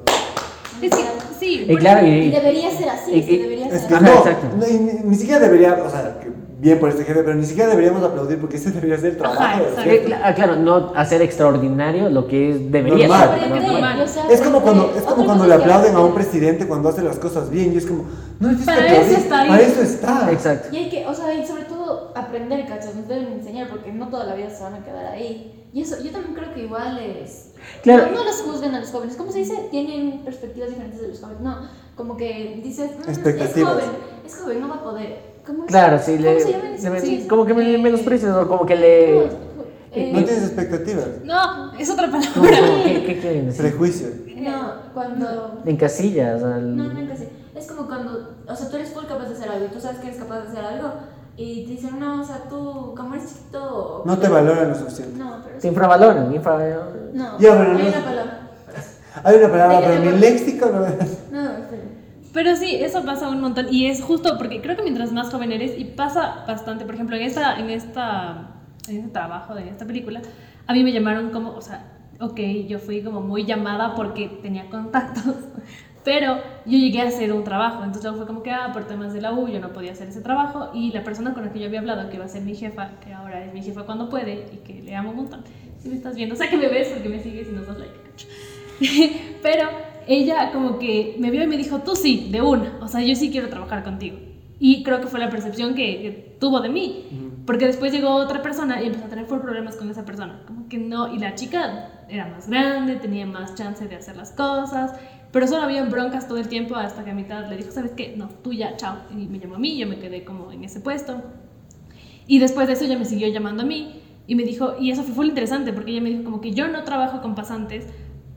Es que, sí.
Y
por
claro, y-
y debería ser así,
Eh,
es que
eh,
debería
Es
ser
que
Ajá,
así.
no,
exacto.
no, y ni, ni siquiera debería, o sea, que bien por este jefe, pero ni siquiera deberíamos aplaudir porque ese debería ser el trabajo.
Ajá,
del
exacto.
Eh,
jefe.
cla- ah, claro, no hacer extraordinario lo que es debería
Normal.
ser.
Aprender,
¿no?
normal.
o sea,
Es como cuando,
aprender.
es
Otra
como cuando
cosa
le
es que
aplauden a un
aprender.
presidente cuando hace las cosas bien y es como, no es
Para eso está ahí.
Para eso está.
Exacto.
Y hay que, o sea, y sobre todo aprender, cachas, nos deben enseñar porque no toda la vida se van a quedar ahí. Y eso, yo también creo que igual es.
Claro.
No, no los juzguen a los jóvenes, ¿cómo se dice? Tienen perspectivas diferentes de los jóvenes. No, como que dices, "Mm, es
Expectativas.
joven, es joven, no va a poder. ¿Cómo es?
Claro, sí,
¿Cómo
le,
se llama eso?
le-
Sí, es-
como que me
eh,
menosprecian o como que
¿cómo
le...
es? Eh,
No tienes expectativas.
No, es otra
como-
palabra.
como- ¿Qué, qué quieren decir?
Prejuicio.
no, cuando.
En casillas. al-
No, nunca sí. Es como cuando, o sea, tú eres full capaz de hacer algo, tú sabes que eres capaz de hacer algo y te dicen, no, o sea, tú, como eres chiquito.
No te valoran lo suficiente.
No, pero.
Se infravaloran, infravaloran.
No,
Ya, pero
hay
no-
una palabra.
Hay una palabra,
Déjate
pero en mi
por-
léxico no
No, espera.
Pero sí, eso pasa un montón y es justo porque creo que mientras más joven eres y pasa bastante, por ejemplo, en esta en esta en este trabajo, en esta película, a mí me llamaron como, o sea, ok, yo fui como muy llamada porque tenía contactos, pero yo llegué a hacer un trabajo, entonces luego fue como que ah, por temas de la U yo no podía hacer ese trabajo y la persona con la que yo había hablado que iba a ser mi jefa, que ahora es mi jefa cuando puede y que le amo un montón. Si me estás viendo, o sea que me ves porque me sigues y nos das like. cacho. Pero ella como que me vio y me dijo, tú sí, de una. O sea, yo sí quiero trabajar contigo. Y creo que fue la percepción que, que tuvo de mí. Porque después llegó otra persona y empezó a tener full problemas con esa persona. Como que no. Y la chica era más grande, tenía más chance de hacer las cosas. Pero solo habían broncas todo el tiempo hasta que a mitad le dijo, ¿sabes qué? No, tú ya, chao. Y me llamó a mí, yo me quedé como en ese puesto. Y después de eso ella me siguió llamando a mí y me dijo, y eso fue full interesante porque ella me dijo como que yo no trabajo con pasantes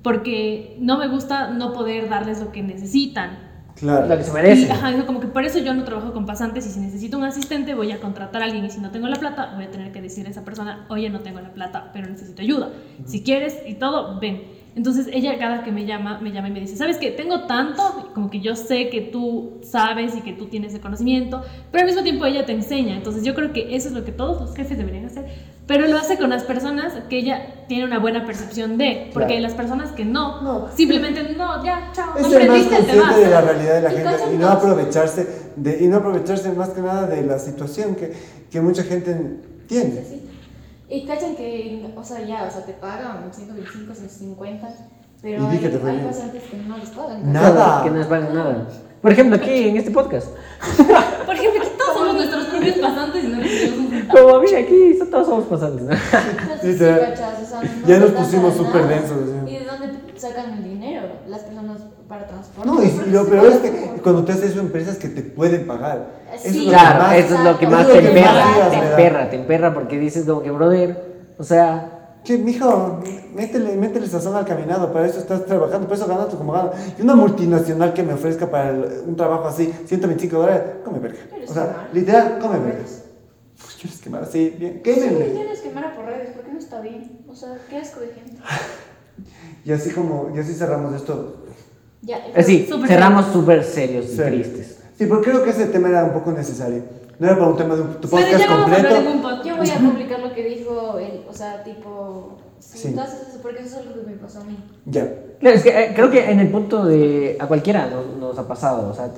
porque no me gusta no poder darles lo que necesitan.
Lo
Claro.
que se
Y,
merece.
ajá, dijo como que por eso yo no trabajo con pasantes y si necesito un asistente voy a contratar a alguien y si no tengo la plata voy a tener que decirle a esa persona, oye, no tengo la plata, pero necesito ayuda. Si quieres y todo, ven. Entonces ella cada que me llama, me llama y me dice, ¿sabes qué? Tengo tanto, como que yo sé que tú sabes y que tú tienes el conocimiento, pero al mismo tiempo ella te enseña. Entonces yo creo que eso es lo que todos los jefes deberían hacer. pero lo hace con las personas que ella tiene una buena percepción de, porque
Claro.
las personas que no,
No.
simplemente no, ya, chao,
Es
no
ser más
aprendiste, te vas.
consciente
¿eh?
de la realidad de la
Y
gente
cachan
y no
todo.
aprovecharse, de, y no aprovecharse más que nada de la situación que, que mucha gente tiene.
Sí. Y cachan que, o sea, ya, o sea, te pagan 125, 150, pero
Y di
hay,
que te fue
hay
bien.
pacientes que no les pagan.
Nada.
Que no les pagan nada. Por ejemplo, aquí en este podcast.
Por ejemplo, aquí todos somos nuestros propios pasantes y no recibimos un centavo.
Como mira, aquí so- todos somos pasantes, ¿no?
Entonces,
Sí,
sí,
te-
cachas, o sea, no
ya nos
les dan
pusimos
nada.
súper densos, ¿sí?
¿Y de dónde sacan el dinero las personas para transporte?
No, y, y lo
Sí,
peor es
por
que
favor.
cuando te haces eso, empresas que te pueden pagar. Eso es
Sí.
lo que
Claro,
más-
eso es lo que más
eso
te
es lo que más
emperra,
digas,
te
¿verdad?
emperra, te emperra porque dices como que, brother, o sea,
Che, mijo, métele, métele sazón al caminado, para eso estás trabajando, para eso ganas tú como ganas. Y una multinacional que me ofrezca para el- un trabajo así, 125 dólares, come verga.
Pero
O
es
sea,
normal.
literal, come verga. Uf, ¿Quieres quemar así? Bien, quémenle.
tienes que quemar a por redes, porque no está bien. O sea, qué asco de gente.
Y así como, y así cerramos esto.
Ya,
así,
Súper
eh, cerramos súper serios y
Sí.
tristes.
Sí, porque creo que ese tema era un poco necesario. No era para un tema de un tu
Pero ya
podcast
no vamos a hablar de
completo.
ningún podcast.
Yo voy a publicar lo que dijo él, o sea, tipo. Sí,
Sí.
todas esas, porque eso es lo que me pasó a mí.
Ya.
Claro, es que eh, creo que en el punto de. A cualquiera nos, nos ha pasado, o sea,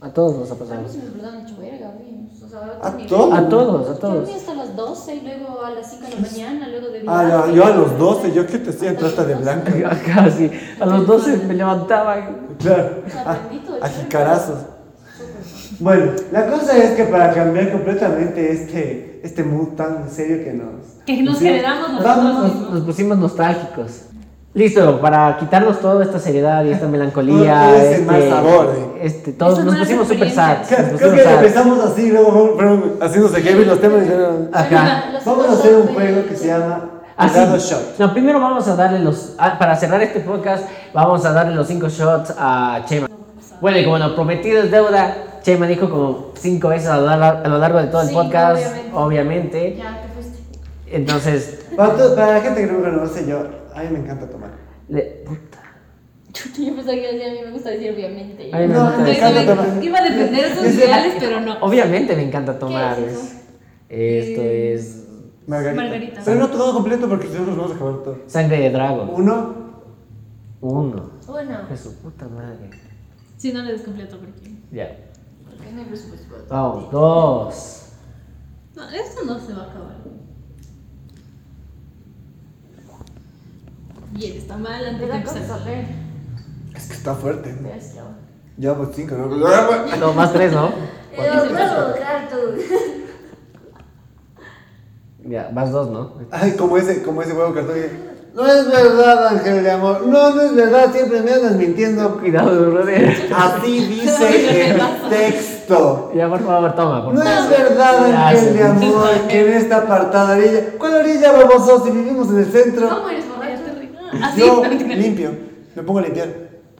a todos nos ha
A
pasado.
mí se me explotaron hecho verga, güey. O sea,
¿A
mi-
todos?
A todos, a
Yo dormí
todos.
hasta las 12 y luego a las 5 de la mañana, luego de
Ah,
viaje.
ya, yo a los 12, yo que te hacía trata de blanca.
Casi, a los 12 me levantaba. y-
Claro.
O sea,
Ah,
bendito de
A
Dios.
jicarazos. Bueno, la cosa es que para cambiar completamente este, este mood tan serio que nos...
Que nos
hicieron,
generamos nosotros
vamos-
Nos, nos pusimos nostálgicos. Listo, para quitarnos toda esta seriedad y esta melancolía.
Todo ese mal sabor, eh.
este, todos
Esas
nos
malas
pusimos super sad.
experiencias.
nos
Creo
pusimos
que
sad.
empezamos así, luego fueron haciéndose heavy los temas y dijeron,
Ajá.
Los
Vamos a
otros
hacer un
dos,
juego
eh,
que se llama
Ah, sí.
Dado Shot.
No, primero vamos a darle los. ah, para cerrar este podcast, vamos a darle los 5 shots a Chema. Bueno, y como lo prometido es deuda, Chema dijo como 5 veces a lo, lar- a lo largo de todo el
Sí,
podcast,
obviamente.
obviamente.
Ya, te fuiste.
Entonces,
Para, to- para la gente que no me conoce, yo, a mí me encanta tomar.
le- puta.
Chuta, yo pensaba que iba a decir a mí me gusta decir obviamente.
Ay, me
No,
encanta.
me encanta tomar.
Que iba a defender sus
Ese-
ideales, pero no.
Obviamente me encanta tomar.
¿Qué es eso?
es- Esto
Eh,
es
Margarita.
Margarita.
Pero no todo completo porque si no nos vamos a acabar todo.
sangre de dragón.
Uno,
Uno.
Bueno,
De su puta madre.
Si no le descompleto porque.
Ya.
porque no hay
pues,
presupuesto.
Vamos, dos.
No, esto no se va a acabar. Bien, está mal antes de
pues,
¿Verdad que
empezar.
saber?
es que está fuerte. ¿no?
Pero es que
Eh,
ahora.
Ya vamos cinco, ¿no?
Ah, No, más tres, ¿no?
Eh, bravo, Cartu.
Ya, más dos, ¿no?
Ay, como ese, como ese huevo cartón. que, No es verdad, Ángel de Amor. No, no es verdad, siempre me andas mintiendo.
Cuidado, brother.
Así dice el texto.
Ya, por favor, toma, por
No
favor.
es verdad, Ángel de
Gracias.
Amor, que en esta apartada orilla. ¿Cuál orilla, baboso? Si vivimos en el centro.
¿Cómo eres
Ay, está
borracho?
rico. Así,
Yo
Ah, no, mentira.
limpio, me pongo a limpiar.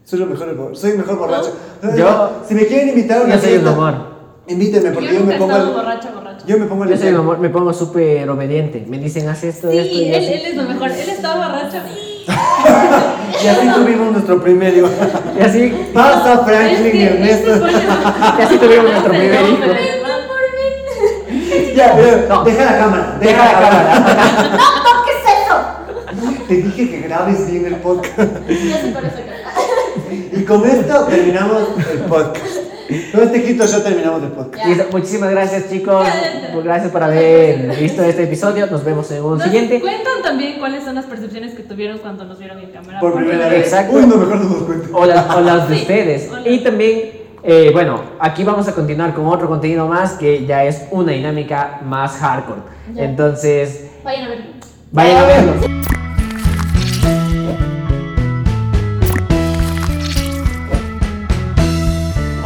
Soy lo mejor, bo- soy el mejor borracho.
Yo-
si me quieren invitar a una
Yo soy el
fiesta,
amor.
invítenme
Yo
porque yo,
nunca
me
he
pongo
estado
a-
borracha, borracha.
yo me pongo a
Yo soy
limpiar.
mi amor, me pongo súper obediente. Me dicen, haz esto, esto
Sí,
y
él,
así.
él es lo mejor. Él está borracho.
Y así tuvimos nuestro primer hijo.
Y así,
Pasa Franklin
Es
y
que
Ernesto.
este pone más-
y así tuvimos nuestro
Ay,
primer
no,
hijo.
pero-
Ya, pero
No.
deja la cámara, deja, la, cámara. Te dije que grabes bien el podcast.
Ya se parece a
Y con esto terminamos el podcast. Con este quinto yo terminamos el podcast.
Listo, muchísimas gracias, chicos.
Ya.
Gracias por haber visto este episodio. Nos vemos en un
Nos
siguiente.
Cuentan también cuáles son las percepciones que tuvieron cuando nos vieron en cámara.
Por primera vez.
Exacto.
Uy, no, mejor no nos cuentes.
o, la- o las de
Sí,
ustedes.
hola.
Y también, eh, bueno, aquí vamos a continuar con otro contenido más que ya es una dinámica más hardcore.
Ya.
Entonces,
Vayan a verlo.
vayan a verlo.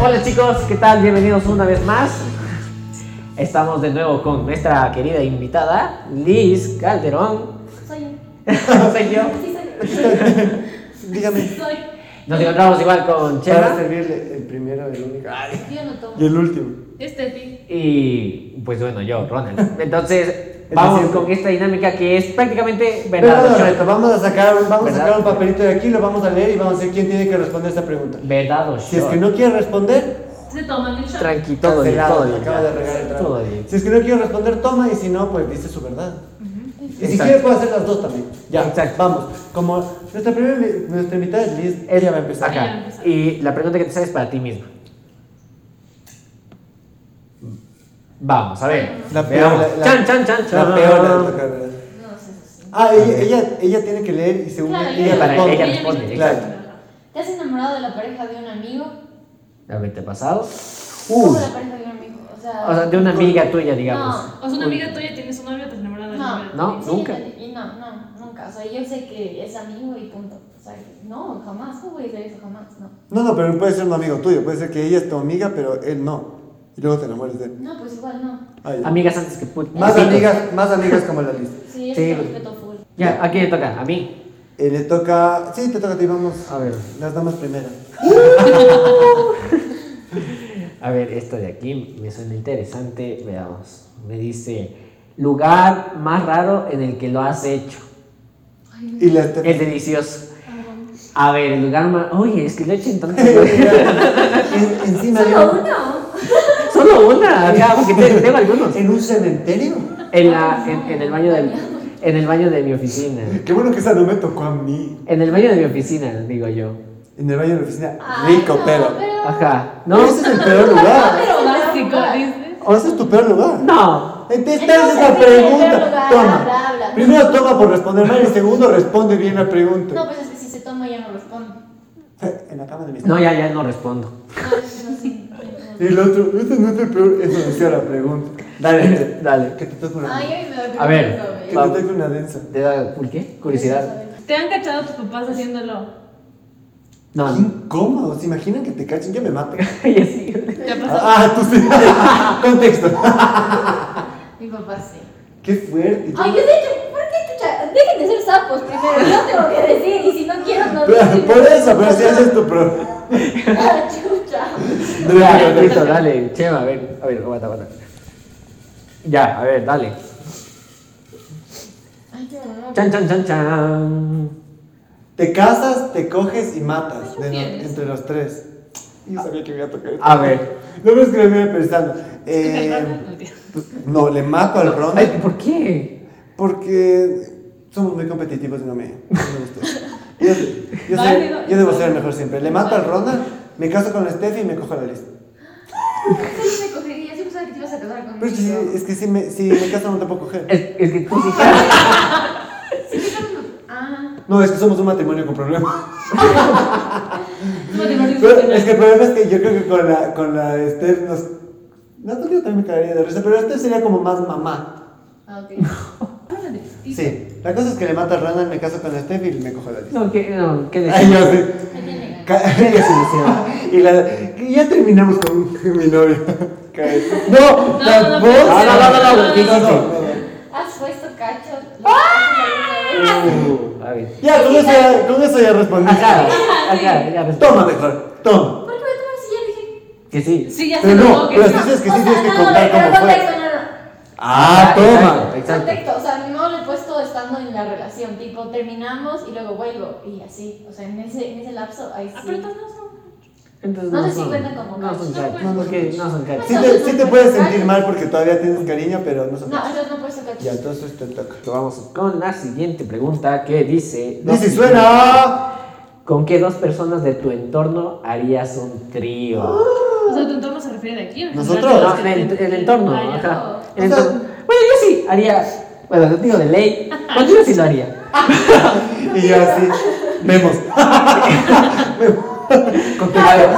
Hola chicos, ¿qué tal? Bienvenidos una vez más. Estamos de nuevo con nuestra querida invitada, Liz Calderón.
Soy yo.
Soy yo.
Sí, soy yo.
Dígame.
Soy.
Nos encontramos igual con
Para
Chema.
servirle el primero, el único. Ay.
Yo no tomo.
Y el último.
Este fin.
Y pues bueno, yo, Ronald. Entonces,
El
vamos
siempre.
con esta dinámica que es prácticamente
Verdad
verdad
o
o shot.
reto, vamos a sacar, un- vamos a
¿Verdad?
sacar un papelito de aquí, lo vamos a leer y vamos a ver quién tiene que responder esta pregunta.
Verdad o
Si es
shot.
que no quiere responder,
Se toman el shot.
Tranqui, todo bien,
cancelado,
todo
se
bien.
acaba de regar el
Todo
trago.
bien.
Si es que no quiere responder, toma y si no, pues dice su verdad. Y si
Exacto.
quieres puedo hacer las dos también. Ya,
Exacto.
vamos. Como nuestra, primera, nuestra invitada es Liz,
Él
ella va a empezar.
Ella va a
Acá.
empezar.
Y la pregunta que te sale es para ti misma. Vamos, a ver.
La
Veamos.
peor, la- la-
chan, chan, chan, chan.
La peor de las carreras.
No sé, eso sí.
Ah, ella, ella, ella tiene que leer y según
Claro,
ella
ella-
Para
responde.
ella responde,
Claro.
exacto.
¿Te has enamorado de la pareja de un amigo?
A ver, ¿te ha pasado?
¿Cómo
Uy.
de la pareja de un amigo? O sea,
O sea, de una amiga tuya, digamos.
O sea, una amiga tuya tiene su novio, te enamorada de
No.
novio.
No.
sí,
nunca.
Y no, no, nunca. O sea, yo sé que es amigo y punto. O sea, no, jamás. ¿Cómo voy a hacer eso? Jamás, no.
No, no, pero puede ser un amigo tuyo. Puede ser que ella es tu amiga, pero él no. Y luego te enamores de él.
No, pues igual no.
Ay, ya.
Amigas antes que put-
Más
putitos.
amigas, más amigas como la lista.
Sí, es
Sí.
que respeto full.
Ya, ¿a quién le toca? ¿A mí?
Eh, le toca. Sí, te toca a ti, vamos.
A ver.
Las damas primero.
A ver, esta de aquí me suena interesante. Veamos. Me dice, lugar más raro en el que lo has hecho.
Y la te- Ah.
Es delicioso. A ver, el lugar más... Oye, es que lo he hecho en tantos
En- encima de
Solo
un-
uno.
Solo una, acá, porque te- tengo algunos.
en un cementerio.
En, la, en, en el baño del, en el baño de mi oficina.
Qué bueno que esa no me tocó a mí.
En el baño de mi oficina, digo yo.
En el baño de la oficina.
Ay,
Rico,
Ah, no,
pero.
Ajá. ¿No?
Ese es el peor lugar.
Pero
Básico,
básico,
¿viste?
O ese es tu peor lugar.
No.
Entonces, te haces
Entonces,
la
sí, en primer
pregunta.
lugar,
Toma.
habla, habla.
Primero toma por responder mal y segundo responde bien la pregunta.
No, pues es que si se toma ya no respondo.
En la cama de mis
No, ya, ya no respondo.
No, Ah, eso no, sí, no.
Y el otro, este no es el peor, eso decía la pregunta. Dale,
Dale.
Que te toque una
Ay,
densa.
a mí me da
A ver.
vergüenza,
Que
güey.
te toque una densa.
¿Te da por qué? ¿Curiosidad?
¿Te han cachado tus papás haciéndolo?
No.
Qué incómodo, ¿se imaginan que te cachen? Yo me mato.
Y así.
¿Te ha pasado?
Ah, tú sí. Contexto.
Mi papá sí.
Qué fuerte.
Ay, yo de hecho, ¿por qué chucha? Dejen de ser sapos primero. Yo tengo que decir y si no quiero no
Pero,
digo.
Por eso, pero si haces tu pro.
Ah, chucha.
Ya, listo, dale. Chema, a ver. A ver, aguanta, aguanta. Ya, a ver, dale.
Ay, qué mamá.
Chan, chan, chan, chan.
Te casas, te coges y matas. de no-
tienes.
entre los tres. Yo sabía que me iba a tocar.
A ver.
No me es que lo venía pensando.
¿Te
Eh,
acuerdas? No, tío.
no, le mato al
Ay,
Ronald
¿por qué?
porque somos muy competitivos y no me, no me gusta. eso. Yo, yo, soy-
Válido.
yo debo ser el mejor siempre. Le mato al Ronald, me caso con la Steffi y me cojo a la lista.
Sí, me cogería, yo pensaba que te ibas a casar
Pero
Pues,
es que, si,
eh,
conmigo.
es que si, me, si me caso no te puedo coger.
Es, es que tú sí.
Ah,
No, es que somos un matrimonio con problemas.
Un matrimonio
Pero
funcional.
es que el problema es que yo creo que con la, con la Steph nos... No, yo también me caería de risa, pero Steph sería como más mamá.
ah, ok.
Sí. La cosa es que le mata a Ronald, me caso con la Steph y me cojo a la lista.
No, ¿qué, no, qué
Ay,
decir?
yo sí.
Me tiene ganas.
Ca-
¿Qué desilusión?
y la, que ya terminamos con mi novio. Cae. No,
no,
la
no,
No,
voz-
pero-
no, no, no, no, ¿qué
Ah, no, no,
hiciste?
no.
¿Has puesto cacho? ¡Ah!
A ver.
Ya, con eso ya, con eso ya respondí.
Acá, acá, ya ves.
Toma mejor, toma.
¿Por qué me tomas si ya dije?
Que sí.
Sí, ya
ah.
se
Pero
notó
no,
que
pero
sí.
si es que sí
O sea,
tienes que
no, no,
contar
pero
cómo fue.
contexto, no, no.
Ah, toma.
Exacto, exacto.
Contexto, o sea, no lo he puesto estando en la relación, tipo terminamos y luego vuelvo y así, o sea, en ese, en ese lapso ahí sí.
Ah, pero entonces no son.
Entonces,
No sé si
son-
cuentan como
No son
cachos.
cachos. Porque no son cachos.
Sí te, sí te puedes sentir mal porque todavía tienes cariño, pero no se
No, entonces no he puesto cacho.
Ya, entonces te toca.
Vamos con la siguiente pregunta que dice.
Dice, suena.
¿Con qué dos personas de tu entorno harías un trío?
O sea, tu entorno se refiere de aquí. en general,
Nosotros.
los
No,
que
Ah, en el,
te-
el entorno,
Ah, ya.
ajá. El
O sea-
entorno. Bueno, yo sí haría. Bueno, no digo de ley. Contigo sí lo haría.
Y yo así. Vemos.
Contigo.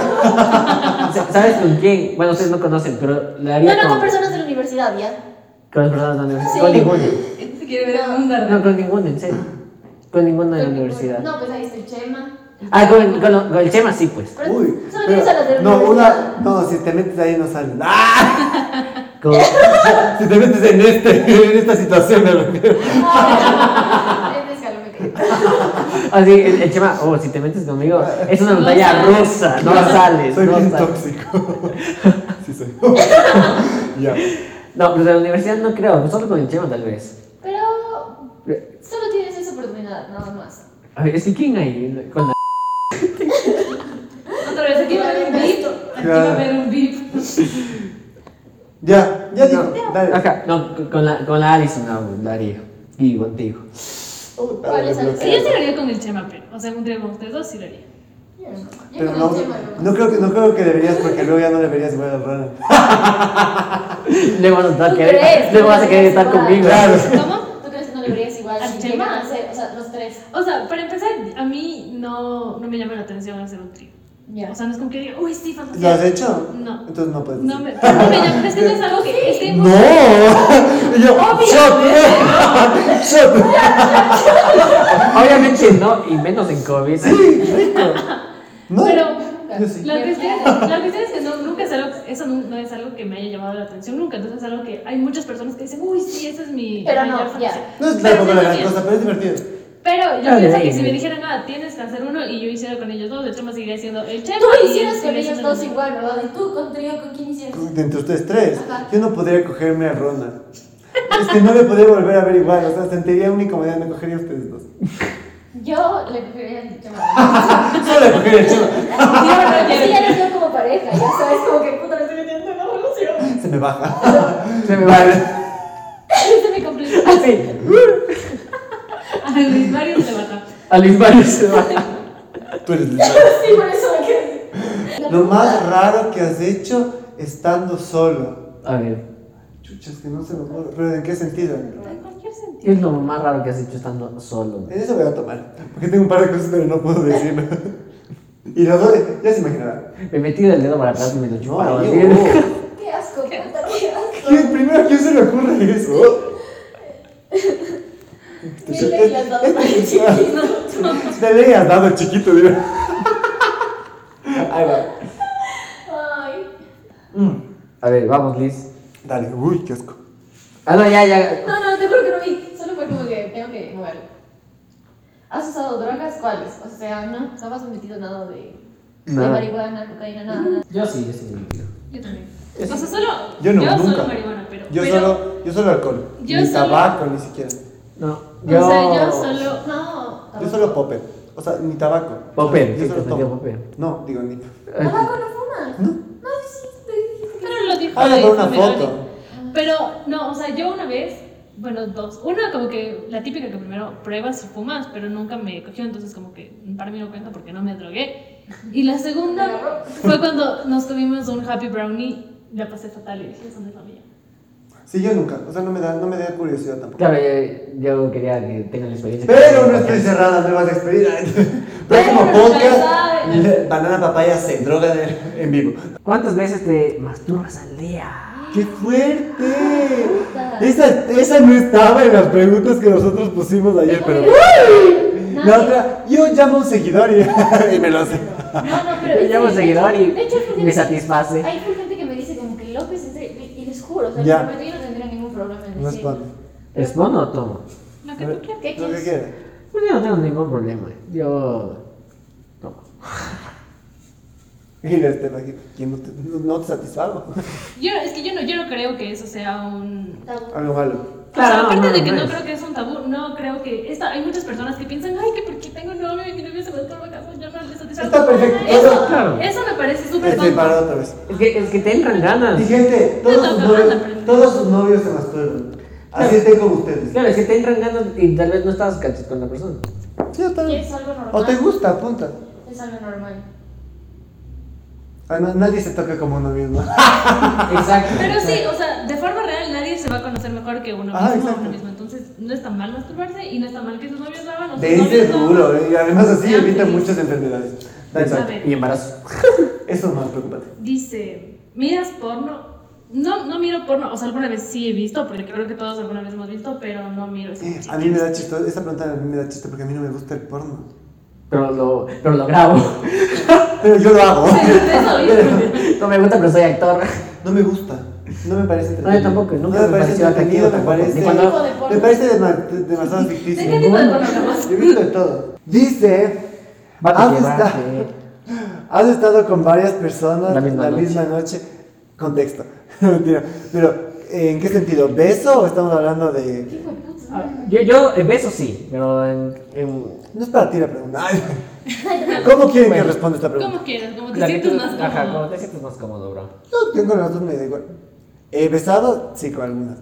¿Sabes con quién? Bueno, ustedes no conocen, pero le haría
No, no,
con,
con personas de la universidad, ya.
con las personas de la universidad.
Sí.
Con ninguno.
Este se quiere ver el mundo arder.
No, con ninguno, en serio. Con ninguno de la universidad.
No, pues ahí está el Chema.
Ah, con, con, lo- con el Chema sí, pues.
Pero
Uy.
solo
pero-
tienes a las de la
no,
universidad.
una. No, si te metes ahí no sales. ¡Ah!
Con-
Si te metes en, este, en esta situación, me refiero.
Ah, es escalón, me caí.
Así, el, el Chema, oh, si te metes conmigo, es una
No
montaña
sales.
rusa, no sales.
Soy
no
bien
sales.
tóxico. Sí, soy. ya.
No, pero de la universidad no creo, solo con el Chema tal vez.
Pero solo tienes esa oportunidad, nada más.
A ver, es que ¿quién hay? Con la...
Otra vez, aquí va a haber un beep. Aquí va a haber un beep.
Ya, ya digo.
no,
Dale.
Ajá, no, con la, con la Alison no, lo haría. Y contigo.
Puta,
¿Cuál es el-
desbloqueado.
Sí, yo sí lo haría con el Chema, pero. O sea, un día con ustedes dos sí lo haría.
Pero no,
este
no, creo que, no creo que deberías porque luego ya no le verías igual al Ronald.
Luego vas a estar
¿Tú
querer-
crees?
luego vas a querer
¿Tú crees?
estar conmigo.
Claro.
¿Cómo?
¿Tú crees que no le verías igual?
¿Al
¿Qué
Chema?
van a hacer? O sea, los tres.
O sea, para empezar, a mí no, no me llama la atención hacer un trío.
Ya.
O sea, no es como que diga, uy, sí,
¿Lo has
fantasía.
hecho?
No.
Entonces no puedes.
No me, no me llama, pero es que no es algo que esté
Pues ¡No! Y yo, ¡Shot! ¡Shot!
Obviamente no, y menos en COVID.
No.
Pero
Yo sí.
la cuestión, la cuestión es que no, nunca es algo, eso no, no es algo que me haya llamado la atención nunca. Entonces es algo que hay muchas personas que dicen, uy, sí, esa es mi
Pero
mayor
no,
fantasía".
No es
Pero
tampoco la
no
gran
es-
cosa, pero es divertido.
Pero yo
Ah,
pienso
de
que
ahí.
si me dijeran, ah, tienes que hacer uno y yo hiciera con ellos dos, el Chema seguiría siendo el Chema.
Tú
y
hicieras con
seguiría
ellos
siendo el
dos
mismo.
igual, ¿verdad? ¿Y tú con trío con quién hicieras?
De entre ustedes tres,
Ajá.
yo no podría cogerme a Ronald. Es que no le podría volver a ver igual, o sea, sentiría una incomodidad, no cogería a ustedes dos.
Yo le cogería al Chema.
Solo le cogería a Chema.
Sí, pero ya les veo como pareja, ya sabes, como que puta, me estoy metiendo en una relación.
Se me baja.
Se me va a
Se me complicó.
Así.
A Luis Mario se mata.
A Luis Mario se va.
Tú eres el malo.
Sí, por eso me quedé.
Lo más raro que has hecho estando solo.
A ver.
Chucha, es que no se me ocurre. ¿Pero en qué sentido?
En cualquier sentido.
¿Qué es lo más raro que has hecho estando solo?
En eso voy a tomar. Porque tengo un par de cosas, pero no puedo decirlo. Y los dos, ya se imaginarán.
Me metí del dedo para atrás y me lo chupaba.
Ay,
así.
oh.
Qué asco, puta, qué asco.
¿Quién, primero, ¿a quién se le ocurre eso?
Mira que las dos mal chiquitos.
Te le has dado chiquito, digo. Ahí va.
Ay.
Mm.
A ver, vamos, Liz.
Dale, uy, qué asco.
Ah, no, ya, ya.
No, no, te juro que no vi. Solo fue como que tengo que moverlo. ¿Has usado drogas? ¿Cuáles? O sea, no, no me has metido nada de, de
Nada.
marihuana, cocaína, nada, nada.
Yo sí, yo sí. me metí.
Yo también. O sea, solo.
Yo no, nunca.
solo marihuana, pero.
Yo
pero,
solo, yo solo alcohol.
Yo
ni
solo-
tabaco, ni siquiera.
No, yo.
O sea, yo solo.
No,
Yo
Ah.
tampoco.
solo popper. O sea, ni tabaco.
Popper,
Yo
sí,
solo
te ofendió
tomo.
popper.
No, digo ni.
Tabaco no fumas.
No.
No, sí, sí, te dije que
Pero lo dijo.
Ah, ya por
ahí,
una
me
foto.
lo- Pero, no, o sea, yo una vez. Bueno, dos. Una, como que la típica que primero pruebas y fumas, pero nunca me cogió, entonces, como que para mí no cuenta porque no me drogué. Y la segunda fue cuando nos comimos un happy brownie, la pasé fatal y dije, eso no es lo mío.
Sí, yo nunca. O sea, no me da, no me da curiosidad tampoco.
Claro, yo, yo quería que tengan la experiencia.
Pero no estoy cerrada a nuevas experiencias. Próximo
ya
podcast, banana papaya se droga de- en vivo.
¿Cuántas veces te masturbas al día?
¡Qué fuerte! Esa, esa no estaba en las preguntas que nosotros pusimos ayer, pero. La otra, yo llamo a un seguidor y, y me lo hace.
No, no, pero.
Yo
en
llamo
serio,
seguidor
de hecho, hay gente
y me
que-
satisface.
Hay gente que me dice como que López, en serio, y y les juro, o sea,
Ya.
les prometo, yo no tendría ningún problema en
No es
decirlo.
pan.
¿Respondo o tomo?
Lo que tú quieras.
¿Qué
Lo que
quieres?
quiera.
Pues yo no tengo ningún problema. Yo. Tomo.
Y le te imagino, ¿quién este, no te, no, no te satisfago?
Yo, es que yo no, yo no creo que eso sea un,
Algo malo.
O sea,
Claro,
aparte
no,
de
no
que no
pues.
es.
creo que es un tabú, no creo que. Esta, hay muchas personas que piensan, ay, que porque tengo novio y mi novio se me toma caso, yo no le satisfago.
Está perfecto.
Eso,
Claro.
eso me parece súper
Estoy
tonto.
parado Este, otra vez.
Es que, es que te entran ganas.
Y gente, todos
No,
sus
no,
novios,
no, no.
todos sus novios se masturban. Así estén como ustedes.
Claro, es que te entran ganas y tal vez no estás cachis con la persona.
Sí, está
¿Qué
bien.
es algo normal?
O te gusta, apunta.
Es algo normal.
Además, Ah, nadie se toca como uno mismo.
Exacto.
Pero sí, o sea, de forma real nadie se va a conocer mejor que uno
Ah,
mismo. o
exacto.
uno mismo. Entonces, no es tan mal masturbarse y no es tan mal que sus novios lo hagan. o sus
Te dice
novios lo hagan.
duro, ¿eh? y además así
Sean
evita
felices.
muchas enfermedades. Exacto.
Y embarazo.
Eso es más preocupante.
Dice, ¿miras porno? No, no miro porno, o sea, alguna vez sí he visto, porque creo que todos alguna vez hemos visto, pero no miro ese
A mí me da chiste, esta pregunta a mí me da chiste porque a mí no me gusta el porno.
Pero lo, pero lo grabo.
Pero yo lo hago.
No me gusta, pero soy actor.
No me gusta. No me parece
No, yo tampoco, nunca
no me
me
parece
pareció
entretenido, me
atractivo
parece.
tampoco. Ni
cuando-
Me parece dema- demasiado ficticio.
¿De qué tipo de porno hablamos?
Yo he visto de todo. Dice.
Vate,
has,
que
esta-
vate.
has estado con varias personas
La misma noche.
noche. Contexto. Mentira. Pero, ¿en qué sentido? ¿Beso o estamos hablando de.?
Yo, yo en besos sí, pero en, en-
No es para ti la pregunta. Ay. ¿Cómo quieren que
Bueno.
responda esta pregunta?
Como quieras, como te
la que
sientes
tú-
más
Ajá,
cómodo.
como te sientes más cómodo, bro.
No, tengo las dos, me da igual. ¿He besado? Sí, con algunas.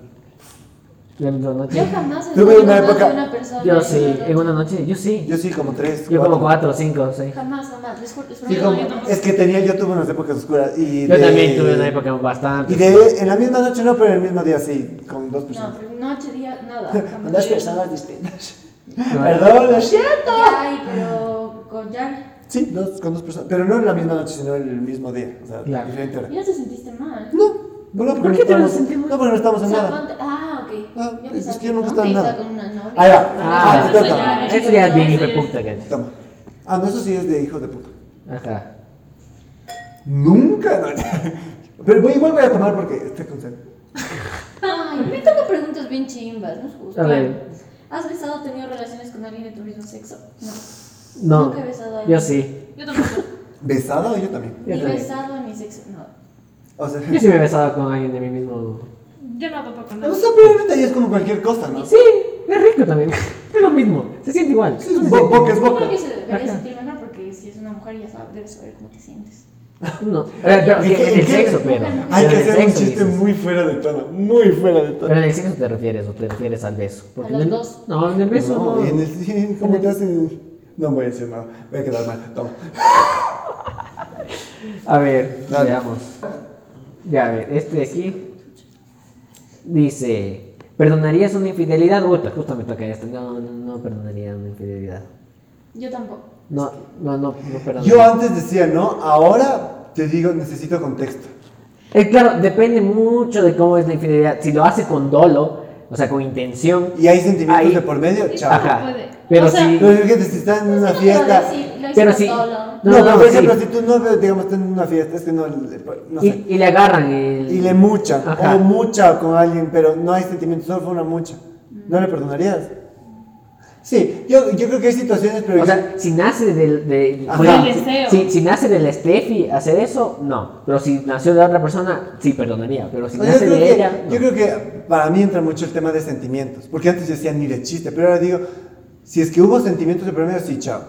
La misma
Yo
noche.
jamás he
Yo
sido
en una
más de
época-
una persona.
Yo
en
sí,
una
en
noche.
una noche, yo sí.
Yo sí, como tres,
Yo como
cuatro.
cuatro, cinco, seis.
Jamás, jamás. Les juro, les
Sí,
prometo.
como-
que no.
es que tenía, yo tuve unas épocas oscuras. Y
Yo
de-
también tuve una época bastante.
Y de, en la misma noche no, pero en el mismo día sí, con dos
No,
personas.
pero noche, día, nada.
Con
jamás.
dos personas distintas. Perdón, lo siento.
Ay, pero con Jan.
Sí, dos, con dos personas. Pero no en la misma noche, sino en el mismo día. O sea,
Claro.
diferente hora.
Ya te sentiste mal.
No, bueno, porque
¿Por
no
qué te lo
estamos-
sentimos?
No, porque no estamos
O
en
sea,
nada.
ponte- Ah, ok.
Ah, es
pensaba
que yo nunca
no,
estaba en
que
nada.
estaba con una novia.
Ahí va.
Ah,
Ah, te toca.
ya es-
eso ya es bien hiperputa, que
Toma. Ah, no, eso sí es de hijos de puta.
Ajá.
Nunca, no. Pero voy- igual voy a tomar porque estoy con sed.
Ay, me toca preguntas bien chimbas, no es justo.
A ver.
¿Has besado o tenido relaciones con alguien de tu mismo sexo? No.
No.
Nunca he besado a alguien.
Yo sí.
Yo tampoco.
¿Besado yo también?
Yo
Ni
también.
besado ni sexo, no.
O sea,
Yo sí me he besado con alguien de mi mismo.
Yo no tampoco,
o
no.
sea, probablemente ahí es como cualquier cosa, ¿no?
Sí, es rico también. Es lo mismo. Se siente igual.
Sí, bo- boca es
Yo
boca.
creo que se debería sentir mejor porque si es una mujer ya sabes, debes saber cómo te sientes.
No. Pero, pero,
¿Y
que-
qué-
en el
qué-
sexo, pero.
Hay
pero
que
en el
hacer un
sexo,
chiste
dices.
muy fuera de tono, muy fuera de
Pero
tono.
en el sexo te refieres o te refieres al beso. Porque
A los
en el-
dos.
No, en el beso no.
No, en el- ¿Cómo te hacen? No voy a decir nada, voy a quedar mal. Toma.
A ver,
Dale.
veamos. Ya, a ver, este de aquí dice, ¿perdonarías una infidelidad? Uy, justo me toca esto. No, no, no perdonaría una infidelidad.
Yo tampoco.
No, no, no, no perdonaría.
Yo antes decía no, ahora te digo necesito contexto.
Eh, claro, depende mucho de cómo es la infidelidad. Si lo hace con dolo, o sea, con intención.
Y hay sentimientos
Ahí.
de por medio, chao.
Ajá.
puede.
Pero
O sea,
si...
Pero es que si estás en una fiesta.
Pero sí.
Solo.
No,
No,
no,
pero
sí.
por ejemplo, si tú no, digamos, estás en una fiesta, es que no, no sé.
Y, y le agarran el...
y le mucha,
Ajá.
o mucha con alguien, pero no hay sentimiento, solo fue una mucha. ¿No le perdonarías? Sí, yo, yo creo que hay situaciones, pero
O
yo-
sea, si nace del, de,
Ajá.
bueno,
Del
si-
deseo.
Si, si nace del Steffi hacer eso, no. Pero si nació de otra persona, sí perdonaría. Pero si
o sea, yo,
nace
creo
de
que,
ella.
yo
no.
creo que para mí entra mucho el tema de sentimientos, porque antes decía ni de chiste, pero ahora digo, si es que hubo sentimientos de primero, sí, chao.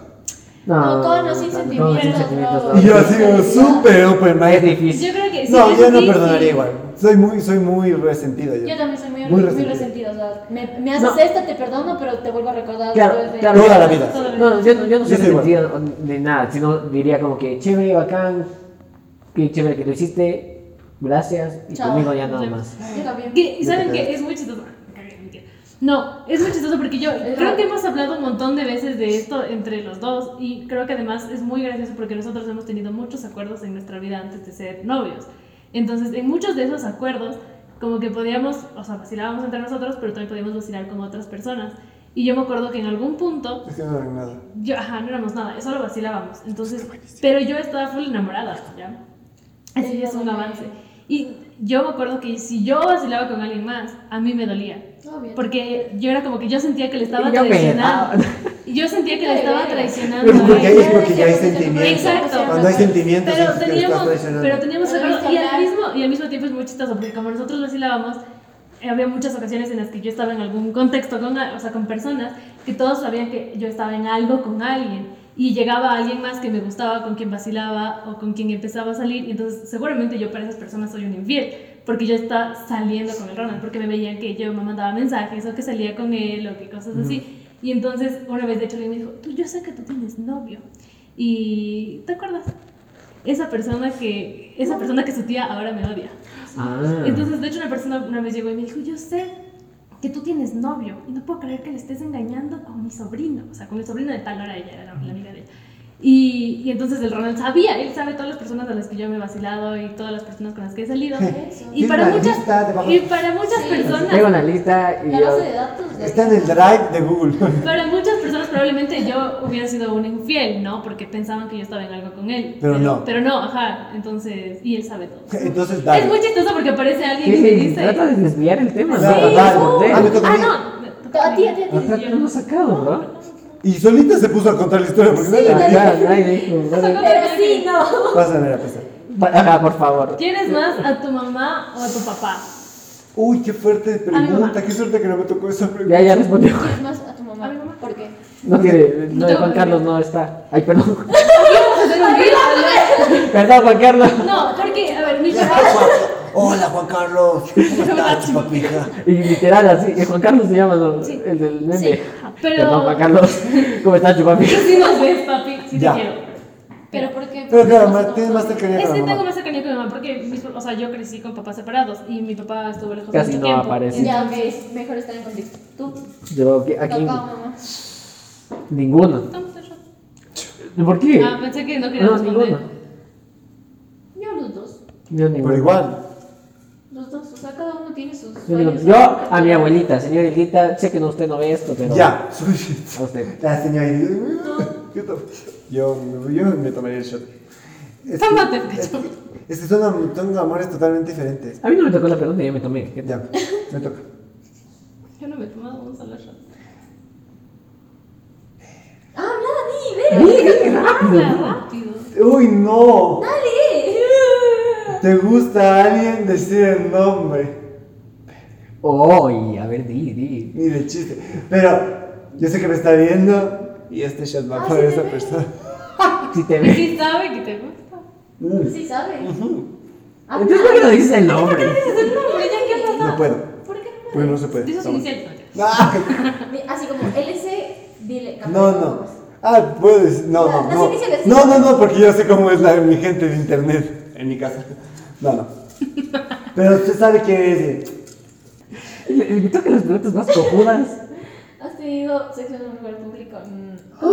No,
No, con o sin
no, con
sentimientos,
o sin sentimientos,
no.
no.
Y yo así, como súper open
Es
mind.
difícil.
Pues Yo creo que sí.
No,
es
yo no
difícil.
perdonaría igual, soy muy, soy muy resentido yo.
Yo también soy muy,
Muy
muy,
resentido.
resentido. o sea, me, me haces
No.
esta, te perdono, pero te vuelvo a recordar
Claro,
después de...
claro.
Toda la vida.
Todo el-
No, yo, no- yo no
Yo
soy
soy igual.
resentido de nada, sino diría como que chévere, bacán, qué chévere que lo hiciste, gracias, y
Chao.
conmigo ya nada más.
Yo también.
Que-
Ya
¿Saben
te
qué?
quedas.
Es muy chistoso. Ah, cagué, mentira. No, es muy chistoso porque yo creo que hemos hablado un montón de veces de esto entre los dos y creo que además es muy gracioso porque nosotros hemos tenido muchos acuerdos en nuestra vida antes de ser novios. Entonces, en muchos de esos acuerdos, como que podíamos, o sea, vacilábamos entre nosotros, pero también podíamos vacilar con otras personas. Y yo me acuerdo que en algún punto,
Es que no hagan nada.
yo, ajá, no éramos nada, solo vacilábamos. Entonces, pero yo estaba full enamorada, ¿ya? Ese ya es un avance. Y yo me acuerdo que si yo vacilaba con alguien más, a mí me dolía.
Obvio.
Porque yo era como que yo sentía que le estaba
Y yo me-
traicionando. Y yo sentía que le
Ay,
estaba
verga.
traicionando.
Es
a
porque,
él.
es porque ya hay sentimientos.
Exacto.
Cuando hay sentimientos,
Pero
es que lo estás
teníamos,
traicionando.
pero teníamos
Pero
acuerdo, y
viste
al
hablar.
mismo y al mismo tiempo es muy chistoso porque como nosotros vacilábamos eh, había muchas ocasiones en las que yo estaba en algún contexto con, a- o sea, con personas que todos sabían que yo estaba en algo con alguien y llegaba alguien más que me gustaba, con quien vacilaba o con quien empezaba a salir y entonces seguramente yo para esas personas soy un infiel porque yo estaba saliendo con el Ronald porque me veían que yo me mandaba mensajes o que salía con él o que cosas así y entonces una vez de hecho alguien me dijo, tú yo sé que tú tienes novio y ¿te acuerdas? esa persona que esa persona que su tía ahora me odia.
Ah,
Entonces, de hecho, una persona una vez llegó y me dijo, yo sé que tú tienes novio y no puedo creer que le estés engañando con mi sobrino, o sea, con el sobrino de tal hora, ella era la, la amiga de ella. Y, y entonces el Ronald sabía, él sabe todas las personas a las que yo me he vacilado y todas las personas con las que he salido.
Eso.
Y
Tiene
para
una
muchas,
lista debajo.
y para muchas
Sí.
tengo
personas,
la lista y
La
yo.
base de datos de...
Está en el drive de Google.
para muchas personas probablemente yo hubiera sido un infiel, ¿no? Porque pensaban que yo estaba en algo con él.
Pero no.
Pero no, ajá. Entonces, y él sabe todo.
Entonces,
Es
dale.
muy chistoso porque aparece alguien y me
Sí,
dice.
trata de desviar el tema,
Claro,
¿no?
dale.
Responder.
Ah, me toca a mí.
Ah, no.
A ti, a ti, a ti.
Ajá, tú no has sacado, bro.
Y solita se puso a contar la historia porque nadie
Ah,
le
ya, nadie dijo, nadie-
Pero sí, no.
Vas a ver a pesar.
Ajá, por favor.
¿Quieres más a tu mamá o a tu papá?
Uy, qué fuerte
mamá.
pregunta. Qué suerte que no me tocó esa
Ya,
pregunta.
ya respondió.
¿Quieres más a tu
A mi
mamá?
mamá.
¿Por qué?
No tiene, no,
No,
Juan
no.
Carlos no está. Ay, perdón.
Vamos a hacer un reel.
Perdón, Juan Carlos.
No, porque, a ver, mi
Ya,
papá.
guau. Hola, Juan Carlos. ¿Cómo estás, papija?
Y literal, así, y Juan Carlos se llama ¿no? el del meme.
Sí, pero-
Perdón, Juan Carlos, ¿cómo estás, chupapi?
Yo sí nos ves, papi, sí
Ya.
te quiero. Pero porque.
Pero claro, más- tienes más cercanía
Es
con
que
la
tengo
mamá.
más cercanía con mi mamá porque, mis- o sea, yo crecí con papás separados y mi papá estuvo lejos
Casi
mucho
no
tiempo.
aparece.
Entonces-
Ya, ok, es mejor estar en conflicto. Tú,
Yo aquí, aquí
papá o mamá.
ninguno.
Toma, shot.
¿Por qué?
Ah, pensé que no quería
No,
responder.
ninguno.
Yo los dos.
Yo ninguno.
Pero igual.
Los dos, o sea, cada uno tiene sus
Yo, digo,
sueños.
yo a mi abuelita, señorita, sé que no, usted no ve esto, pero
Ya, sushi.
a usted.
La señora dice, ¿qué tal? yo, yo me tomaría el shot. Es que-
Tómate el
es
shot.
que- Es que son, am- son amores totalmente diferentes.
A mí no me tocó la pregunta y yo me tomé. ¿Qué tal?
Ya, me toca.
Yo no me he tomado un solo shot.
Ah, habla Dani, ve.
Mira, qué rápido!
Habla rápido.
¡Uy, no!
Dale.
¿Te gusta a alguien decir el nombre?
¡Oy! A ver, di, di.
Ni de chiste. Pero yo sé que me está viendo y este shot va
Ah,
por
sí,
esa
te veo.
persona.
Si te
Y
ve.
sí sabe que te gusta.
Mm.
Sí, sabe. Ah, Habla.
Entonces, ¿por qué no dices el nombre?
Pero ya que no
No
sabe.
puedo.
¿Por qué no
Pues no se puede.
Dices
Toma.
inicial. no, ya.
Ah,
puedes? Así como LC, dile. capaz,
No, no. Ah, puedes. No,
No,
no,
las
no.
iniciales.
No, no, no, porque yo sé cómo es la, mi gente de internet en mi casa. No, no. Pero usted sabe quién es. eh.
Le- le toca las preguntas más cojudas.
¿Has tenido sexo en un lugar público? Mm.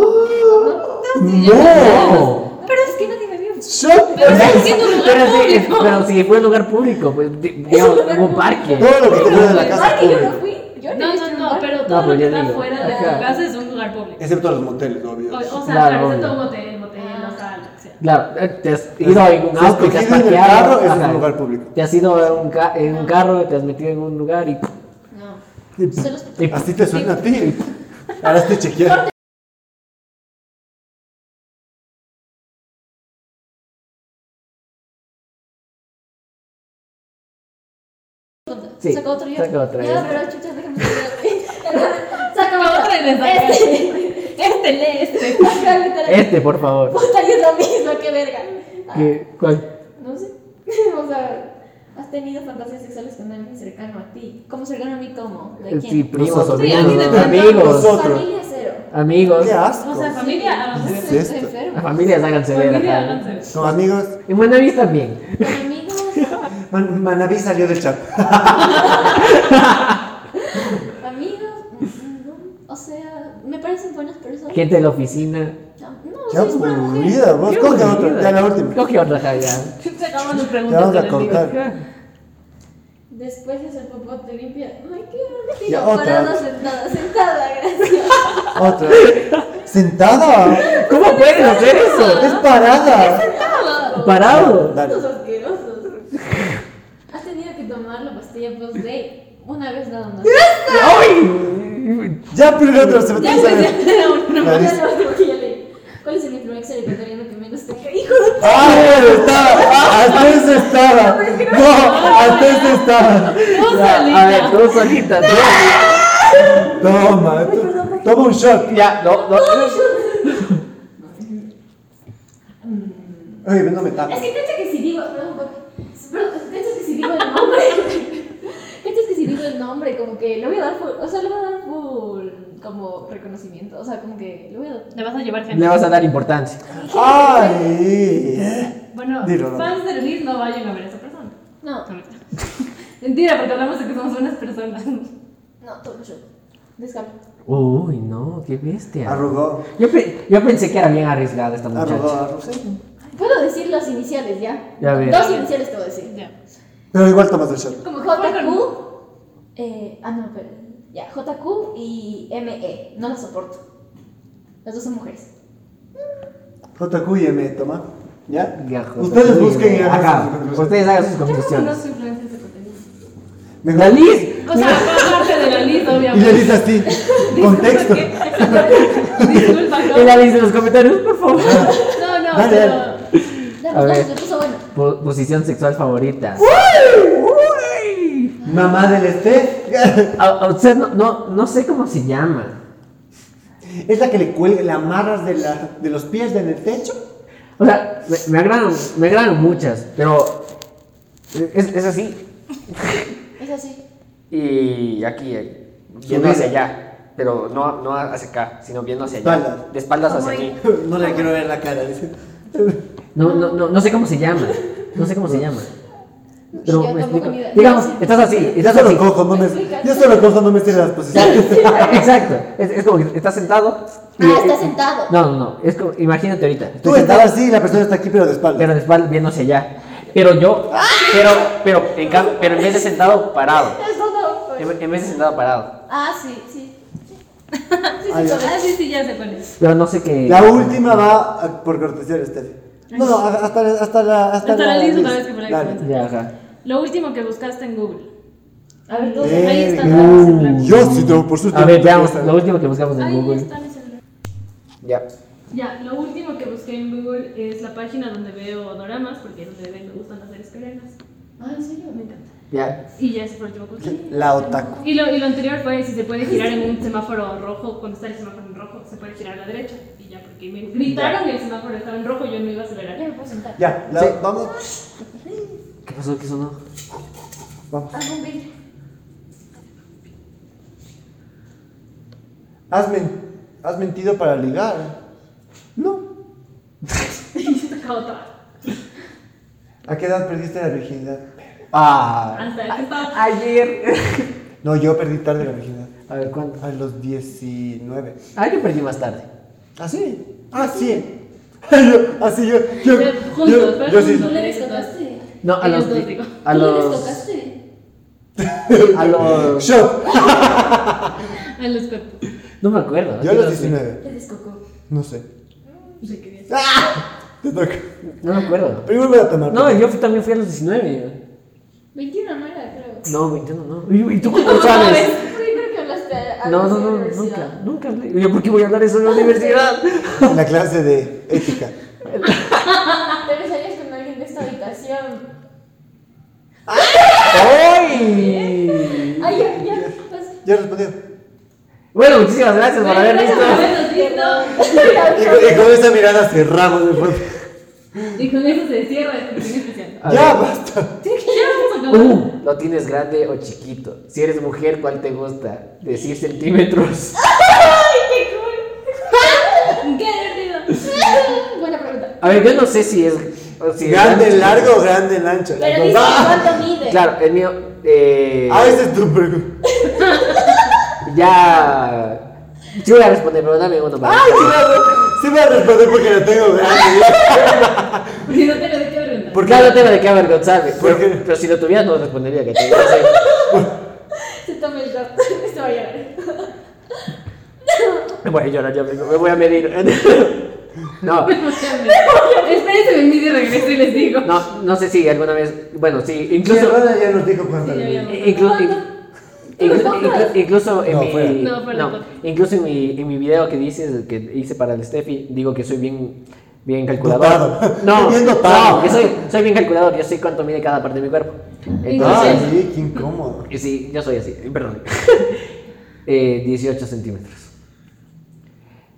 ¡No!
Pero es que nadie me vio.
Shot.
Pero estás diciendo un
Pero
lugar
si,
público.
pero si fue un lugar público, pues di- digamos,
lugar
un
público.
parque.
Todo lo que te viene de la
Ay,
casa.
Igual que yo no
público.
fui. Yo
No,
he visto
no,
un
no,
lugar.
pero
No,
todo
pero
lo que
ya
está
digo.
fuera de tu
Ajá.
casa es un lugar público.
Excepto los moteles,
O,
obvio.
o sea,
Claro,
claro,
obvio.
excepto un motel, motel, o sea, sea.
Claro, eh, te has ido en un
Si has
auto, te has
cogido en el
parqueado.
carro, es un
ajá.
lugar público.
Te has ido en un, ca- en un carro, te has metido en un lugar y.
No. Solo es-
y-
Así te suena a ti. Ahora estoy chequeando.
sí,
Saca otro yo.
Saca otra.
Ya,
ya.
pero chucha, déjame sacar. Saca
Otra y le saca.
Este.
Este, lee este.
Saca literal.
Este, por favor.
Puta, yo lo mismo, qué verga. Ah,
¿Qué? ¿Cuál?
No sé. o sea, ¿has tenido fantasías sexuales con alguien cercano a ti? ¿Cómo cercano a mí? ¿Cómo? ¿De quién?
Sí, primos,
Nosotros.
Sí,
sobrinos,
así de
amigos,
tanto.
Familia cero.
Ah. amigos.
¡Qué
O
asco!
sea, familia, a los
¿Qué
veces.
es esto?
Estoy enfermo.
Las familias háganse ver.
Familia,
ajá.
háganse.
Con amigos.
En Buenavis también.
Con amigos.
Man Manaví salió del chat.
Amigos. mm, no, O sea, me parecen buenas personas.
Gente de la oficina.
No, no,
¡Qué
soy buena mujer.
aburrida! Vos
Qué
coge otra.
aburrida.
Ya la última.
Coge otra, Javier.
Se acaban las
Te
preguntas.
vamos a
les digo.
cortar.
Después de hacer popó te limpia. Ay, qué
Ya,
bonito.
otra.
Parada, sentada, sentada, gracias.
Otra. ¡Sentada!
¿Cómo puedes hacer eso?
¡Es parada!
Parado.
Estos
Dale.
asquerosos. Has tenido que tomar la pastilla post-day una vez nada más.
¡Ay!
Ya, pero la otra se me
Ya
tiene que saber.
empecé a una
La
vez.
lista.
¿Cuál es el influencer ecuatoriano que menos te cae? ¡Hijo de
¡Ah, eso estaba! ¡Hasta eso estaba! ¡No! ¡Hasta eso estaba!
Tú
Ya, a ver, tú
solita.
solita. tú.
Toma, to- toma un shot.
Ya, no, no.
Ay, no me
Es
tapes.
que cacha que si digo. Perdón, perdón, cacha que si digo el nombre. Cacha que si digo el nombre, como que le voy a dar full. O sea, le voy a dar full. Como reconocimiento. O sea, como que le voy a dar.
Le vas a llevar gente.
Le vas a dar importancia.
¡Ay!
Bueno,
Dilo, Rob.
fans de Luis no vayan a ver a esa persona.
No,
No, mentira. Mentira, porque hablamos de que somos buenas personas.
no, toma yo. Descarga.
Uy, no, qué bestia.
Arrugó.
Yo, pe- yo pensé que era bien arriesgada esta
Arrugó,
muchacha.
arrugó. sí.
Puedo decir las iniciales ya.
Ya ves.
Dos iniciales te voy a decir.
Ya.
Pero igual tomas el shot.
Como
JQ. Eh, ah, no, pero. Ya, JQ y ME. No las soporto. Las dos son mujeres.
JQ y M, toma. ¿Ya?
Ya, joder.
Ustedes busquen y
Ajá,
hagan sus-
Ustedes hagan sus
Yo no
conclusiones.
conozco influencias de contenido.
Mejor-
¡La Liz!
O sea, aparte de la lista,
Y le
obviamente.
dice así, contexto.
Porque- Disculpa,
Y la
no.
Liz en los comentarios, por favor.
Ah.
No, no,
Dale,
pero.
dale.
Ya,
A
pues,
ver.
no, se puso bueno.
Po- posición sexual favorita.
Mamá del este. Estef.
A, a usted no, no, no sé cómo se llama.
Es la que le cuelga, la amarras de, la, de los pies en el techo.
O sea, me, me agradan, me agradan muchas, pero Es, es así.
Es así.
Y aquí, eh, viendo
Subir.
hacia allá. Pero no, no hacia acá, sino viendo hacia allá.
Espaldas.
De espaldas hacia
Como
aquí.
No le quiero ver la cara, dice.
No, no, no, no sé cómo se llama. No sé cómo se llama. Pero
yo
me
tampoco
explico.
ni idea.
Digamos, estás así,
Yo
estás así.
solo cojo, no me, yo solo cojo, no me estiré las posiciones.
Exacto. Es, es como que estás sentado. y-
Ah, está sentado.
No, no, no. Es como, imagínate ahorita. Estoy
Tú estás
sentado,
así y la persona está aquí, pero de espaldas.
pero de espaldas viendo hacia allá. Pero yo, pero, pero, en cam- pero en vez de sentado, parado.
Eso no, pues.
En, en vez de sentado, parado.
Ah, sí, sí.
Ah, ya.
Ah, sí, sí, ya sé cuál es.
Pero no sé qué.
La última va a- por cortesía de Steffi. No, no, a- hasta, la- hasta la. Hasta,
Hasta la Liz otra
Liz.
vez que por ahí
Dale.
comenzó.
Ya, ajá.
Lo último que buscaste en Google.
A ver, tú.
Eh,
Ahí está.
no.
mi celular.
Yo sí tengo, por suerte.
A ver, veamos.
Esta-
Lo último que buscamos en
Ahí
Google.
está mi celular.
Ya.
Ya, lo último que busqué en Google es la página donde veo doramas, porque es donde me gustan las series coreanas.
Ah, en serio, me encanta.
Ya.
Y ya ese fue el último que busqué.
La otaku.
Y lo, y lo anterior fue si se puede girar en un semáforo rojo, cuando está el semáforo en rojo, se puede girar a la derecha. Y ya, porque me gritaron que el semáforo estaba en rojo, yo no iba a
Ya
acelerar.
me puedo sentar.
Ya, la-
Sí.
vamos.
¿Qué pasó? ¿Qué sonó?
Vamos.
Haz un vídeo.
Has, men- has mentido para ligar. No.
Y se acabó todo.
¿A qué edad perdiste la virginidad?
Ah.
Hasta ese estaba.
Ayer.
No, yo perdí tarde la virginidad.
A ver, ¿cuánto?
A los 19.
Ah, yo perdí más tarde.
¿Ah, sí? Ah, sí. Yo- Así yo. yo,
Pero
yo,
juntos, pero
yo sí.
juntos.
¿Tú le descontaste?
No, a
Ellos
los.
dos, digo.
A
¿Tú le
los.
descontaste?
A los.
Shot.
A los cuerpos.
No me acuerdo.
Yo a los 19.
Le descocó.
No sé.
No sé Pues, qué bien.
Te toca.
No me acuerdo.
Primero voy a tomar.
No, yo fui- también fui a los 19.
21 no era, creo.
No, 21 no. ¿Y, y tú cómo sabes?
Sí, creo que hablaste a- a
No,
la
no, no,
universidad.
nunca, nunca hablé. Yo, ¿por qué voy a hablar eso en la universidad?
En la clase de ética.
Ah, Pero salías con alguien de esta habitación.
¡Ay!
Ay, ya, ya. Pues,
Ya respondió.
Bueno, muchísimas gracias por haber
Bueno,
visto.
gracias por habernos
Y con, y con esa mirada cerramos el podcast.
visto. Y con eso se cierra este primer especial.
A
Ya
ver.
basta.
Sí, que ya vamos a acabar.
Uh, ¿Lo tienes grande o chiquito? Si eres mujer, ¿cuál te gusta? Decir centímetros.
¡Qué divertido!
Buena pregunta.
A ver, yo no sé si es. o si es grande,
Grande, largo, grande, en ancho. Ah,
Pero dice cuánto mide.
Claro, el mío. Eh,
A veces ah, tu pregunta.
ya. Yo voy a responder, pero dame uno para.
Sí voy a- Sí voy a responder porque la tengo grande.
Si no te lo dije preguntar.
Porque claro, no tengo de qué avergonzarme.
¿Por
Pero,
qué?
pero si lo tuviera, no respondería que te iba a hacer.
Se toma el shot. Esto va a llorar.
Me voy a llorar, ya vengo, me voy a medir. No,
Espérense, me mide y regreso y les digo.
no, no sé si alguna vez. Bueno, sí,
Incluso
incluso. eh,
ya nos dijo cuánto
Sí,
le
ya, ya.
mide.
inclu- inclu- inclu- Incluso en
No, fuera.
mi.
No, fuera.
no, incluso en mi, en mi video que dices que hice para el Steffi, digo que soy bien, bien calculador.
Dotado.
No,
Bien dotado.
no, que soy, soy bien calculador, yo sé cuánto mide cada parte de mi cuerpo.
Ah,
Entonces,
sí, qué incómodo.
Y Sí, yo soy así, perdón. Eh, 18 centímetros.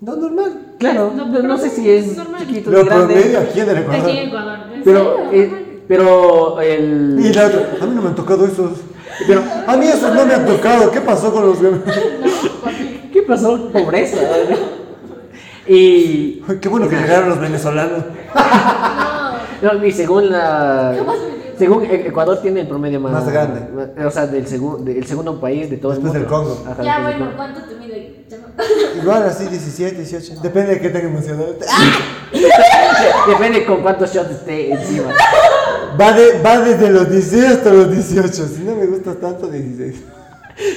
No, normal.
Claro,
No,
no,
pero
no sé
sí,
si es
normal.
chiquito,
Lo
grande.
promedio aquí en el
Aquí en
Ecuador.
Ecuador. ¿no?
Pero, eh, pero el.
Y la otra, a mí no me han tocado esos. Pero a mí esos no me han tocado. ¿Qué pasó con los
¿Qué pasó? Pobreza. y.
Qué bueno que llegaron los venezolanos.
no, y según la. Según E- Ecuador tiene el promedio más,
Más grande.
más- o sea, del segundo, el segundo país de todo
Después
el
del
mundo.
Congo.
Ajá,
Ya,
después del
bueno,
Congo.
¿cuánto te mide? Ya no.
Igual así, 17, 18. Depende de qué tan emocionado.
Depende con cuántos shots esté encima.
Va, de- va desde los 16 hasta los 18. Si no me gustas tanto, 16.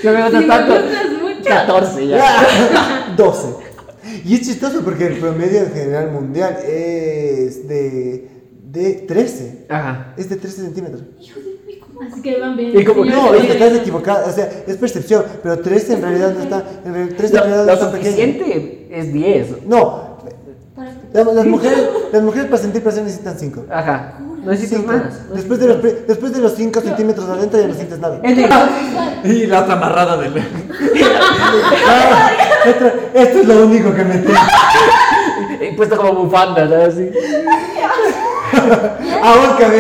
No me
Si
gustas
me
tanto.
gustas mucho.
14 ya.
12. Y es chistoso porque el promedio en general mundial es de, de 13.
Ajá.
Es de 13 centímetros.
Así que van bien.
Y como-
Señores,
No, es que
señores.
estás equivocada. O sea, es percepción. Pero 13 en realidad no está. En realidad, 13 en
Lo,
realidad
lo
no está pequeño.
suficiente es 10.
No. Las, las mujeres, las mujeres para sentir placer necesitan 5.
Ajá. No necesitas más. No
Después de los, pri- después de los 5 centímetros adentro ya no sientes nada.
Es de-
Y la otra amarrada del. esto, esto es lo único que me tengo.
puesto como bufanda, ¿sabes? Así.
Ahórcame.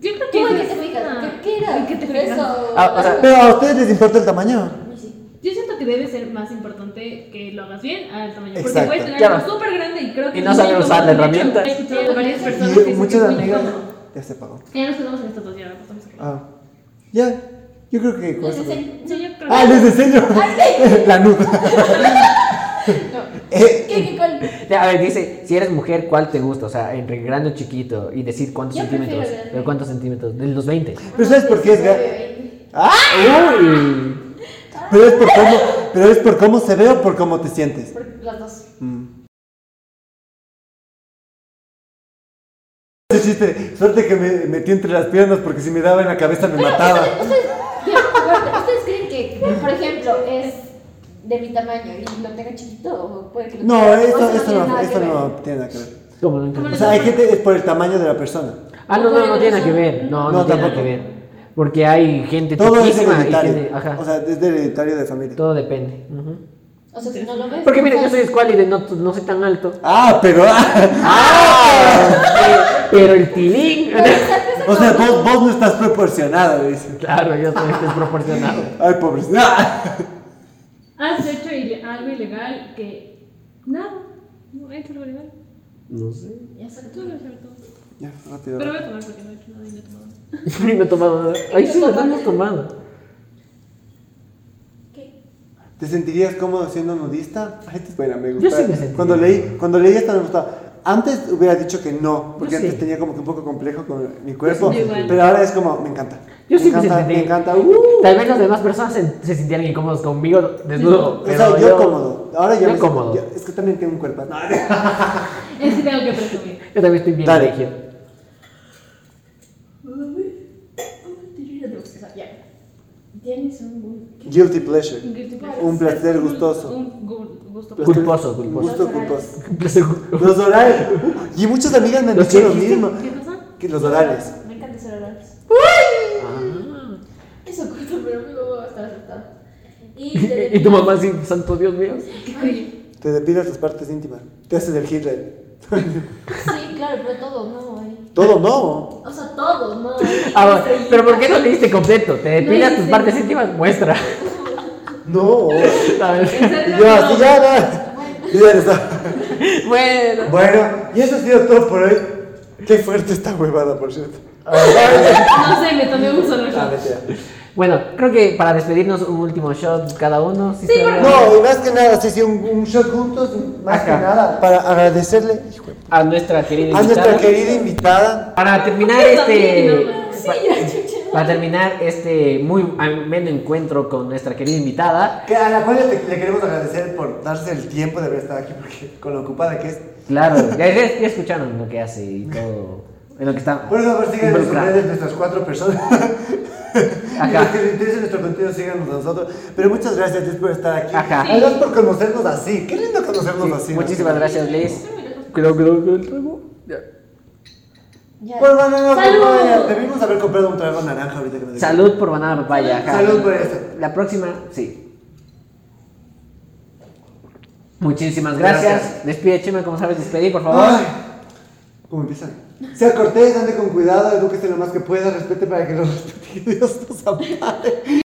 Yo creo
¿Tú
que.
en qué
es-
te fijas?
ah,
¿Qué, qué era?
¿en qué te
¿Grueso?
fijas?
Ah, o sea, pero a ustedes les importa el tamaño.
No sé.
Yo siento que debe ser más importante que lo hagas bien al tamaño. Porque
Exacto.
puedes tener
Claro.
algo súper grande y creo
Y
que. es
no
muy
saber usar la
incómodo. De hecho,
herramienta.
He escuchado de varias personas
Y
que dicen que
muchas
es muy
amigas
incómodo.
ya se pagó.
Ya nos quedamos en esta dos, ya nos estamos acabando.
Ah, ya. Yo creo que con
Les
eso.
enseño.
Sí, yo creo
Ah, les enseño. La nuda. Eh,
¿Qué, qué, cuál?
Ya, A ver, dice, si eres mujer, ¿cuál te gusta? O sea, entre grande o chiquito. Y decir cuántos
Yo prefiero
centímetros.
grande.
¿De cuántos centímetros? De los 20.
Pero ¿sabes por qué es ga- ¡Ah!
Uy.
Pero es por cómo, pero es por cómo se ve o por cómo te sientes.
Por las dos.
Mm. Ese chiste, suerte que me metí entre las piernas porque si me daba en la cabeza me mataba.
Ustedes, ya, aparte, ¿ustedes creen que, por ejemplo, es de mi tamaño y lo tenga chiquito? ¿O puede que lo
No,
tenga- o
esto,
sea,
esto
tiene
no,
nada que
esto
ver?
no tiene nada que ver.
¿Cómo no entiendo?
¿Cómo
O sea, hay gente, es por el tamaño de la persona.
Ah, no, no, no tiene nada que ver. No, no,
No,
tiene nada que
tampoco.
ver. Porque hay gente
Todo es
chiquísima y
hereditario.
tiene. Ajá.
O sea, es de hereditario de familia.
todo depende. Ujú.
O sea, si no lo ves.
Porque mira,
o
yo
sea,
soy escuálide, no, pues, no soy tan alto.
Ah, pero. Ah.
Pero- Pero el tilín.
o sea, vos, vos no estás proporcionada, dice.
Claro, yo soy desproporcionado.
Ay, pobres. Ah.
¿Has hecho ile- algo ilegal que.? Nada. No he hecho algo ilegal.
No sé.
Ya sé
Tú
tú.
lo has hecho.
Ya, rápido.
Pero voy a tomar porque no he hecho nada y no he tomado.
No he tomado nada. Ay, sí, ¿verdad? No he tomado.
¿Te sentirías cómodo siendo nudista? Ay, te espera, me
Yo
gusta.
sí me sentiría.
Cuando leí, cuando leí esta me gustaba. Antes hubiera dicho que no, porque
Yo sí.
antes tenía como que un poco complejo con mi cuerpo.
Yo igual.
Pero ahora es como, me encanta.
Yo
me
sí me
encanta,
sentí.
me encanta. uh.
Tal vez las demás personas se, se sintieran incómodos conmigo desnudo.
O
pero
sea, yo, cómodo. Ahora ya
yo
me siento-
cómodo.
yo- es que también tengo un cuerpo. No,
Es que tengo que presumir.
Yo también estoy bien
Dale.
regio.
Ya. Tienes un buen.
Guilty pleasure.
Un guilty pleasure.
Un placer gustoso.
Un gu- gusto.
Placer-
Culposo, culposo.
Gusto culposo.
Seguro.
Los orales. Y muchas amigas me han
¿Los
dicho
qué
lo
dijiste?
mismo.
¿Qué pasa?
Que los orales.
Me encanta hacer horarios.
Ah.
Eso corta, pero mi mamá va a estar asustada. Y, de-
Y tu mamá así, santo Dios mío.
Te depilas las partes íntimas. Te haces el Hitler.
Sí, claro, pero todo no, eh.
Todo no.
O sea, todo no.
Ah, va, pero ¿por qué no leíste completo? Te depilas tus
hice.
partes íntimas, muestra.
No.
¿Sabes?
¿En serio?
Yo así ya nada. Yo ya les daba.
Bueno.
Bueno, y eso ha sido todo por hoy. Qué fuerte esta huevada, por cierto.
No sé, me tomé un solo
Ah,
shot.
mentira.
Bueno, creo que para despedirnos un último shot cada uno. Sí, se habla?
No, y más que nada, sí, sí, un, un shot juntos, y más
Ajá.
que nada, para agradecerle hijo de-
A nuestra querida
a
invitada.
nuestra querida invitada.
Para terminar
Yo
este.
también, no,
pa- Para terminar este muy ameno encuentro con nuestra querida invitada.
Que a la cual le, le queremos agradecer por darse el tiempo de haber estado aquí, porque con lo ocupada que es.
Claro, ya, ya- ya escucharon lo que hace y todo. En lo que está.
Por favor, sigan en sus
involucrada.
redes nuestras cuatro personas. Y
Ajá.
los que les interese nuestro contenido, síganos a nosotros. Pero muchas gracias, Liz, por estar aquí.
Ajá. Sí.
Además, por conocernos así. Qué lindo conocernos
Sí,
así. ¿no?
muchísimas gracias, Liz. Creo que lo el trago. Ya.
Ya.
Por banana
¡Salud!
papaya. pues, Debimos haber comprado un trago naranja ahorita que me dijiste.
Salud por banana papaya. ajá.
Salud por eso.
La próxima, sí. Muchísimas gracias.
Gracias.
Despide, Chema, como sabes, despedir, por favor.
Ay, ¿Cómo empiezan? Sea cortés, ande con cuidado, edúquese lo más que pueda, respete para que lo respete. que Dios nos ampare.